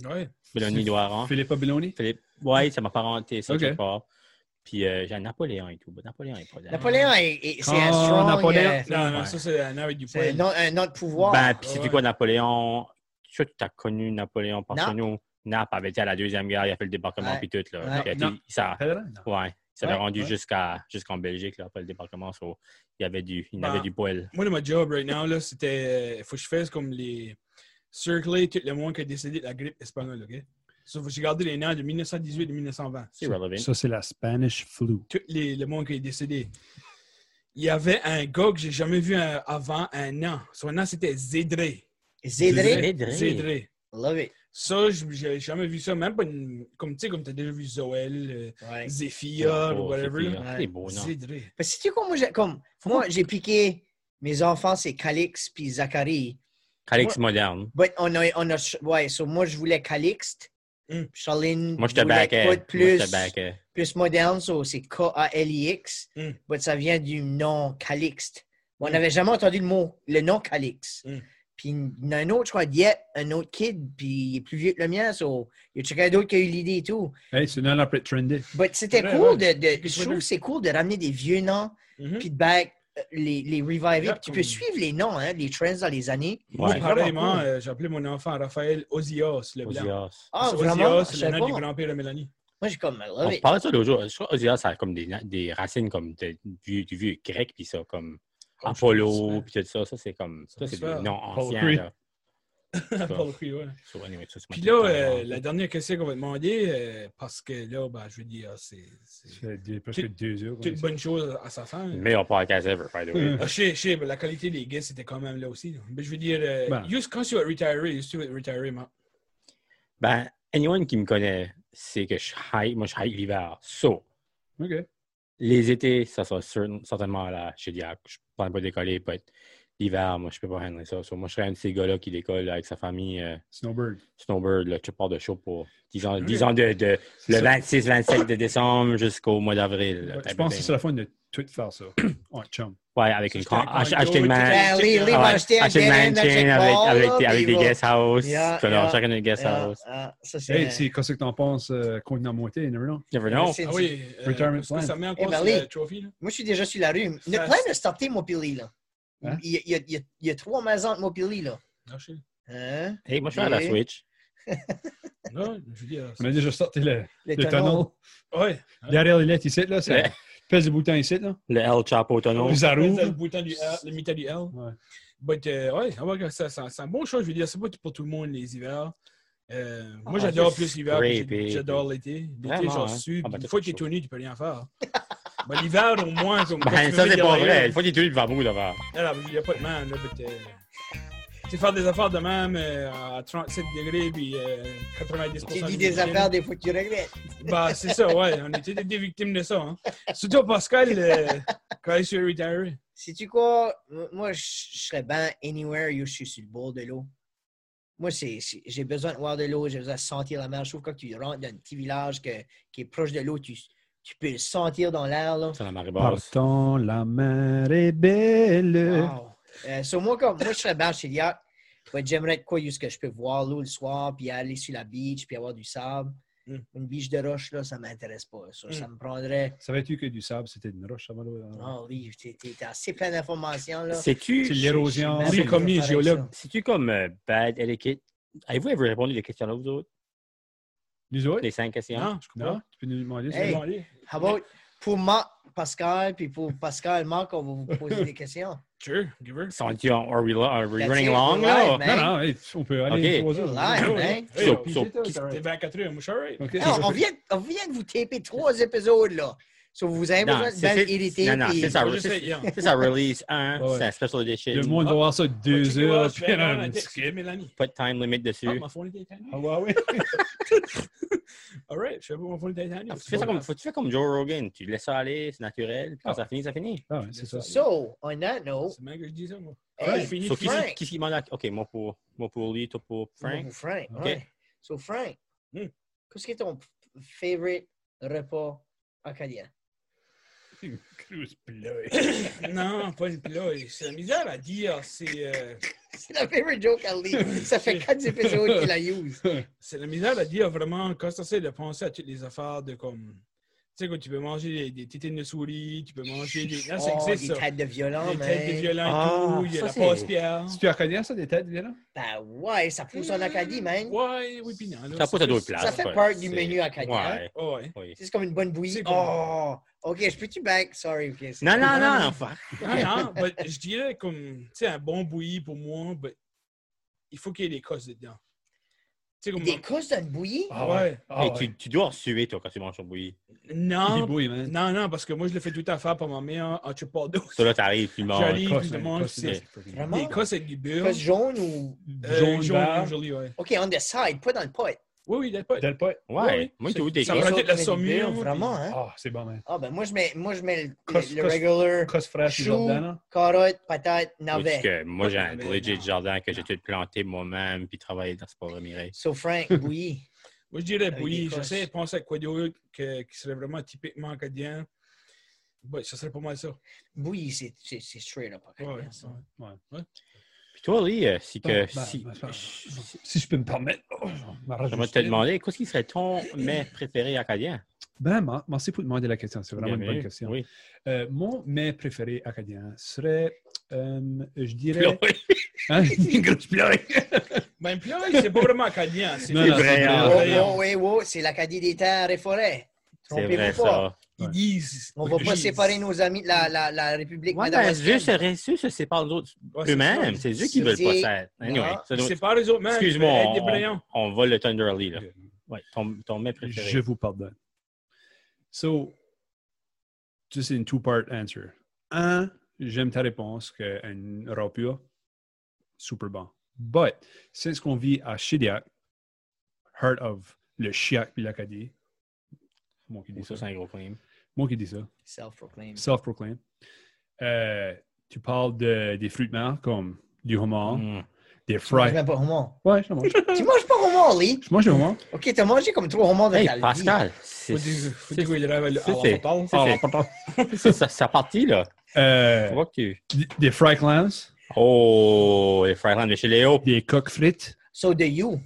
[SPEAKER 2] Ouais.
[SPEAKER 4] Belloni Noiran.
[SPEAKER 1] Philippe Abeloni?
[SPEAKER 4] Philippe. Ouais, ça m'a parenté, ça,
[SPEAKER 1] Ok.
[SPEAKER 4] quelque part. Puis euh, j'ai un Napoléon et tout. mais Napoléon est pas là.
[SPEAKER 3] Napoléon, est- est- c'est
[SPEAKER 4] Ah,
[SPEAKER 1] Oh,
[SPEAKER 3] un strong.
[SPEAKER 1] Napoléon.
[SPEAKER 3] euh,
[SPEAKER 2] Non, non,
[SPEAKER 4] Ouais.
[SPEAKER 2] ça, c'est un avec du
[SPEAKER 3] c'est
[SPEAKER 2] poil.
[SPEAKER 3] un nom- un nom de pouvoir.
[SPEAKER 4] Ben, puis c'est
[SPEAKER 2] Ouais.
[SPEAKER 4] quoi Napoléon? Tu sais, tu as connu Napoléon parce que
[SPEAKER 3] Nap.
[SPEAKER 4] nous, Nap avait été à la Deuxième Guerre, il a fait le débarquement,
[SPEAKER 3] Ouais.
[SPEAKER 4] puis tout. Là.
[SPEAKER 3] Ouais.
[SPEAKER 4] Il a été-
[SPEAKER 1] Nap.
[SPEAKER 4] il s'en-
[SPEAKER 1] Appellera? Non.
[SPEAKER 4] ouais, il s'avait
[SPEAKER 1] Ouais,
[SPEAKER 4] rendu
[SPEAKER 1] ouais.
[SPEAKER 4] jusqu'à jusqu'en Belgique, là, après le débarquement. so, il y avait du, il y
[SPEAKER 3] Bah.
[SPEAKER 2] Ben.
[SPEAKER 4] avait du poil.
[SPEAKER 2] Moi, dans ma job right now, là, c'était. euh, faut que je fasse comme les. Circler tout le monde qui a décédé de la grippe espagnole, OK? Sauf que j'ai gardé les noms de 1918 et 1920.
[SPEAKER 4] C'est relevant.
[SPEAKER 1] Ça, c'est la Spanish flu.
[SPEAKER 2] tout les- le monde qui est décédé. Il y avait un gars que j'ai jamais vu un- avant un an. Son nom, c'était Zédré.
[SPEAKER 3] Zédré.
[SPEAKER 4] Zédré.
[SPEAKER 2] Zédré.
[SPEAKER 3] Love it.
[SPEAKER 2] Ça, je- j'ai jamais vu ça. Même pas une- comme tu sais, comme t'as déjà vu Zoël, euh,
[SPEAKER 3] Ouais.
[SPEAKER 2] Zéphia, ou whatever. là.
[SPEAKER 4] Oh, C'est beau, non?
[SPEAKER 2] Zédré.
[SPEAKER 3] Parce que tu sais quoi, moi, j'ai- comme, moi, j'ai piqué mes enfants, c'est Calix puis Zachary.
[SPEAKER 4] Calix moderne.
[SPEAKER 3] But on a, on a, ouais, so moi, je voulais Calixte.
[SPEAKER 2] Mm.
[SPEAKER 3] Charline.
[SPEAKER 4] Moi, je te
[SPEAKER 3] voulait
[SPEAKER 4] backais.
[SPEAKER 3] pas
[SPEAKER 4] Moi,
[SPEAKER 3] de
[SPEAKER 4] je euh,
[SPEAKER 3] plus.
[SPEAKER 4] te backais.
[SPEAKER 3] plus moderne, so c'est K-A-L-I-X,
[SPEAKER 2] Mm.
[SPEAKER 3] but ça vient du nom Calixte. On
[SPEAKER 2] Mm.
[SPEAKER 3] n'avait jamais entendu le mot, le nom Calixte.
[SPEAKER 2] Mm.
[SPEAKER 3] Puis il y en a un autre, je crois, Dieppe, un autre kid, puis il est plus vieux que le mien, so il y a quelqu'un d'autre qui a eu l'idée et tout.
[SPEAKER 1] Hey, c'est un après trendy.
[SPEAKER 3] But c'était
[SPEAKER 2] Ouais,
[SPEAKER 3] cool
[SPEAKER 2] ouais.
[SPEAKER 3] de, de-
[SPEAKER 2] Check
[SPEAKER 3] je
[SPEAKER 2] it
[SPEAKER 3] trouve
[SPEAKER 2] out.
[SPEAKER 3] que c'est cool de ramener des vieux noms,
[SPEAKER 2] Mhm.
[SPEAKER 3] puis de back, euh, les, les reviver.
[SPEAKER 2] Yep,
[SPEAKER 3] Puis tu
[SPEAKER 2] comme-
[SPEAKER 3] peux suivre les noms, hein, les trends dans les années.
[SPEAKER 2] Moi,
[SPEAKER 3] Ouais.
[SPEAKER 2] pareillement,
[SPEAKER 3] Vraiment
[SPEAKER 2] euh, j'ai appelé mon enfant Raphaël Ozias, le blanc.
[SPEAKER 4] Osias.
[SPEAKER 3] Ah,
[SPEAKER 2] Ozias,
[SPEAKER 3] vraiment? Je
[SPEAKER 2] c'est
[SPEAKER 3] sais
[SPEAKER 2] le
[SPEAKER 3] pas.
[SPEAKER 2] nom du grand-père de Mélanie.
[SPEAKER 3] Moi, j'ai comme, I love
[SPEAKER 4] On
[SPEAKER 3] it.
[SPEAKER 4] parlait de ça l'autre jour. Je crois qu'Ozias ça a comme des, des racines comme de- du, du vieux grec, puis ça, comme
[SPEAKER 2] Comme
[SPEAKER 4] Apollo,
[SPEAKER 2] je
[SPEAKER 4] puis tout ça. Ça, c'est comme.
[SPEAKER 2] Ça
[SPEAKER 4] Ça, c'est
[SPEAKER 2] se fait.
[SPEAKER 4] des noms
[SPEAKER 1] Paul
[SPEAKER 4] anciens.
[SPEAKER 1] Cree.
[SPEAKER 4] là.
[SPEAKER 2] pense. Pour le prix, ouais.
[SPEAKER 4] So, anyway, ça, c'est ma
[SPEAKER 2] Puis là,
[SPEAKER 4] tête.
[SPEAKER 2] euh, la dernière question qu'on va demander, euh, parce que là, ben, je veux dire, c'est
[SPEAKER 1] Ça
[SPEAKER 2] c'est
[SPEAKER 1] fait des- presque
[SPEAKER 2] Tu-
[SPEAKER 1] deux heures.
[SPEAKER 2] toute bonne chose à sa fin.
[SPEAKER 4] Meilleur podcast ever, by the way.
[SPEAKER 1] Mm.
[SPEAKER 2] Ah, je sais, je sais, mais la qualité des guests était quand même là aussi. là. Mais je veux dire, euh,
[SPEAKER 1] Ben.
[SPEAKER 2] juste quand tu vas retirer, juste tu vas retirer, man.
[SPEAKER 4] Ben, anyone qui me connaît sait que je hike, moi, je hike l'hiver. So,
[SPEAKER 1] OK.
[SPEAKER 4] les étés, ça sera certain- certainement là, chez Diac. Je ne pourrais pas décoller, peut l'hiver, moi, je peux pas handler ça. So, moi, je serais un de ces gars-là qui décolle avec sa famille euh,
[SPEAKER 1] Snowbird.
[SPEAKER 4] Snowbird, là, tu pars de show pour 10 ans,
[SPEAKER 2] Mm.
[SPEAKER 1] Oui.
[SPEAKER 4] 10 ans de, de- le
[SPEAKER 1] Ça-
[SPEAKER 4] 26-27 de décembre jusqu'au mois d'avril. là,
[SPEAKER 1] Ouais, Je
[SPEAKER 4] type
[SPEAKER 1] pense
[SPEAKER 4] of
[SPEAKER 1] que
[SPEAKER 4] thing.
[SPEAKER 1] c'est la fin de tout faire ça. En chum.
[SPEAKER 4] Ouais, avec
[SPEAKER 2] Ça,
[SPEAKER 4] une
[SPEAKER 2] j'étais
[SPEAKER 4] con-
[SPEAKER 2] à
[SPEAKER 4] ach-
[SPEAKER 2] Condo,
[SPEAKER 4] acheter une
[SPEAKER 2] tout
[SPEAKER 4] man-
[SPEAKER 2] à-
[SPEAKER 3] Ben,
[SPEAKER 4] ouais,
[SPEAKER 3] les, les
[SPEAKER 2] Ah ouais,
[SPEAKER 3] acheter à
[SPEAKER 4] acheter une
[SPEAKER 3] Guérin,
[SPEAKER 4] mansion
[SPEAKER 3] à Checkball,
[SPEAKER 4] avec, avec,
[SPEAKER 3] là,
[SPEAKER 4] des-
[SPEAKER 3] puis
[SPEAKER 4] avec
[SPEAKER 3] il
[SPEAKER 4] des
[SPEAKER 3] va-
[SPEAKER 4] guest house.
[SPEAKER 3] Yeah,
[SPEAKER 4] Chacun
[SPEAKER 3] yeah,
[SPEAKER 4] chacun une guest
[SPEAKER 3] Ah,
[SPEAKER 4] house.
[SPEAKER 3] ah, ça, c'est...
[SPEAKER 1] Hey, c'est qu'est-ce que t'en penses euh, qu'on est en montée, you never know?
[SPEAKER 4] Never know.
[SPEAKER 3] c'est-
[SPEAKER 2] Ah oui, euh,
[SPEAKER 1] Retirement
[SPEAKER 2] parce que
[SPEAKER 1] plan.
[SPEAKER 2] ça met en
[SPEAKER 3] Eh ben,
[SPEAKER 2] cause
[SPEAKER 3] allez.
[SPEAKER 2] le trophy. là.
[SPEAKER 3] Moi, je suis déjà sur la rue. Le
[SPEAKER 2] Ça,
[SPEAKER 3] plan de starter Mopili, là.
[SPEAKER 1] Hein?
[SPEAKER 3] Il, y a, il y a- il y a- il y a trois maisons de Mopili, là.
[SPEAKER 2] Non, je sais.
[SPEAKER 3] Hein?
[SPEAKER 4] Hey, moi, je suis à la
[SPEAKER 3] Oui.
[SPEAKER 4] Switch.
[SPEAKER 2] Non, je veux dire,
[SPEAKER 1] On a déjà sorti le,
[SPEAKER 3] Le,
[SPEAKER 1] le
[SPEAKER 3] tunnel.
[SPEAKER 1] tunnel.
[SPEAKER 2] c'est- ouais.
[SPEAKER 1] Derrière les lettres ici, là, ça
[SPEAKER 4] Ouais.
[SPEAKER 1] pèse le bouton ici, là.
[SPEAKER 4] Le El Chapo Tunnel.
[SPEAKER 1] Ils
[SPEAKER 2] C'est le
[SPEAKER 1] arrivent.
[SPEAKER 2] bouton du L, le mitan du L.
[SPEAKER 1] Ouais.
[SPEAKER 2] But, euh, ouais, on va regarder ça, ça- c'est un bon choix, je veux dire, c'est pas pour tout le monde les hivers. Euh, moi,
[SPEAKER 4] Ah,
[SPEAKER 2] j'adore
[SPEAKER 4] c'est
[SPEAKER 2] plus l'hiver,
[SPEAKER 4] great,
[SPEAKER 2] puis j'ai-
[SPEAKER 4] baby.
[SPEAKER 2] j'adore l'été. L'été,
[SPEAKER 4] Vraiment,
[SPEAKER 2] j'en
[SPEAKER 4] hein?
[SPEAKER 2] suis.
[SPEAKER 4] Ah, ben,
[SPEAKER 2] une
[SPEAKER 4] t'as
[SPEAKER 2] fois
[SPEAKER 4] fait
[SPEAKER 2] que t'es
[SPEAKER 4] chaud.
[SPEAKER 2] tout nu, tu peux rien faire. Ben, l'hiver, au moins, comme quand
[SPEAKER 4] Ben,
[SPEAKER 2] tu
[SPEAKER 4] ça,
[SPEAKER 2] veux
[SPEAKER 4] c'est pas
[SPEAKER 2] derrière,
[SPEAKER 4] vrai. Il faut qu'il tue le bambou d'abord.
[SPEAKER 2] Alors, il n'y a pas de man, là, mais euh, tu sais, faire des affaires de même euh, à 37 degrés, puis euh, 90
[SPEAKER 3] Tu dis des affaires, des fois, que tu regrettes.
[SPEAKER 2] Bah, c'est ça, ouais, on était des victimes de ça. Hein. Surtout Pascal, euh, quand il s'est retiré.
[SPEAKER 3] Sais-tu quoi? M- Moi, je je serais bien anywhere où je suis sur le bord de l'eau. Moi, c'est, c'est- j'ai besoin de voir de l'eau, j'ai besoin de sentir la mer. Je trouve que quand tu rentres dans un petit village que- qui est proche de l'eau, tu, tu peux le sentir dans l'air, là.
[SPEAKER 4] C'est la marée basse.
[SPEAKER 1] Partons, la mer est belle.
[SPEAKER 3] Wow. <laughs> Euh, so, moi, comme, moi, je serais bien chez Yacht. Ouais, J'aimerais de quoi où est-ce que je peux voir l'eau le soir, puis aller sur la beach, puis avoir du sable.
[SPEAKER 4] Hmm.
[SPEAKER 2] Mm.
[SPEAKER 3] Une beach de roche, là, ça m'intéresse pas. So, Ça
[SPEAKER 2] Mm.
[SPEAKER 3] me prendrait.
[SPEAKER 1] Savais-tu que du sable, c'était une roche avant l'eau?
[SPEAKER 3] Oh oui, t'es t'es- t'as assez plein d'informations, là.
[SPEAKER 1] C'est
[SPEAKER 4] Sais-tu
[SPEAKER 1] l'érosion.
[SPEAKER 2] C'est comme les géologues.
[SPEAKER 4] sais-tu comme euh, Bad Etiquette? Avez-vous ever répondu des questions là, vous autres?
[SPEAKER 1] Les autres?
[SPEAKER 4] Les cinq questions?
[SPEAKER 2] Hein? Non, je comprends.
[SPEAKER 1] Non? Tu peux nous demander ça?
[SPEAKER 3] Hey.
[SPEAKER 1] Non.
[SPEAKER 2] Allez,
[SPEAKER 3] How about pour Marc, Pascal, puis pour Pascal, Marc, on va vous poser
[SPEAKER 4] <laughs>
[SPEAKER 3] des questions.
[SPEAKER 2] Sure, give her.
[SPEAKER 4] Sont-ils, are we, lo- are we
[SPEAKER 3] That's
[SPEAKER 4] running
[SPEAKER 3] it,
[SPEAKER 4] long,
[SPEAKER 3] we're
[SPEAKER 4] là?
[SPEAKER 3] live,
[SPEAKER 1] Non,
[SPEAKER 3] man.
[SPEAKER 1] non, hey, on peut aller
[SPEAKER 4] Ok.
[SPEAKER 1] trois
[SPEAKER 3] You're
[SPEAKER 1] heures.
[SPEAKER 3] live, man.
[SPEAKER 2] Hey,
[SPEAKER 4] So-
[SPEAKER 2] oh,
[SPEAKER 4] so-
[SPEAKER 2] PG, toi,
[SPEAKER 4] qui-
[SPEAKER 2] t'es 24 heures, moi, je suis Ah, alright.
[SPEAKER 1] Ok,
[SPEAKER 3] Non,
[SPEAKER 1] ça
[SPEAKER 3] on,
[SPEAKER 1] peut-
[SPEAKER 3] vient, on vient de vous taper trois épisodes, là. So, vous avez
[SPEAKER 4] Non,
[SPEAKER 3] besoin de
[SPEAKER 4] c'est-
[SPEAKER 3] bien
[SPEAKER 4] c'est-
[SPEAKER 3] irriter.
[SPEAKER 4] non, non,
[SPEAKER 3] puis-
[SPEAKER 4] c'est ça.
[SPEAKER 2] Moi, je sais, yeah.
[SPEAKER 4] C'est ça, release 1,
[SPEAKER 1] Ouais, ouais.
[SPEAKER 4] c'est un special edition.
[SPEAKER 1] Le monde doit avoir ça deux
[SPEAKER 2] Check it out,
[SPEAKER 1] heures.
[SPEAKER 2] je
[SPEAKER 1] puis
[SPEAKER 2] vais
[SPEAKER 1] là,
[SPEAKER 2] aller en
[SPEAKER 1] on-
[SPEAKER 2] texte, Mélanie.
[SPEAKER 4] Pas de time limit
[SPEAKER 2] Ah,
[SPEAKER 4] dessus.
[SPEAKER 2] mon phone était éteint.
[SPEAKER 1] Ah, ouais, ouais.
[SPEAKER 2] All right, je sais pas, mon phone était éteint.
[SPEAKER 4] Ah, faut que tu fais ça comme, faut que tu fais comme Joe Rogan. Tu laisses ça aller, c'est naturel. puis Quand
[SPEAKER 1] Ah.
[SPEAKER 4] ça finit, ça finit.
[SPEAKER 1] Ah, ouais, c'est ça.
[SPEAKER 3] So, on that note,
[SPEAKER 2] C'est mal que je dis ça, moi.
[SPEAKER 3] Hey,
[SPEAKER 2] Ouais, fini,
[SPEAKER 4] So, qui,
[SPEAKER 2] fini.
[SPEAKER 3] Frank.
[SPEAKER 4] qui, qui m'a OK, moi pour, moi pour lui, toi pour Frank.
[SPEAKER 3] Frank. Mm-hmm. Frank,
[SPEAKER 1] Ok.
[SPEAKER 3] ouais. So, Frank,
[SPEAKER 2] Hmm.
[SPEAKER 3] qu'est-ce qui est ton favorite repas acadien? <laughs>
[SPEAKER 1] Cruz Bloy.
[SPEAKER 2] <coughs> Non, pas une ploie. C'est la misère à dire. C'est euh,
[SPEAKER 3] C'est la favorite joke
[SPEAKER 2] <laughs>
[SPEAKER 3] à Lee. Ça fait quatre épisodes qu'il la use.
[SPEAKER 2] c'est la misère à dire vraiment quand ça c'est de penser à toutes les affaires de comme. Tu sais, quand tu peux manger des, des tétines de souris, tu peux manger des. Non, ça
[SPEAKER 3] Oh,
[SPEAKER 2] existe,
[SPEAKER 3] des
[SPEAKER 2] ça.
[SPEAKER 3] têtes de violon,
[SPEAKER 2] Des têtes de
[SPEAKER 3] man.
[SPEAKER 2] violent
[SPEAKER 4] Ah,
[SPEAKER 2] et tout, il y a
[SPEAKER 4] ça,
[SPEAKER 2] la
[SPEAKER 4] c'est-
[SPEAKER 2] passe-pierre.
[SPEAKER 1] Si tu as connu ça, des têtes, là?
[SPEAKER 3] Ben ouais, ça pousse en Acadie, man.
[SPEAKER 2] Ouais, oui, puis non. là,
[SPEAKER 4] Ça pousse à
[SPEAKER 2] c'est
[SPEAKER 4] d'autres
[SPEAKER 2] plus-
[SPEAKER 4] places.
[SPEAKER 3] Ça fait
[SPEAKER 4] ouais,
[SPEAKER 3] part du
[SPEAKER 4] c'est-
[SPEAKER 3] menu acadien,
[SPEAKER 4] Ouais.
[SPEAKER 2] Oh, ouais.
[SPEAKER 4] oui.
[SPEAKER 3] C'est comme une bonne bouillie.
[SPEAKER 2] C'est comme-
[SPEAKER 3] Oh, ok, je peux-tu back? Sorry, ok. c'est-
[SPEAKER 4] Non, non, non, fuck.
[SPEAKER 3] Ah,
[SPEAKER 2] Non, non, <laughs> but je dirais comme, tu sais, un bon bouilli pour moi, but il faut qu'il y ait des cosses dedans. Tu sais, comme.
[SPEAKER 3] Des cousses dans une bouillie?
[SPEAKER 2] Ah ouais.
[SPEAKER 1] Ah,
[SPEAKER 4] Hey,
[SPEAKER 1] ouais.
[SPEAKER 4] tu, tu dois suer, toi, quand tu manges ton bouilli.
[SPEAKER 1] Il est
[SPEAKER 2] Non,
[SPEAKER 1] beau, il est man.
[SPEAKER 2] Ah non, non, parce que moi, je le fais tout à faire pour ma mère en
[SPEAKER 3] <laughs>
[SPEAKER 2] chipado.
[SPEAKER 4] Ça, là, t'arrives, tu manges.
[SPEAKER 2] J'arrive,
[SPEAKER 1] Cosse,
[SPEAKER 2] je
[SPEAKER 1] man,
[SPEAKER 2] mange,
[SPEAKER 1] cosse,
[SPEAKER 2] c'est-
[SPEAKER 1] cosse.
[SPEAKER 3] Vraiment?
[SPEAKER 2] Des cosses avec du beurre.
[SPEAKER 3] Cousses jaunes ou.
[SPEAKER 2] euh,
[SPEAKER 1] Jaune,
[SPEAKER 2] jaune,
[SPEAKER 1] vert.
[SPEAKER 2] joli, ouais.
[SPEAKER 3] Ok, on the side, pas dans le pot.
[SPEAKER 2] Oui, oui, d'accord.
[SPEAKER 1] T'as le pote?
[SPEAKER 4] Ouais.
[SPEAKER 2] Ouais.
[SPEAKER 4] Moi, j'ai eu des
[SPEAKER 2] Ça
[SPEAKER 4] gars-
[SPEAKER 2] va
[SPEAKER 3] Les
[SPEAKER 2] être de la
[SPEAKER 3] autres,
[SPEAKER 2] saumure,
[SPEAKER 3] bières,
[SPEAKER 2] puis-
[SPEAKER 3] Vraiment, hein?
[SPEAKER 1] Ah, c'est bon, man.
[SPEAKER 3] Ah, ben moi, je mets, moi, je mets le,
[SPEAKER 1] Cosse-
[SPEAKER 3] le
[SPEAKER 1] cosse-
[SPEAKER 3] regular
[SPEAKER 1] Cosse fraîche,
[SPEAKER 3] Chou.
[SPEAKER 1] Jordan.
[SPEAKER 3] carotte, patate,
[SPEAKER 4] Moi, tu-
[SPEAKER 3] navet.
[SPEAKER 4] que moi, j'ai un
[SPEAKER 2] Mais non.
[SPEAKER 4] legit jardin que j'ai tout planté moi-même puis travaillé dans ce programme. <laughs>
[SPEAKER 3] So, Frank, bouillie.
[SPEAKER 2] Moi, je dirais
[SPEAKER 3] Avec
[SPEAKER 2] oui.
[SPEAKER 3] des crosses.
[SPEAKER 2] J'essaie de penser à quoi d'autre que- qui serait vraiment typiquement acadien. Ouais, ça serait pas mal ça.
[SPEAKER 3] Bouilly, c'est c'est- c'est straight up.
[SPEAKER 2] Ouais, ouais.
[SPEAKER 4] Puis toi, Lee, euh, si que.
[SPEAKER 1] Ben,
[SPEAKER 4] si,
[SPEAKER 1] ben, ben,
[SPEAKER 4] si-
[SPEAKER 1] Si je peux me permettre, oh,
[SPEAKER 4] je vais te demander, qu'est-ce qui serait ton mets préféré acadien?
[SPEAKER 1] Ben, ma- merci pour demander la question. C'est vraiment une bonne
[SPEAKER 4] Bienvenue.
[SPEAKER 1] question.
[SPEAKER 4] Oui.
[SPEAKER 1] Euh, mon mets préféré acadien serait, euh, je dirais.
[SPEAKER 4] Pleurer.
[SPEAKER 1] Hein? <laughs>
[SPEAKER 2] Ben, puis là, c'est pas vraiment acadien. C'est
[SPEAKER 1] Non,
[SPEAKER 2] plus
[SPEAKER 1] non, c'est vrai,
[SPEAKER 2] vrai, hein.
[SPEAKER 3] Oh,
[SPEAKER 1] Ah, ouais.
[SPEAKER 2] Voyons.
[SPEAKER 3] oh, ouais, ouais, c'est l'Acadie des terres et forêts.
[SPEAKER 4] C'est
[SPEAKER 3] Trompez-vous
[SPEAKER 4] vrai,
[SPEAKER 3] pas.
[SPEAKER 4] ça.
[SPEAKER 2] Ils disent.
[SPEAKER 3] On va pas
[SPEAKER 2] Ils-
[SPEAKER 3] séparer nos amis de la, la, la République
[SPEAKER 4] Ouais, ben, Dieu
[SPEAKER 3] madagascarienne.
[SPEAKER 4] serait Dieu se sépare des autres
[SPEAKER 1] Bah,
[SPEAKER 2] Ouais, c'est
[SPEAKER 4] eux-mêmes.
[SPEAKER 2] ça.
[SPEAKER 4] C'est Dieu qui veulent pas
[SPEAKER 3] C'est-
[SPEAKER 4] ça.
[SPEAKER 1] Ah,
[SPEAKER 4] Anyway,
[SPEAKER 3] Non.
[SPEAKER 4] c'est
[SPEAKER 2] Ils
[SPEAKER 4] notre-
[SPEAKER 2] séparent les autres, man.
[SPEAKER 4] Excuse-moi,
[SPEAKER 2] Ils veulent être
[SPEAKER 4] on-
[SPEAKER 2] des brillants.
[SPEAKER 4] on vole le Thunder Lee, là. Ouais, ton, ton mets préféré.
[SPEAKER 1] Je vous pardonne. So, this is a two-part answer. Un, j'aime ta réponse qu'une rapure, super bon. But, since qu'on vit à Chidiac, heart of le Chiac puis l'Acadie, moi qui dis ça,
[SPEAKER 4] Ça, c'est un gros problème.
[SPEAKER 1] moi qui dis ça,
[SPEAKER 3] Self-proclaimed.
[SPEAKER 1] self-proclaimed, euh, tu parles de, des fruits de mer comme du homard,
[SPEAKER 4] Mm.
[SPEAKER 1] des
[SPEAKER 3] Tu manges
[SPEAKER 1] fries.
[SPEAKER 3] même pas homard.
[SPEAKER 1] Ouais, je le mange.
[SPEAKER 3] Tu manges pas homard, Lee.
[SPEAKER 1] je mange du homard.
[SPEAKER 3] Ok, t'as mangé comme trois homards de
[SPEAKER 4] Hey,
[SPEAKER 3] ta vie.
[SPEAKER 4] Pascal, c'est
[SPEAKER 2] Faut dire- faut dire qu'ils rêvent à
[SPEAKER 4] c'est- Ah.
[SPEAKER 2] la
[SPEAKER 4] c'est-
[SPEAKER 2] fatale.
[SPEAKER 4] c'est-
[SPEAKER 1] <laughs>
[SPEAKER 4] c'est sa- sa partie, là.
[SPEAKER 1] Euh,
[SPEAKER 4] Tu vois que tu.
[SPEAKER 1] d- des fry clams,
[SPEAKER 4] Oh, les frères de chez Léo.
[SPEAKER 1] des coques frites.
[SPEAKER 3] So do you.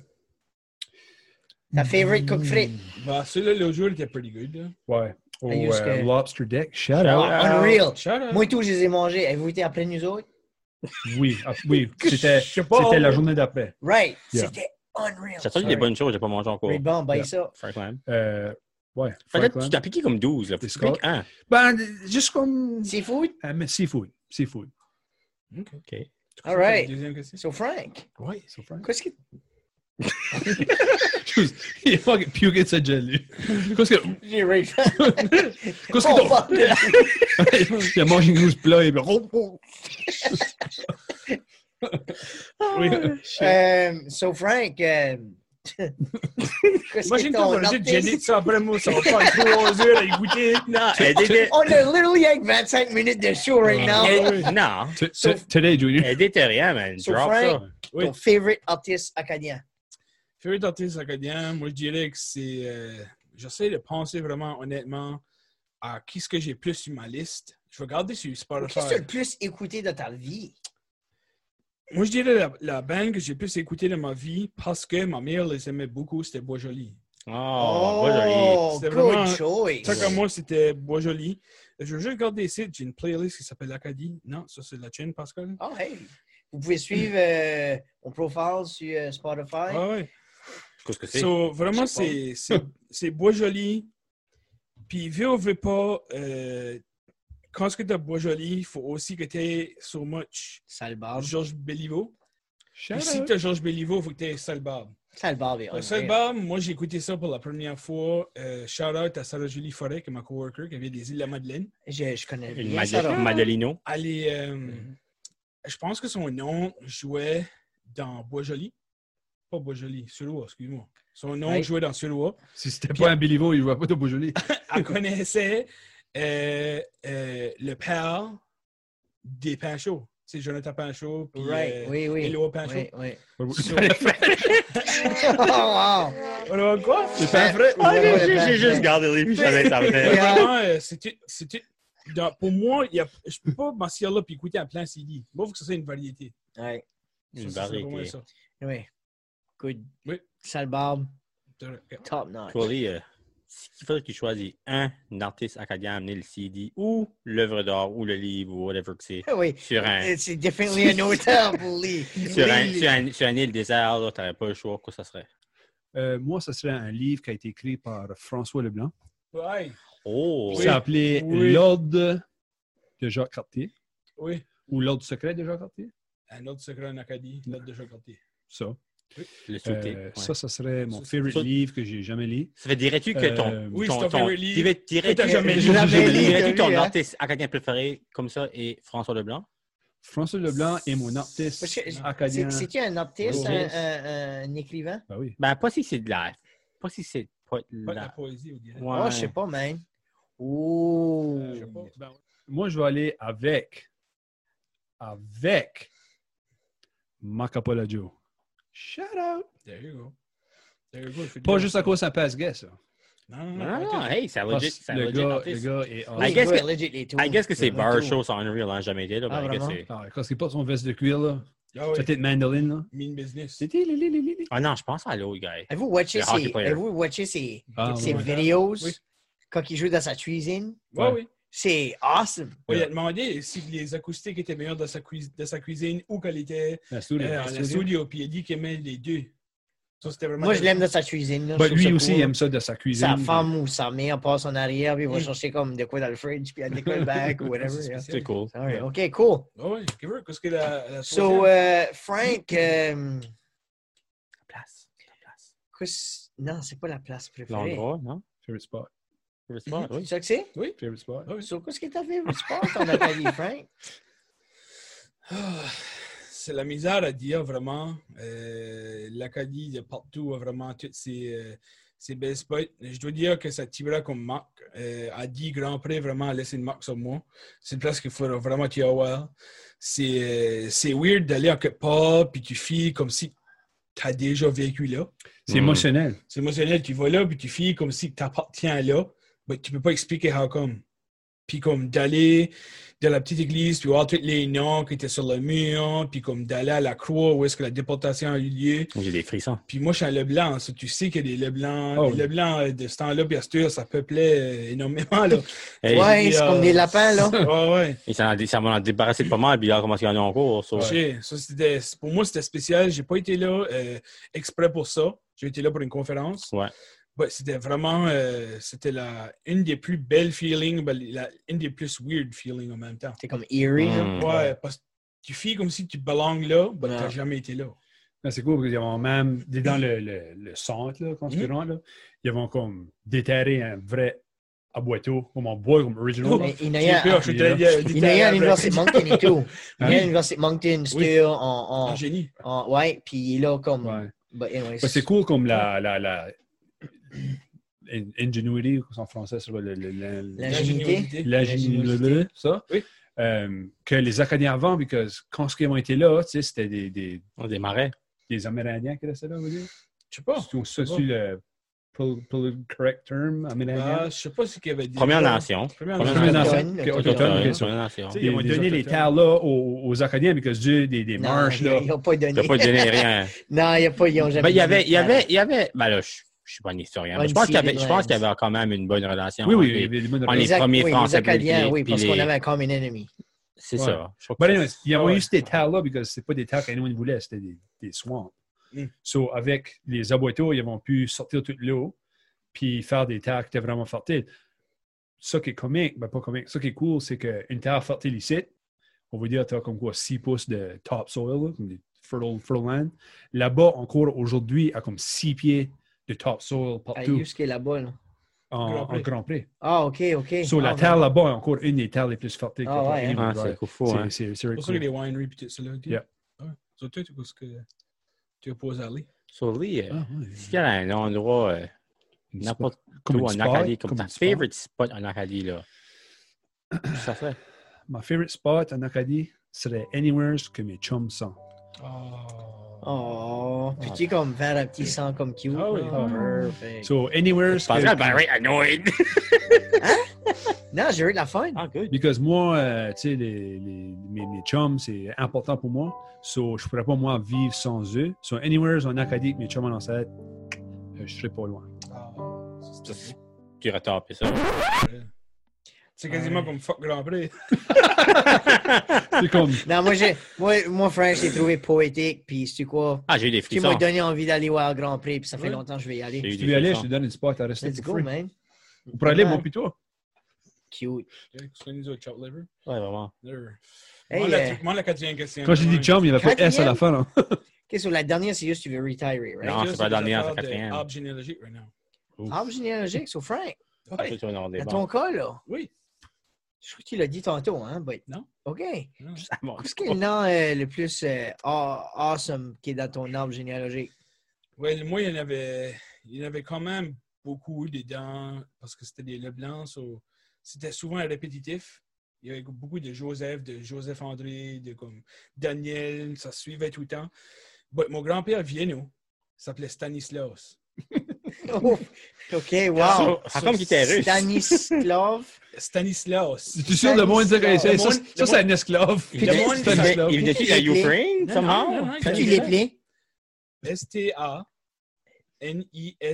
[SPEAKER 3] Ta favorite cook frite.
[SPEAKER 2] Bah, celui-là, le jour, il était pretty good. là.
[SPEAKER 1] Ouais. Au
[SPEAKER 3] I use
[SPEAKER 1] euh,
[SPEAKER 3] que-
[SPEAKER 1] Lobster Deck. Shout
[SPEAKER 4] Shout
[SPEAKER 1] out.
[SPEAKER 4] out.
[SPEAKER 3] Unreal.
[SPEAKER 2] Shout out.
[SPEAKER 3] Ah. Moi et tout, je les ai mangés. Avez-vous été après nous autres?
[SPEAKER 1] Oui, ah, oui. C'était,
[SPEAKER 2] <laughs> Je sais pas.
[SPEAKER 1] c'était la journée d'après.
[SPEAKER 3] Right.
[SPEAKER 1] Yeah.
[SPEAKER 3] C'était unreal.
[SPEAKER 4] J'ai entendu des
[SPEAKER 1] Sorry.
[SPEAKER 4] bonnes choses, j'ai pas mangé encore.
[SPEAKER 3] Great bomb, buy
[SPEAKER 1] Yeah.
[SPEAKER 3] ça.
[SPEAKER 4] Frank Lamb.
[SPEAKER 1] Euh, ouais.
[SPEAKER 4] Peut-être
[SPEAKER 1] Franklin.
[SPEAKER 4] tu t'as piqué comme 12, là. Faut
[SPEAKER 1] Des
[SPEAKER 4] que hein? tu piques
[SPEAKER 1] Scott.
[SPEAKER 4] un.
[SPEAKER 1] Ben, juste comme.
[SPEAKER 3] Seafood?
[SPEAKER 1] Ah, mais seafood. Seafood.
[SPEAKER 2] Ok.
[SPEAKER 4] OK.
[SPEAKER 3] All right.
[SPEAKER 2] Deuxième question.
[SPEAKER 3] So Frank,
[SPEAKER 1] Ouais, so frank. <laughs>
[SPEAKER 3] qu'est-ce que...
[SPEAKER 1] Juste, Il est fucking puking sa jelly. Qu'est-ce que. <laughs>
[SPEAKER 2] <laughs>
[SPEAKER 3] J'ai rage.
[SPEAKER 1] Qu'est-ce
[SPEAKER 3] Oh,
[SPEAKER 1] que t'as- Il a mangé une grosse plat et puis. Oh, oh.
[SPEAKER 2] Oui.
[SPEAKER 3] Euh, so Frank, euh...
[SPEAKER 2] <laughs>
[SPEAKER 3] qu'est-ce que
[SPEAKER 2] Imagine
[SPEAKER 3] ton
[SPEAKER 2] qu'on a juste
[SPEAKER 3] artiste-
[SPEAKER 2] gêné de ça après moi, ça va faire trois heures à écouter.
[SPEAKER 4] Non, elle déteste.
[SPEAKER 3] On a Oh, literally like 25 minutes de show
[SPEAKER 2] Mm.
[SPEAKER 3] right now.
[SPEAKER 4] Elle- Non,
[SPEAKER 1] T- t- Today, Junior.
[SPEAKER 4] elle déteste rien, man.
[SPEAKER 3] So
[SPEAKER 4] Drop
[SPEAKER 3] Frank,
[SPEAKER 4] ça.
[SPEAKER 2] Oui.
[SPEAKER 3] ton favorite artiste acadien.
[SPEAKER 2] Fury d'artiste acadien, moi je dirais que c'est. euh, J'essaie de penser vraiment honnêtement à qui ce que j'ai plus sur ma liste. Je vais regarder sur
[SPEAKER 3] Qu'est-ce que tu as
[SPEAKER 2] Spotify.
[SPEAKER 3] le plus écouté de ta vie?
[SPEAKER 2] Moi je dirais la, la band que j'ai plus écoutée de ma vie parce que ma mère les aimait beaucoup, c'était Bois Joli.
[SPEAKER 4] Oh, moi, joli.
[SPEAKER 3] Oh,
[SPEAKER 2] C'est
[SPEAKER 3] good
[SPEAKER 2] vraiment-
[SPEAKER 3] choice.
[SPEAKER 2] Ça, comme moi, c'était Bois Joli. Je veux juste regarder ici, j'ai une playlist qui s'appelle Acadie. Non, ça c'est la chaîne, Pascal.
[SPEAKER 3] Oh, hey. Vous pouvez suivre euh, mon profile sur euh, Spotify.
[SPEAKER 2] Ah ouais.
[SPEAKER 4] Qu'est-ce que c'est?
[SPEAKER 2] So, vraiment,
[SPEAKER 3] Je sais
[SPEAKER 2] c'est c'est- c'est bois joli. Puis, veux ou veux pas, euh, quand ce que tu as bois joli, il faut aussi que tu aies so much
[SPEAKER 3] Sale barbe.
[SPEAKER 2] Georges Béliveau.
[SPEAKER 1] Shout
[SPEAKER 2] Puis, si
[SPEAKER 1] out.
[SPEAKER 2] tu as Georges Béliveau, il faut que tu aies Salbab.
[SPEAKER 3] Sale barbe. est
[SPEAKER 2] Le
[SPEAKER 3] unreal.
[SPEAKER 2] Salbab, moi, j'ai écouté ça pour la première fois. Euh, shout out à Sarah-Julie Forêt, qui est ma coworker, qui avait des îles de la Madeleine.
[SPEAKER 3] Je, je connais
[SPEAKER 4] Une
[SPEAKER 3] bien ça.
[SPEAKER 4] Made-
[SPEAKER 3] là.
[SPEAKER 4] Madelino.
[SPEAKER 2] Elle est, euh,
[SPEAKER 3] Mhm.
[SPEAKER 2] Je pense que son nom jouait dans Bois joli. Pas Bois joli, Suroa, excuse-moi. Son nom
[SPEAKER 3] Right.
[SPEAKER 2] jouait dans Suroa.
[SPEAKER 1] Si c'était pas un Béliveau, il jouait pas de Beaujolais.
[SPEAKER 3] <laughs>
[SPEAKER 2] elle connaissait euh, euh, le père des Pinchot. C'est Jonathan Pinchot. Puis,
[SPEAKER 3] Right.
[SPEAKER 2] euh,
[SPEAKER 3] Oui, oui.
[SPEAKER 2] Élo Pinchot.
[SPEAKER 3] <laughs> Oui, oui.
[SPEAKER 2] So- <laughs>
[SPEAKER 3] oh, wow.
[SPEAKER 2] On a quoi?
[SPEAKER 1] <laughs> C'est pas vrai.
[SPEAKER 4] Ah, j'ai- j'ai-
[SPEAKER 3] Ouais,
[SPEAKER 4] j'ai
[SPEAKER 3] ouais.
[SPEAKER 4] juste gardé les puis je savais que ça venait.
[SPEAKER 3] Yeah.
[SPEAKER 2] Vraiment, euh, c'était- c'était- dans- pour moi, il y a, je peux pas m'asseoir là et écouter en plein CD. Moi, il faut que ça soit une variété.
[SPEAKER 3] Ouais,
[SPEAKER 2] Ça,
[SPEAKER 4] Une
[SPEAKER 2] ça, c'est
[SPEAKER 4] variété.
[SPEAKER 2] pour moi, ça.
[SPEAKER 3] Oui. Good.
[SPEAKER 2] Oui.
[SPEAKER 3] Sale barbe.
[SPEAKER 2] C'est vrai.
[SPEAKER 3] Top notch.
[SPEAKER 4] Toi, Lee, euh, il faudrait que tu choisisses un artiste acadien à amener le CD ou l'œuvre d'art ou le livre ou whatever que c'est.
[SPEAKER 3] Ah <laughs> Oui.
[SPEAKER 4] Sur un,
[SPEAKER 3] Euh, C'est definitely un auteur pour Lee.
[SPEAKER 4] sur un,
[SPEAKER 3] Lee-
[SPEAKER 4] sur un, sur un île désert, là, t'aurais pas le choix, quoi ça serait.
[SPEAKER 1] Euh, moi, ce serait un livre qui a été écrit par François Leblanc.
[SPEAKER 2] Ouais,
[SPEAKER 4] Oh!
[SPEAKER 1] qui s'appelait
[SPEAKER 2] Oui.
[SPEAKER 1] L'Ordre de Jacques Cartier
[SPEAKER 2] oui.
[SPEAKER 1] ou L'Ordre secret de Jacques Cartier.
[SPEAKER 2] Un autre secret en Acadie, l'autre de Chocoté.
[SPEAKER 1] Ça.
[SPEAKER 4] Le
[SPEAKER 1] Euh,
[SPEAKER 4] sauté. ouais.
[SPEAKER 1] Ça, ça serait mon
[SPEAKER 2] Ça,
[SPEAKER 1] favorite
[SPEAKER 4] ça-
[SPEAKER 1] livre que j'ai jamais lu.
[SPEAKER 4] Ça fait, dirais-tu que ton.
[SPEAKER 1] Euh,
[SPEAKER 2] Oui,
[SPEAKER 4] ton,
[SPEAKER 2] c'est ton favorite livre.
[SPEAKER 4] dirais- dirais-
[SPEAKER 2] Que t'as jamais lu.
[SPEAKER 3] Jamais lu,
[SPEAKER 4] Dirais-tu que
[SPEAKER 3] t'as vu,
[SPEAKER 4] ton
[SPEAKER 3] hein?
[SPEAKER 4] artiste acadien préféré comme ça est François Leblanc?
[SPEAKER 1] François Leblanc est mon artiste
[SPEAKER 3] Parce que-
[SPEAKER 1] acadien.
[SPEAKER 3] C'est- C'est-tu un artiste,
[SPEAKER 1] Oui.
[SPEAKER 3] un, un- un écrivain?
[SPEAKER 1] Ben oui.
[SPEAKER 4] Ben, pas si c'est de la. Pas si c'est pas de
[SPEAKER 2] Pas de la
[SPEAKER 4] la.
[SPEAKER 2] poésie, on dirait.
[SPEAKER 4] Ouais.
[SPEAKER 3] Oh, je sais pas, man. Oh.
[SPEAKER 2] Euh, je sais pas.
[SPEAKER 1] Ben, moi, je vais aller avec avec Macapola Joe. Shout out!
[SPEAKER 2] There you go. Derrick Rose fait
[SPEAKER 1] Pas
[SPEAKER 2] du-
[SPEAKER 1] juste à cause de sa passe gay, ça.
[SPEAKER 2] Non,
[SPEAKER 4] Non, non, non, Ah, hey, ça legit.
[SPEAKER 1] Parce que
[SPEAKER 4] Ça
[SPEAKER 1] le,
[SPEAKER 4] legit
[SPEAKER 1] gars,
[SPEAKER 4] artiste.
[SPEAKER 1] le gars est
[SPEAKER 3] Oui,
[SPEAKER 4] I guess
[SPEAKER 3] ouais,
[SPEAKER 4] que-
[SPEAKER 3] legit, les tours.
[SPEAKER 4] I guess que c'est
[SPEAKER 3] Les
[SPEAKER 4] bar
[SPEAKER 3] tours.
[SPEAKER 4] show sur Unreal, on n'a jamais été là.
[SPEAKER 3] Ah,
[SPEAKER 4] mais I guess
[SPEAKER 3] vraiment?
[SPEAKER 4] c'est-
[SPEAKER 1] Ah, quand il porte son veste de cuir, là,
[SPEAKER 2] Ah
[SPEAKER 1] sa
[SPEAKER 2] ouais,
[SPEAKER 1] tête mandoline, là.
[SPEAKER 2] mean business.
[SPEAKER 1] C'était li- li- li- li- li.
[SPEAKER 4] Ah non, je pense à l'autre gars.
[SPEAKER 3] Avez-vous watché
[SPEAKER 4] Le hockey
[SPEAKER 3] ses,
[SPEAKER 4] player.
[SPEAKER 3] avez-vous watché ses,
[SPEAKER 1] Ah,
[SPEAKER 3] ses
[SPEAKER 1] ouais.
[SPEAKER 2] vi-
[SPEAKER 3] vidéos
[SPEAKER 2] Oui.
[SPEAKER 3] quand il joue dans sa cuisine?
[SPEAKER 2] Ouais,
[SPEAKER 1] Ouais.
[SPEAKER 2] oui.
[SPEAKER 3] C'est awesome.
[SPEAKER 2] Ouais, il a demandé si les acoustiques étaient meilleures dans sa, cuis- dans sa cuisine ou qu'elle était
[SPEAKER 1] La souris,
[SPEAKER 2] euh,
[SPEAKER 1] la
[SPEAKER 2] dans la
[SPEAKER 1] souris.
[SPEAKER 2] studio, puis il a dit qu'il aimait les deux. Ça, c'était vraiment
[SPEAKER 3] Moi, je l'aime dans sa cuisine. là.
[SPEAKER 1] Bah,
[SPEAKER 3] Je trouve
[SPEAKER 1] lui
[SPEAKER 3] ça
[SPEAKER 1] aussi,
[SPEAKER 3] cool.
[SPEAKER 1] il aime ça de sa cuisine.
[SPEAKER 3] Sa femme ou sa mère passe en arrière, puis il va
[SPEAKER 2] Mm.
[SPEAKER 3] chercher comme de quoi dans le fridge, puis elle décolle back
[SPEAKER 4] <laughs>
[SPEAKER 3] ou whatever.
[SPEAKER 2] C'est
[SPEAKER 3] yeah.
[SPEAKER 2] spécial.
[SPEAKER 4] C'est cool.
[SPEAKER 3] All right, OK, cool.
[SPEAKER 2] Ah ouais, qu'est-ce que- qu'est-ce que la. la
[SPEAKER 3] So,
[SPEAKER 2] troisième-
[SPEAKER 3] euh, Frank, euh,
[SPEAKER 4] Place. la place.
[SPEAKER 3] qu'est-ce- non, c'est pas la place préférée.
[SPEAKER 4] L'endroit, non?
[SPEAKER 1] Favorite spot.
[SPEAKER 4] Je sais pas,
[SPEAKER 3] Tu <laughs>
[SPEAKER 4] oui.
[SPEAKER 3] sais que c'est?
[SPEAKER 1] Favorite spot.
[SPEAKER 2] Ah oui.
[SPEAKER 3] So, qu'est-ce que t'as fait au sport, ton atelier, Frank?
[SPEAKER 2] Ah, C'est la misère à dire vraiment. Euh, L'Acadie de partout a vraiment toutes ses, euh, ses belles spots. Je dois dire que ça tibra comme marque. Euh, a dit Grand Prix vraiment a laissé une marque sur moi. C'est une place qu'il faut vraiment t'y avoir. C'est euh, c'est weird d'aller à quelque part puis tu files comme si tu as déjà vécu là.
[SPEAKER 1] C'est
[SPEAKER 4] Mm.
[SPEAKER 1] émotionnel.
[SPEAKER 2] C'est émotionnel. Tu vas là, puis tu files comme si tu appartiens là, mais tu peux pas expliquer how come. Puis comme d'aller dans la petite église, puis voir tous les noms qui étaient sur le mur, puis comme d'aller à la croix où est-ce que la déportation a eu lieu.
[SPEAKER 4] J'ai des frissons.
[SPEAKER 2] Puis moi, je suis un Leblanc, ça, tu sais que des Leblancs,
[SPEAKER 1] Oh
[SPEAKER 2] les
[SPEAKER 1] oui.
[SPEAKER 2] Leblancs euh, de ce temps-là, puis à cette heure, ça peuplait euh, énormément. Là.
[SPEAKER 4] <laughs> Hey,
[SPEAKER 3] ouais,
[SPEAKER 2] puis,
[SPEAKER 3] c'est
[SPEAKER 2] euh,
[SPEAKER 3] comme des lapins,
[SPEAKER 4] <laughs>
[SPEAKER 3] là.
[SPEAKER 2] Ouais, ouais.
[SPEAKER 4] Et ça, en a- ça m'en a débarrassé de pas mal, puis là, comment il y en a encore. so-
[SPEAKER 2] J'ai- ça, c'était- pour moi, c'était spécial. J'ai pas été là euh, exprès pour ça. J'ai été là pour une conférence.
[SPEAKER 4] Ouais.
[SPEAKER 2] Ouais, c'était vraiment, euh, c'était la, une des plus belles feelings, ben, la- une des plus weird feelings en même temps.
[SPEAKER 3] C'est comme eerie, là.
[SPEAKER 4] Mm.
[SPEAKER 2] Ouais, parce que tu fais comme si tu belongs là, mais
[SPEAKER 3] Ouais.
[SPEAKER 2] t'as jamais été là.
[SPEAKER 1] Non, C'est cool parce qu'ils vont même, dans le, le, le centre, là, quand tu
[SPEAKER 2] Mhm.
[SPEAKER 1] rentres, là, ils vont comme déterrer un vrai aboiteau, comme on boit, comme original. là.
[SPEAKER 3] Mais Il
[SPEAKER 2] J'ai
[SPEAKER 3] y a-
[SPEAKER 2] peur, je suis
[SPEAKER 1] il est là.
[SPEAKER 2] très-
[SPEAKER 3] il y en a eu à
[SPEAKER 2] littéralement-
[SPEAKER 3] l'Université de Moncton et
[SPEAKER 4] <laughs>
[SPEAKER 3] tout. Il y en a eu à
[SPEAKER 1] Hein?
[SPEAKER 3] l'Université de Moncton, Steele, en,
[SPEAKER 2] Un
[SPEAKER 4] Ah,
[SPEAKER 3] en,
[SPEAKER 2] génie.
[SPEAKER 3] en- Ouais, puis il est là comme.
[SPEAKER 1] Ouais.
[SPEAKER 3] But anyways.
[SPEAKER 1] Ouais, c'est cool comme la, la, la in- ingenuity, ou en français, c'est quoi, le- le- le-
[SPEAKER 2] L'ingéniosité.
[SPEAKER 1] l'ingéniosité, ça,
[SPEAKER 2] Oui.
[SPEAKER 1] euh, que les Acadiens avant, parce que quand ils ont été là, tu sais, c'était des, des,
[SPEAKER 4] On démarrait.
[SPEAKER 1] des Amérindiens qui restaient là, vous voyez?
[SPEAKER 2] Je sais pas.
[SPEAKER 1] Oh, C'est ça,
[SPEAKER 2] bon.
[SPEAKER 1] c'est le pol- pol- correct term,
[SPEAKER 2] Ah,
[SPEAKER 1] Amérindien?
[SPEAKER 2] je sais pas ce qu'il y avait dit.
[SPEAKER 4] Première Nation.
[SPEAKER 2] Première Nation.
[SPEAKER 4] Première
[SPEAKER 1] Nation.
[SPEAKER 3] Autochtone,
[SPEAKER 1] Ok,
[SPEAKER 3] autochtone.
[SPEAKER 1] autochtone,
[SPEAKER 4] Première
[SPEAKER 1] ok, ça.
[SPEAKER 4] Nation.
[SPEAKER 1] Tu sais, ils ont
[SPEAKER 2] Des-
[SPEAKER 1] donné
[SPEAKER 2] des
[SPEAKER 1] les terres là aux, aux Acadiens parce que Dieu des, des
[SPEAKER 3] Non,
[SPEAKER 1] marches là.
[SPEAKER 3] Ils n'ont pas donné.
[SPEAKER 4] T'as pas donné rien.
[SPEAKER 3] <laughs> Non, ils n'ont pas, ils ont jamais
[SPEAKER 4] Ben, il y avait,
[SPEAKER 3] donné.
[SPEAKER 4] il y avait, il y avait, ben là, je, je suis pas un historien, mais je pense qu'il y avait, je pense qu'il y avait quand même une bonne relation.
[SPEAKER 1] Oui, oui, il
[SPEAKER 4] entre
[SPEAKER 1] y
[SPEAKER 4] les-
[SPEAKER 1] avait des bonnes
[SPEAKER 4] on
[SPEAKER 1] raisons.
[SPEAKER 4] les
[SPEAKER 3] Ac-
[SPEAKER 4] premiers
[SPEAKER 3] oui,
[SPEAKER 4] Français, puis
[SPEAKER 3] Acadiens,
[SPEAKER 4] les-
[SPEAKER 3] oui,
[SPEAKER 4] puis
[SPEAKER 3] parce qu'on
[SPEAKER 4] les-
[SPEAKER 3] avait un common enemy.
[SPEAKER 4] C'est
[SPEAKER 1] Ouais.
[SPEAKER 4] ça. Je crois que
[SPEAKER 1] But anyways, ils ont
[SPEAKER 2] Ouais.
[SPEAKER 1] eu ces terres-là parce que ce pas des terres qu'Anouine voulait, c'était des, des swamps.
[SPEAKER 2] Mm.
[SPEAKER 1] So, avec les aboiteaux, ils ont pu sortir toute l'eau puis faire des terres qui étaient vraiment fertiles. Ce qui est comique, ben pas comique, ce qui est cool, c'est qu'une terre fertile ici, on va dire, tu as comme quoi 6 pouces de topsoil, là, comme des fertile, fertile land. Là-bas, encore aujourd'hui, à comme 6 pieds de topsoil
[SPEAKER 3] À
[SPEAKER 1] partout
[SPEAKER 3] Yusuke là-bas, là.
[SPEAKER 1] en
[SPEAKER 2] Grand Eh,
[SPEAKER 1] en
[SPEAKER 2] Prix.
[SPEAKER 1] Grand Prix.
[SPEAKER 3] Ah, OK, OK.
[SPEAKER 1] So, la
[SPEAKER 3] Ah,
[SPEAKER 1] terre là-bas est encore une des terres les plus fertiles.
[SPEAKER 3] Ah,
[SPEAKER 1] que t'as
[SPEAKER 3] ouais,
[SPEAKER 1] ever
[SPEAKER 4] Ah,
[SPEAKER 1] drive.
[SPEAKER 4] c'est fou, hein.
[SPEAKER 1] C'est- c'est- c'est
[SPEAKER 2] C'est pour ça que les
[SPEAKER 1] cool.
[SPEAKER 2] wineries et tout cela. tu sais.
[SPEAKER 1] Yeah.
[SPEAKER 2] Ouais. So, toi, tu penses que tu vas pas aller.
[SPEAKER 4] Sur lui, euh,
[SPEAKER 1] Ah, ouais.
[SPEAKER 4] est-ce qu'il y a un endroit, euh,
[SPEAKER 1] Une
[SPEAKER 4] n'importe
[SPEAKER 1] Comme
[SPEAKER 4] où
[SPEAKER 1] une
[SPEAKER 4] en
[SPEAKER 1] spot,
[SPEAKER 4] Acadie, comme
[SPEAKER 1] comme
[SPEAKER 4] ton
[SPEAKER 1] une spot.
[SPEAKER 4] favorite spot en Acadie, là? Qu'est-ce que ça fait?
[SPEAKER 1] My favorite spot en Acadie serait Anywheres que mes chums sont.
[SPEAKER 2] Ah.
[SPEAKER 3] Oh, puis tu es comme faire un petit sang comme cute.
[SPEAKER 2] Ah oui.
[SPEAKER 3] là. Perfect.
[SPEAKER 1] So, Anywheres.
[SPEAKER 4] Pascal
[SPEAKER 1] Que,
[SPEAKER 4] Barrett
[SPEAKER 1] <laughs>
[SPEAKER 4] annoyed.
[SPEAKER 3] Non, j'ai eu de la fun.
[SPEAKER 4] Ah, good.
[SPEAKER 1] because moi, euh, tu sais, les, les- mes, mes chums, c'est important pour moi. So, je pourrais pas, moi, vivre sans eux. So, Anywheres en Acadie que mes chums en ancêtre, euh, je serais pas loin.
[SPEAKER 2] Ah. Ça, c'est-
[SPEAKER 4] Tu retapes
[SPEAKER 1] <laughs>
[SPEAKER 4] ça.
[SPEAKER 2] C'est quasiment comme fuck Grand Prix. <laughs>
[SPEAKER 1] C'est comme.
[SPEAKER 3] Non, moi, j'ai, moi, moi, Frank, j'ai trouvé poétique, puis c'est quoi?
[SPEAKER 4] Ah, j'ai eu des
[SPEAKER 3] Tu m'as
[SPEAKER 4] frissons.
[SPEAKER 3] donné envie d'aller voir le Grand Prix, puis ça fait
[SPEAKER 2] Ouais.
[SPEAKER 3] longtemps que je vais y aller.
[SPEAKER 4] J'ai eu
[SPEAKER 1] Si tu
[SPEAKER 4] des
[SPEAKER 1] veux aller, je
[SPEAKER 4] frissons.
[SPEAKER 1] te donne une spot à rester.
[SPEAKER 3] Let's
[SPEAKER 1] pour
[SPEAKER 3] go,
[SPEAKER 1] free.
[SPEAKER 3] man.
[SPEAKER 1] On pourrait aller,
[SPEAKER 3] Ouais.
[SPEAKER 1] moi, puis toi.
[SPEAKER 3] Cute.
[SPEAKER 2] Excusez-nous au chop liver.
[SPEAKER 4] Ouais, vraiment.
[SPEAKER 2] There.
[SPEAKER 3] Hey,
[SPEAKER 2] Moi, la-
[SPEAKER 3] euh,
[SPEAKER 2] moi, la quatrième question.
[SPEAKER 1] Quand j'ai dit chum, il n'y avait pas S à la fin. hein.
[SPEAKER 3] OK, so la dernière, c'est juste tu veux retirer, right? Ah,
[SPEAKER 4] Non. c'est pas la dernière, c'est la quatrième.
[SPEAKER 2] Arbre généalogique right now.
[SPEAKER 3] Arbre généalogique, so Frank,
[SPEAKER 4] Ah, toi,
[SPEAKER 2] Ouais.
[SPEAKER 4] tu vas dans des
[SPEAKER 3] à
[SPEAKER 4] bons.
[SPEAKER 3] ton cas, là,
[SPEAKER 2] Oui.
[SPEAKER 3] je crois que tu l'as dit tantôt, hein, but...
[SPEAKER 2] Non.
[SPEAKER 3] OK.
[SPEAKER 2] Non.
[SPEAKER 4] Ça monte.
[SPEAKER 3] Qu'est-ce qui est le nom euh, le plus euh, aw- awesome qui est dans ton
[SPEAKER 2] <laughs>
[SPEAKER 3] arbre généalogique?
[SPEAKER 2] Ouais, moi, il y en avait, il y en avait quand même beaucoup dedans parce que c'était des Leblancs. so, c'était souvent répétitif. Il y avait beaucoup de Joseph, de Joseph André, de comme Daniel, ça se suivait tout le temps. But mon grand-père vienno s'appelait Stanislas.
[SPEAKER 3] Oh, OK, wow.
[SPEAKER 4] So- Par contre, il était
[SPEAKER 2] <laughs>
[SPEAKER 4] russe.
[SPEAKER 3] Stanislav.
[SPEAKER 2] Stanislas.
[SPEAKER 1] Tu sûr le monde dit que c'est ça,
[SPEAKER 2] Le
[SPEAKER 1] ça,
[SPEAKER 2] monde-
[SPEAKER 1] ça, c'est un esclave.
[SPEAKER 4] Il
[SPEAKER 1] C'est un
[SPEAKER 4] venait-
[SPEAKER 2] monde-
[SPEAKER 4] il
[SPEAKER 1] esclave.
[SPEAKER 4] venait- il venait-tu de la
[SPEAKER 3] Il est-
[SPEAKER 4] Ukraine,
[SPEAKER 2] Non,
[SPEAKER 4] somehow?
[SPEAKER 2] non, non, il
[SPEAKER 3] Quand
[SPEAKER 2] est-
[SPEAKER 3] tu les plais,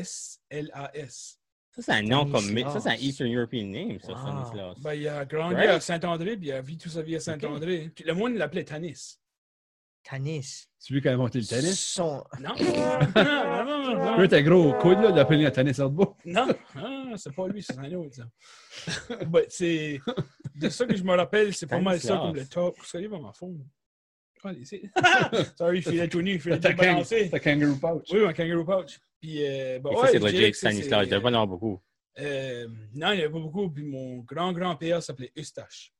[SPEAKER 2] S-T-A-N-I-S-L-A-S.
[SPEAKER 4] Ça, c'est un nom comme.
[SPEAKER 3] Stanislas.
[SPEAKER 4] Ça, c'est un Eastern European name, ça,
[SPEAKER 3] Wow.
[SPEAKER 4] Stanislas.
[SPEAKER 2] Ben, il a grandi
[SPEAKER 4] Right.
[SPEAKER 2] à Saint-André, puis il a vécu toute sa vie à Saint-André. Puis Le monde l'appelait Tanis.
[SPEAKER 3] Tanis.
[SPEAKER 1] Celui qui a inventé le tennis.
[SPEAKER 3] Son...
[SPEAKER 2] Non, non, non, non,
[SPEAKER 1] Lui,
[SPEAKER 2] non,
[SPEAKER 1] t'as gros coude, là, d'appelé un tennis elbow.
[SPEAKER 2] non, non, c'est pas lui, c'est un autre. Ça. Mais c'est de ça que je me rappelle, c'est pas mal ça
[SPEAKER 4] Stanislas.
[SPEAKER 2] comme le top. Qu'est-ce qu'il y a dans ma faune? Allez, c'est. Sorry, je filais tout nu, je filais
[SPEAKER 1] T'as
[SPEAKER 2] tout
[SPEAKER 1] kang-
[SPEAKER 2] balancé.
[SPEAKER 1] t'as kangaroo pouch.
[SPEAKER 2] Oui, un kangaroo pouch. Puis, euh, bah,
[SPEAKER 4] Et
[SPEAKER 2] ouais,
[SPEAKER 4] ça, c'est
[SPEAKER 2] je
[SPEAKER 4] legit,
[SPEAKER 2] dirais que c'est-
[SPEAKER 4] Stanislas. Il devait pas en avoir beaucoup.
[SPEAKER 2] Euh, non, il n'y avait pas beaucoup. Puis mon grand-grand-père s'appelait Eustache.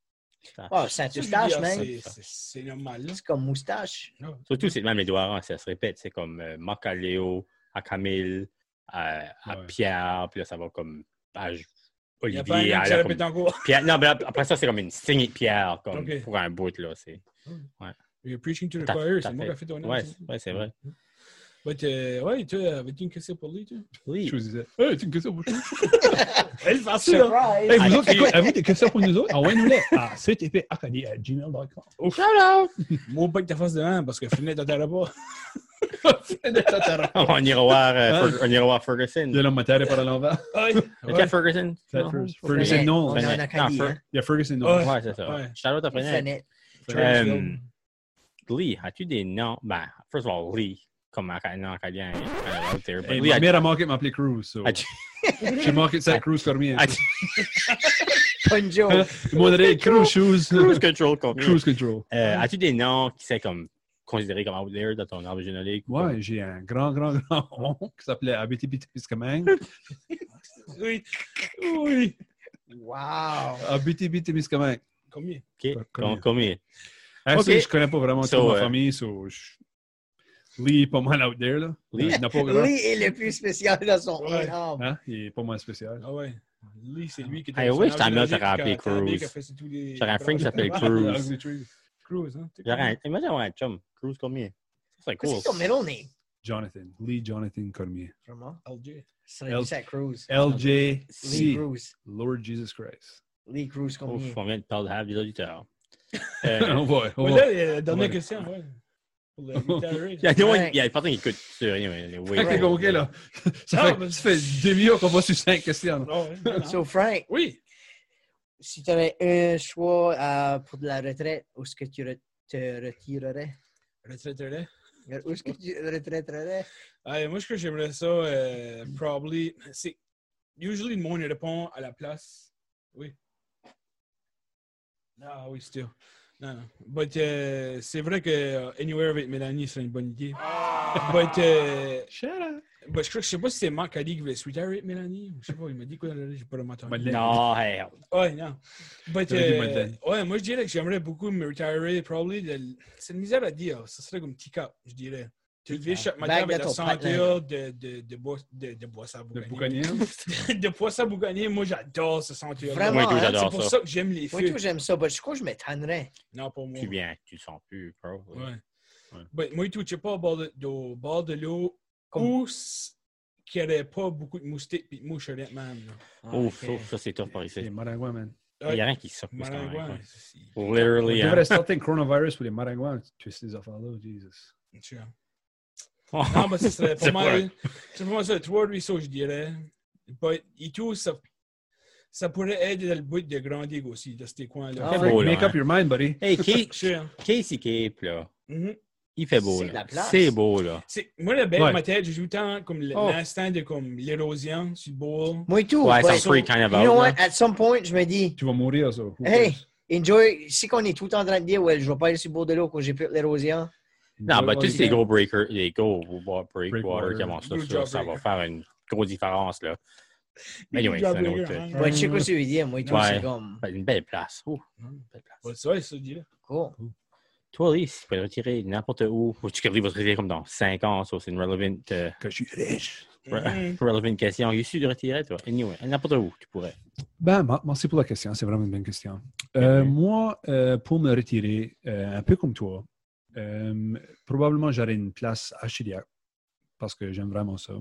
[SPEAKER 3] Oh,
[SPEAKER 2] Ça, je veux
[SPEAKER 3] Saint-Eustache,
[SPEAKER 2] dire,
[SPEAKER 3] man.
[SPEAKER 2] c'est- c'est- C'est normal. là.
[SPEAKER 3] C'est comme moustache.
[SPEAKER 2] Non.
[SPEAKER 4] Surtout, c'est même les Doirans, ça se répète. C'est comme euh, Marc à Léo, à Camille, à, à
[SPEAKER 1] Ouais.
[SPEAKER 4] Pierre, puis là, ça va comme à J-
[SPEAKER 2] Il n'y a pas un
[SPEAKER 4] Olivier.
[SPEAKER 2] nom
[SPEAKER 4] à,
[SPEAKER 2] qui
[SPEAKER 4] là,
[SPEAKER 2] s'appelle
[SPEAKER 4] comme
[SPEAKER 2] Pétancourt.
[SPEAKER 4] Pierre. Non, mais ap- après ça, c'est comme une signée de Pierre, comme
[SPEAKER 2] Ok.
[SPEAKER 4] pour un bout, là. C'est...
[SPEAKER 2] You're preaching to the
[SPEAKER 4] T'as-
[SPEAKER 2] choir.
[SPEAKER 4] t'as
[SPEAKER 2] C'est moi qui
[SPEAKER 4] fait-
[SPEAKER 2] ai fait ton nom.
[SPEAKER 4] Ouais,
[SPEAKER 2] tu sais.
[SPEAKER 4] c'est- ouais, c'est vrai.
[SPEAKER 2] But, euh, ouais, tu avais-tu une question pour lui, tu
[SPEAKER 4] Oui.
[SPEAKER 1] Je vous disais, hey, tu as une question pour nous?
[SPEAKER 2] Elle fait ça.
[SPEAKER 3] Surprise!
[SPEAKER 1] Hey, vous
[SPEAKER 4] Ah,
[SPEAKER 1] autres, écoute, avez-vous des questions pour nous autres? Envoyez-nous les à ctpacadie.gmail.com.
[SPEAKER 2] <laughs>
[SPEAKER 4] <laughs>
[SPEAKER 2] Moi, pas que ta face devant parce que Frenette t'entendra pas.
[SPEAKER 4] on ira voir, euh,
[SPEAKER 1] Hein?
[SPEAKER 4] Fer- on ira voir Ferguson.
[SPEAKER 1] Il y a l'homme terre par à l'envers.
[SPEAKER 2] <laughs> Ouais.
[SPEAKER 4] C'est quel Ferguson?
[SPEAKER 1] C'est
[SPEAKER 4] Non?
[SPEAKER 1] Ferguson.
[SPEAKER 4] Ferguson.
[SPEAKER 1] Ferguson, non.
[SPEAKER 3] On est en
[SPEAKER 4] Frenette.
[SPEAKER 3] Acadie,
[SPEAKER 4] Non,
[SPEAKER 3] hein.
[SPEAKER 1] Il y a Ferguson, non.
[SPEAKER 2] Ouais.
[SPEAKER 4] Ouais, c'est ça.
[SPEAKER 2] Ouais.
[SPEAKER 4] Shout-out à Frenette.
[SPEAKER 3] Frenette.
[SPEAKER 2] Ferguson.
[SPEAKER 4] Euh, Lee, as-tu des noms? Ben, first of all, Lee, comme un un acadien, euh, out there. But
[SPEAKER 1] Hey,
[SPEAKER 4] Lee,
[SPEAKER 1] ma
[SPEAKER 4] as-
[SPEAKER 1] mère a manqué de m'appeler Cruz. so.
[SPEAKER 4] as-tu-
[SPEAKER 1] J'ai manqué de ça, Cruz Cormier.
[SPEAKER 4] as-tu-
[SPEAKER 2] <laughs>
[SPEAKER 3] Ponjo.
[SPEAKER 1] Ils m'ont donné Cruz Shoes.
[SPEAKER 4] Cruise control comme
[SPEAKER 1] <laughs> Cruise Control.
[SPEAKER 4] Euh, As-tu des noms qui sont comme considérés comme out there dans ton arbre généalogique?
[SPEAKER 1] Ouais, j'ai un grand, grand, grand oncle qui s'appelait Abitibi-Témiscamingue.
[SPEAKER 2] Oui. Oui.
[SPEAKER 3] Wow!
[SPEAKER 1] Abitibi-Témiscamingue.
[SPEAKER 2] Combien?
[SPEAKER 4] Ok,
[SPEAKER 1] Combien?
[SPEAKER 4] Com- Combien?
[SPEAKER 1] Ah,
[SPEAKER 4] Ok.
[SPEAKER 1] ça, Je connais pas vraiment
[SPEAKER 4] So,
[SPEAKER 1] toute ma
[SPEAKER 4] euh,
[SPEAKER 1] famille, so je- Lee est pas mal out there, là.
[SPEAKER 4] Lee?
[SPEAKER 1] Il n'a pas grand.
[SPEAKER 3] Lee est le plus spécial dans son
[SPEAKER 2] Ouais.
[SPEAKER 3] arbre.
[SPEAKER 1] Hein? Il est pas mal spécial.
[SPEAKER 2] Ah ouais. Lui, c'est lui qui
[SPEAKER 4] Hey, oui, je t'en mets, t'aurais appelé Cruz. J'aurais un friend qui s'appelle Cruz.
[SPEAKER 1] Ugly Tree.
[SPEAKER 2] Ah, Cruz, hein? t'es
[SPEAKER 4] J'aurais
[SPEAKER 2] cool.
[SPEAKER 4] un- Imagine avoir un chum. Cruise combien? Ça, c'est
[SPEAKER 3] Qu'est-ce
[SPEAKER 4] cool.
[SPEAKER 3] que c'est ton middle name?
[SPEAKER 1] Jonathan. Lee Jonathan Cormier.
[SPEAKER 3] Vraiment?
[SPEAKER 2] Alger.
[SPEAKER 3] Ça aurait dû être Cruz. Lee
[SPEAKER 1] LJC.
[SPEAKER 3] Cruz.
[SPEAKER 1] Lord Jesus Christ.
[SPEAKER 3] Lee Cruz, combien?
[SPEAKER 4] Ouf, on vient de perdre half des
[SPEAKER 1] <laughs>
[SPEAKER 4] auditeurs. Euh,
[SPEAKER 1] on va, on
[SPEAKER 2] Ouais,
[SPEAKER 1] va.
[SPEAKER 2] là, euh,
[SPEAKER 4] oh,
[SPEAKER 2] la dernière
[SPEAKER 1] Ouais.
[SPEAKER 2] question, ouais. Pour le
[SPEAKER 4] <laughs>
[SPEAKER 2] military.
[SPEAKER 4] Il y a des gens
[SPEAKER 3] Ouais.
[SPEAKER 4] qui écoutent ça. anyway,
[SPEAKER 1] Fait
[SPEAKER 4] les
[SPEAKER 1] que
[SPEAKER 4] weirdos.
[SPEAKER 1] t'es conquis, <laughs> là. Ça
[SPEAKER 2] Non,
[SPEAKER 1] fait,
[SPEAKER 2] mais-
[SPEAKER 1] ça fait une demi-heure qu'on va sur cinq questions. là.
[SPEAKER 2] Ah ouais, non, non.
[SPEAKER 4] <laughs>
[SPEAKER 3] So, Frank,
[SPEAKER 2] Oui.
[SPEAKER 3] si tu avais un choix euh, pour de la retraite, où est-ce que tu re- te retirerais?
[SPEAKER 2] Retraite-le.
[SPEAKER 3] Où est-ce que tu retraiterais?
[SPEAKER 2] Ouais, moi, ce que j'aimerais ça, euh, probably, c'est. Usually, le monde répond à la place. Oui. Ah oui, still. Non, non. But, euh, c'est vrai que euh, Anywhere avec Mélanie serait une bonne idée. But, euh,
[SPEAKER 1] Shut up.
[SPEAKER 2] but je, crois, je sais pas si c'est Marc qui a dit qu'il voulait sweeter avec Mélanie. Je sais pas, il m'a dit quoi, là, j'ai pas le matin.
[SPEAKER 1] Madeleine.
[SPEAKER 4] Non, hey,
[SPEAKER 2] Ouais, non. But,
[SPEAKER 1] T'aurais dit
[SPEAKER 2] euh,
[SPEAKER 1] Madeleine.
[SPEAKER 2] ouais, moi, je dirais que j'aimerais beaucoup me retirer, probably. de- C'est une misère à dire. Ça serait comme teacup, je dirais. Tu le vis chaque matin
[SPEAKER 3] Bague
[SPEAKER 2] avec
[SPEAKER 3] de
[SPEAKER 2] la
[SPEAKER 3] ton
[SPEAKER 2] senteur de, de, de, bois- de, de boisson à
[SPEAKER 1] Le
[SPEAKER 2] boucanier.
[SPEAKER 1] boucanier. <laughs>
[SPEAKER 2] <laughs> de boisson à boucanier, moi, j'adore ce senteur.
[SPEAKER 3] Vraiment,
[SPEAKER 4] moi,
[SPEAKER 3] hein,
[SPEAKER 4] tout,
[SPEAKER 2] C'est
[SPEAKER 4] j'adore
[SPEAKER 2] pour
[SPEAKER 4] ça.
[SPEAKER 2] ça que j'aime les
[SPEAKER 3] Moi,
[SPEAKER 2] feux.
[SPEAKER 3] tout, j'aime ça, mais je crois que je m'étonnerais.
[SPEAKER 2] Non, pour moi.
[SPEAKER 4] Tu viens, tu le sens plus, bro.
[SPEAKER 2] Ouais.
[SPEAKER 1] Ouais.
[SPEAKER 2] Ben, moi, tout, je sais pas, au bord de, au bord de l'eau,
[SPEAKER 3] Comme-
[SPEAKER 2] où s- qu'il n'y aurait pas beaucoup de moustiques et de mouches, honnêtement. là.
[SPEAKER 4] Ouf,
[SPEAKER 3] Ah, Ok.
[SPEAKER 4] ouf, ça, c'est tough par
[SPEAKER 1] C'est
[SPEAKER 4] ici.
[SPEAKER 1] Maragua, man.
[SPEAKER 4] Il n'y a rien qui sort plus quand
[SPEAKER 2] Maringouin,
[SPEAKER 4] même.
[SPEAKER 2] c'est-
[SPEAKER 1] On
[SPEAKER 4] Literally, <laughs> hein.
[SPEAKER 1] devrait sortir un coronavirus pour les Maragua. Tu sais ces affaires-là, Jesus.
[SPEAKER 2] c'est sûr. Non, mais ce serait pas
[SPEAKER 4] C'est
[SPEAKER 2] mal. C'est pas mal ça, trois ruisseaux, je dirais. But, et tout, ça, ça pourrait aider dans le bout de Grand Digue aussi, de ces coins-là.
[SPEAKER 3] Ah
[SPEAKER 1] Hey,
[SPEAKER 3] ouais.
[SPEAKER 4] beau, là,
[SPEAKER 1] Make up your mind, buddy.
[SPEAKER 4] Hey, Kate,
[SPEAKER 2] Sure.
[SPEAKER 4] Casey Cape, là,
[SPEAKER 2] Mhm.
[SPEAKER 4] il fait beau,
[SPEAKER 3] C'est
[SPEAKER 4] là.
[SPEAKER 3] la place.
[SPEAKER 4] C'est beau, là.
[SPEAKER 2] C'est- Moi, la belle,
[SPEAKER 1] Ouais.
[SPEAKER 2] ma tête, je joue tant comme le-
[SPEAKER 4] Oh.
[SPEAKER 2] l'instinct de comme l'érosion sur le bord.
[SPEAKER 3] Moi, tout.
[SPEAKER 4] Ouais,
[SPEAKER 3] but-
[SPEAKER 4] ça freak kind of
[SPEAKER 3] you know
[SPEAKER 4] out, là.
[SPEAKER 3] what? At some point, je me dis,
[SPEAKER 1] Tu vas mourir, ça. Who
[SPEAKER 3] Hey!
[SPEAKER 1] cares?
[SPEAKER 3] enjoy. Si qu'on est tout le temps en train de dire, ouais, je vais pas aller sur le bord de l'eau quand j'ai peur de l'érosion.
[SPEAKER 4] Non, mais
[SPEAKER 1] Enjoy
[SPEAKER 4] tous
[SPEAKER 1] while
[SPEAKER 4] les
[SPEAKER 1] you
[SPEAKER 4] gros breakers, les gros wa- breakwater
[SPEAKER 1] Breakwater.
[SPEAKER 4] qui avancent
[SPEAKER 2] Blue
[SPEAKER 4] ça,
[SPEAKER 2] jaw
[SPEAKER 4] ça va
[SPEAKER 2] breaker.
[SPEAKER 4] faire une grosse différence, là. Mais anyway, c'est un autre.
[SPEAKER 2] hein.
[SPEAKER 4] euh,
[SPEAKER 3] Ouais, je sais quoi tu veux dire. Moi, tout,
[SPEAKER 4] Ouais.
[SPEAKER 3] c'est comme.
[SPEAKER 4] Une belle place. Oh, une belle place.
[SPEAKER 2] Ouais, c'est vrai, ça, je dirais.
[SPEAKER 3] Cool.
[SPEAKER 4] Toi, Lee, si tu peux te retirer n'importe où, ou tu vas se retirer comme dans 5 ans, ça, c'est une relevant, euh,
[SPEAKER 1] can. Que je suis riche.
[SPEAKER 4] re-
[SPEAKER 3] Mm-hmm.
[SPEAKER 2] Mhm.
[SPEAKER 4] <laughs> relevant question. Il est sûr de retirer, toi. Anyway, n'importe où, tu pourrais.
[SPEAKER 1] Ben, ma- merci pour la question. C'est vraiment une bonne question. Euh,
[SPEAKER 4] Mhm.
[SPEAKER 1] Moi, euh, pour me retirer, euh, un peu comme toi, euh, probablement j'aurais une place à Chiliac parce que j'aime vraiment ça.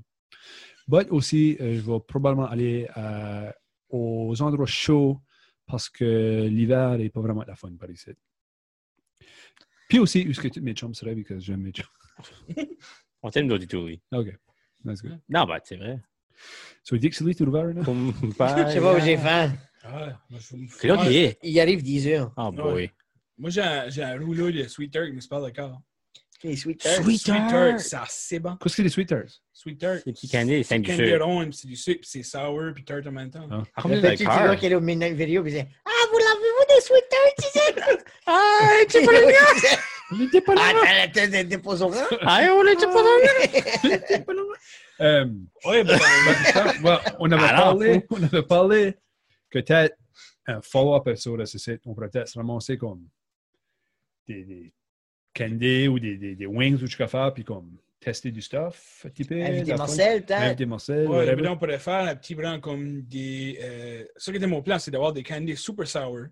[SPEAKER 1] But aussi, euh, je vais probablement aller euh, aux endroits chauds parce que l'hiver n'est pas vraiment de la fun par ici. Puis aussi, où est-ce que tous mes chums seraient, parce que j'aime mes chums. <laughs>
[SPEAKER 4] On t'aime d'auditori.
[SPEAKER 1] OK, that's good.
[SPEAKER 4] Non, ben, c'est vrai.
[SPEAKER 1] So, Dick Silly, tu l'ouvres right now?
[SPEAKER 3] <laughs> Je sais pas où j'ai faim.
[SPEAKER 2] Ah, moi, je me
[SPEAKER 4] C'est là qu'il est.
[SPEAKER 3] Il arrive 10 heures.
[SPEAKER 4] Oh boy.
[SPEAKER 2] Moi, j'ai un, j'ai un rouleau de Sweet Turk, mais c'est pas le cas.
[SPEAKER 3] Les sweet tarts.
[SPEAKER 4] Sweet
[SPEAKER 2] Sweet Turk,
[SPEAKER 4] Turk.
[SPEAKER 2] c'est assez bon.
[SPEAKER 1] Qu'est-ce que les
[SPEAKER 2] <laughs>
[SPEAKER 1] sweaters?
[SPEAKER 2] Sweet Turk.
[SPEAKER 4] C'est piquané, c'est du
[SPEAKER 2] candy
[SPEAKER 4] sucre.
[SPEAKER 2] rond, puis c'est du sucre, puis c'est sour, puis tart en même temps.
[SPEAKER 1] Ah.
[SPEAKER 4] Ah,
[SPEAKER 3] Le
[SPEAKER 4] combien
[SPEAKER 3] petit
[SPEAKER 4] de
[SPEAKER 3] gars
[SPEAKER 4] cœurs?
[SPEAKER 3] qui est là au Midnight Video, puis il dit Ah, vous l'avez-vous des sweet tarts, ici? Ah, c'est pas le mien! Ah, t'as la tête hein? de déposant là?
[SPEAKER 4] Ah, on l'a déjà pas
[SPEAKER 1] Euh,
[SPEAKER 4] Ah.
[SPEAKER 2] Ouais, ben,
[SPEAKER 1] well, on, avait
[SPEAKER 4] Alors,
[SPEAKER 1] parlé, on avait parlé que peut-être un follow-up sur le site, on pourrait peut-être se ramasser comme des, des candy ou des, des, des wings ou tu peux faire, puis comme tester du stuff, un petit
[SPEAKER 4] Eh,
[SPEAKER 1] peu.
[SPEAKER 3] Invité
[SPEAKER 1] la
[SPEAKER 3] Marcel,
[SPEAKER 1] fun-
[SPEAKER 3] t'as.
[SPEAKER 1] Inviter Marcel.
[SPEAKER 2] ouais,
[SPEAKER 1] whatever.
[SPEAKER 2] ben, on pourrait faire un petit blanc comme des. Euh, ce qui était mon plan, c'est d'avoir des candies super sour.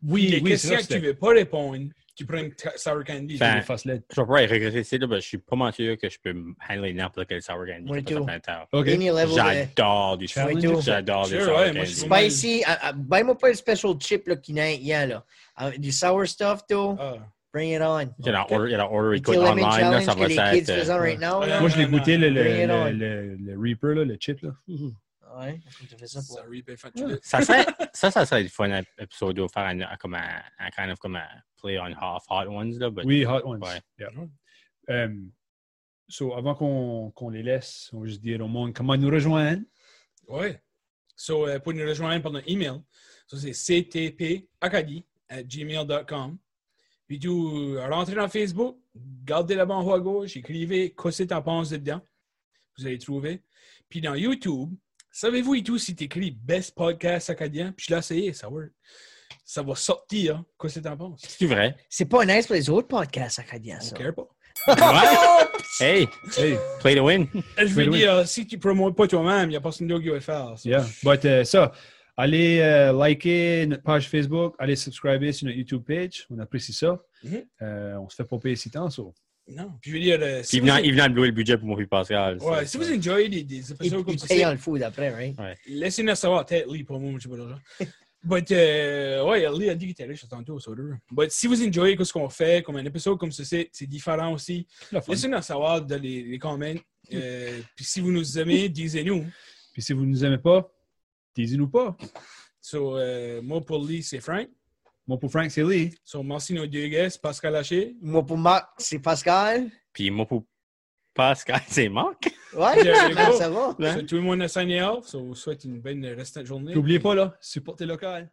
[SPEAKER 2] Puis
[SPEAKER 1] oui,
[SPEAKER 2] les
[SPEAKER 1] oui, c'est
[SPEAKER 2] questions
[SPEAKER 1] vrai,
[SPEAKER 2] que tu
[SPEAKER 1] c'était-
[SPEAKER 2] veux pas répondre, tu prends une ca- sour candy.
[SPEAKER 1] c'était
[SPEAKER 4] Ben.
[SPEAKER 1] des faces LED.
[SPEAKER 4] Je vais pas y regretter c'est là, mais je suis pas mal sûr que je peux me handler n'importe quel sour candy.
[SPEAKER 3] Moi
[SPEAKER 4] ça passe
[SPEAKER 3] tout.
[SPEAKER 4] en même temps.
[SPEAKER 1] OK.
[SPEAKER 3] Any level de-
[SPEAKER 4] J'adore du sucre.
[SPEAKER 1] Challenge
[SPEAKER 3] tout.
[SPEAKER 4] J'adore les
[SPEAKER 2] Sure,
[SPEAKER 4] sour
[SPEAKER 2] ouais, moi, je
[SPEAKER 4] candy.
[SPEAKER 2] suis pas-
[SPEAKER 3] Spicy, ah, ah, buy-moi pas le special chip là, qui n'a rien, là. Ah, Du sour stuff, too.
[SPEAKER 2] Ah.
[SPEAKER 3] Bring it on.
[SPEAKER 4] Il y en a order- il y en a order
[SPEAKER 3] Le
[SPEAKER 4] écoute
[SPEAKER 3] Kill Lemon
[SPEAKER 4] online, là,
[SPEAKER 3] Challenge
[SPEAKER 4] ça
[SPEAKER 3] que
[SPEAKER 4] va euh,
[SPEAKER 3] les kids
[SPEAKER 4] être.
[SPEAKER 3] faisant right now, là.
[SPEAKER 1] Moi, je l'ai
[SPEAKER 2] Non, non,
[SPEAKER 1] goûté, le, le,
[SPEAKER 3] Bring it on.
[SPEAKER 1] le, le- le Reaper, là, le chip. Là. Ouh.
[SPEAKER 3] Ouais, tu fais ça pour-
[SPEAKER 2] Sorry, ben, fait que tu l'as-
[SPEAKER 4] euh, Ça serait, ça, ça serait le fun un épisode de faire un, un- comme un, un kind of comme un play on half hot ones là, but
[SPEAKER 1] Oui, Hot Ones.
[SPEAKER 4] Ouais.
[SPEAKER 1] Yeah. Um, so, avant qu'on qu'on les laisse, on va juste dire au monde comment nous rejoindre.
[SPEAKER 2] Ouais. So, euh, pour nous rejoindre par notre email, so, c'est ctpacadie at gmail.com. Puis tout, euh, rentrez dans Facebook, gardez la barre en haut à gauche, écrivez qu'est-ce que t'en penses dedans. Vous allez trouver. Puis dans YouTube, savez-vous et tout si t'écris Best Podcast Acadien? Puis je l'ai essayé, ça work. Ça va sortir, qu'est-ce que t'en penses?
[SPEAKER 3] <laughs>
[SPEAKER 4] c'est vrai.
[SPEAKER 3] C'est pas nice pour les autres podcasts acadiens,
[SPEAKER 2] On
[SPEAKER 3] ça.
[SPEAKER 2] care pas.
[SPEAKER 3] Oh!
[SPEAKER 4] Ouais. hey,
[SPEAKER 1] Hey,
[SPEAKER 4] play to win.
[SPEAKER 2] Je
[SPEAKER 1] Mais
[SPEAKER 2] veux
[SPEAKER 1] oui.
[SPEAKER 2] dire, si tu promotes pas toi-même, il n'y a personne d'autre qui va le faire. so-
[SPEAKER 1] yeah. But, euh, ça, allez euh, liker notre page Facebook, allez subscriber sur notre YouTube page. On apprécie ça.
[SPEAKER 2] Mhm.
[SPEAKER 1] Euh, on se fait pas payer si tant. So.
[SPEAKER 2] Non. Puis je veux dire, euh, si
[SPEAKER 4] Puis
[SPEAKER 2] vous
[SPEAKER 4] venant-
[SPEAKER 2] êtes-
[SPEAKER 4] il venait de louer le budget pour mon fils Pascal.
[SPEAKER 2] Ouais,
[SPEAKER 4] ça.
[SPEAKER 2] si vous enjoyez des, des
[SPEAKER 3] Ils,
[SPEAKER 2] épisodes comme
[SPEAKER 3] ils
[SPEAKER 2] ça,
[SPEAKER 3] payent
[SPEAKER 2] c'est-
[SPEAKER 3] dans le food après, right?
[SPEAKER 2] laissez-nous savoir. Peut-être Lee, pour moi, je sais pas d'argent. But, euh, ouais, Lee a dit qu'il était riche tantôt, ça deux. But si vous enjoyez ce qu'on fait, comme un épisode comme ceci, c'est différent aussi.
[SPEAKER 1] La fun.
[SPEAKER 2] Laissez-nous savoir dans les, les comments. Euh, Puis si vous nous aimez, disez-nous.
[SPEAKER 1] Puis si vous nous aimez pas, disez-nous pas.
[SPEAKER 2] So, euh, moi, pour Lee, c'est Frank.
[SPEAKER 1] Moi, pour Frank, c'est Lee.
[SPEAKER 2] So, merci nos deux guests, Pascal Haché.
[SPEAKER 3] Moi, pour Marc, c'est Pascal.
[SPEAKER 4] Puis moi pour Pascal, <laughs> c'est Marc.
[SPEAKER 3] Ouais,
[SPEAKER 2] There you
[SPEAKER 3] ben,
[SPEAKER 2] go.
[SPEAKER 3] ça va.
[SPEAKER 4] Ouais.
[SPEAKER 2] So, tout le monde a signé off. So, je vous souhaite une bonne restante journée.
[SPEAKER 1] N'oubliez pas, là, supportez local.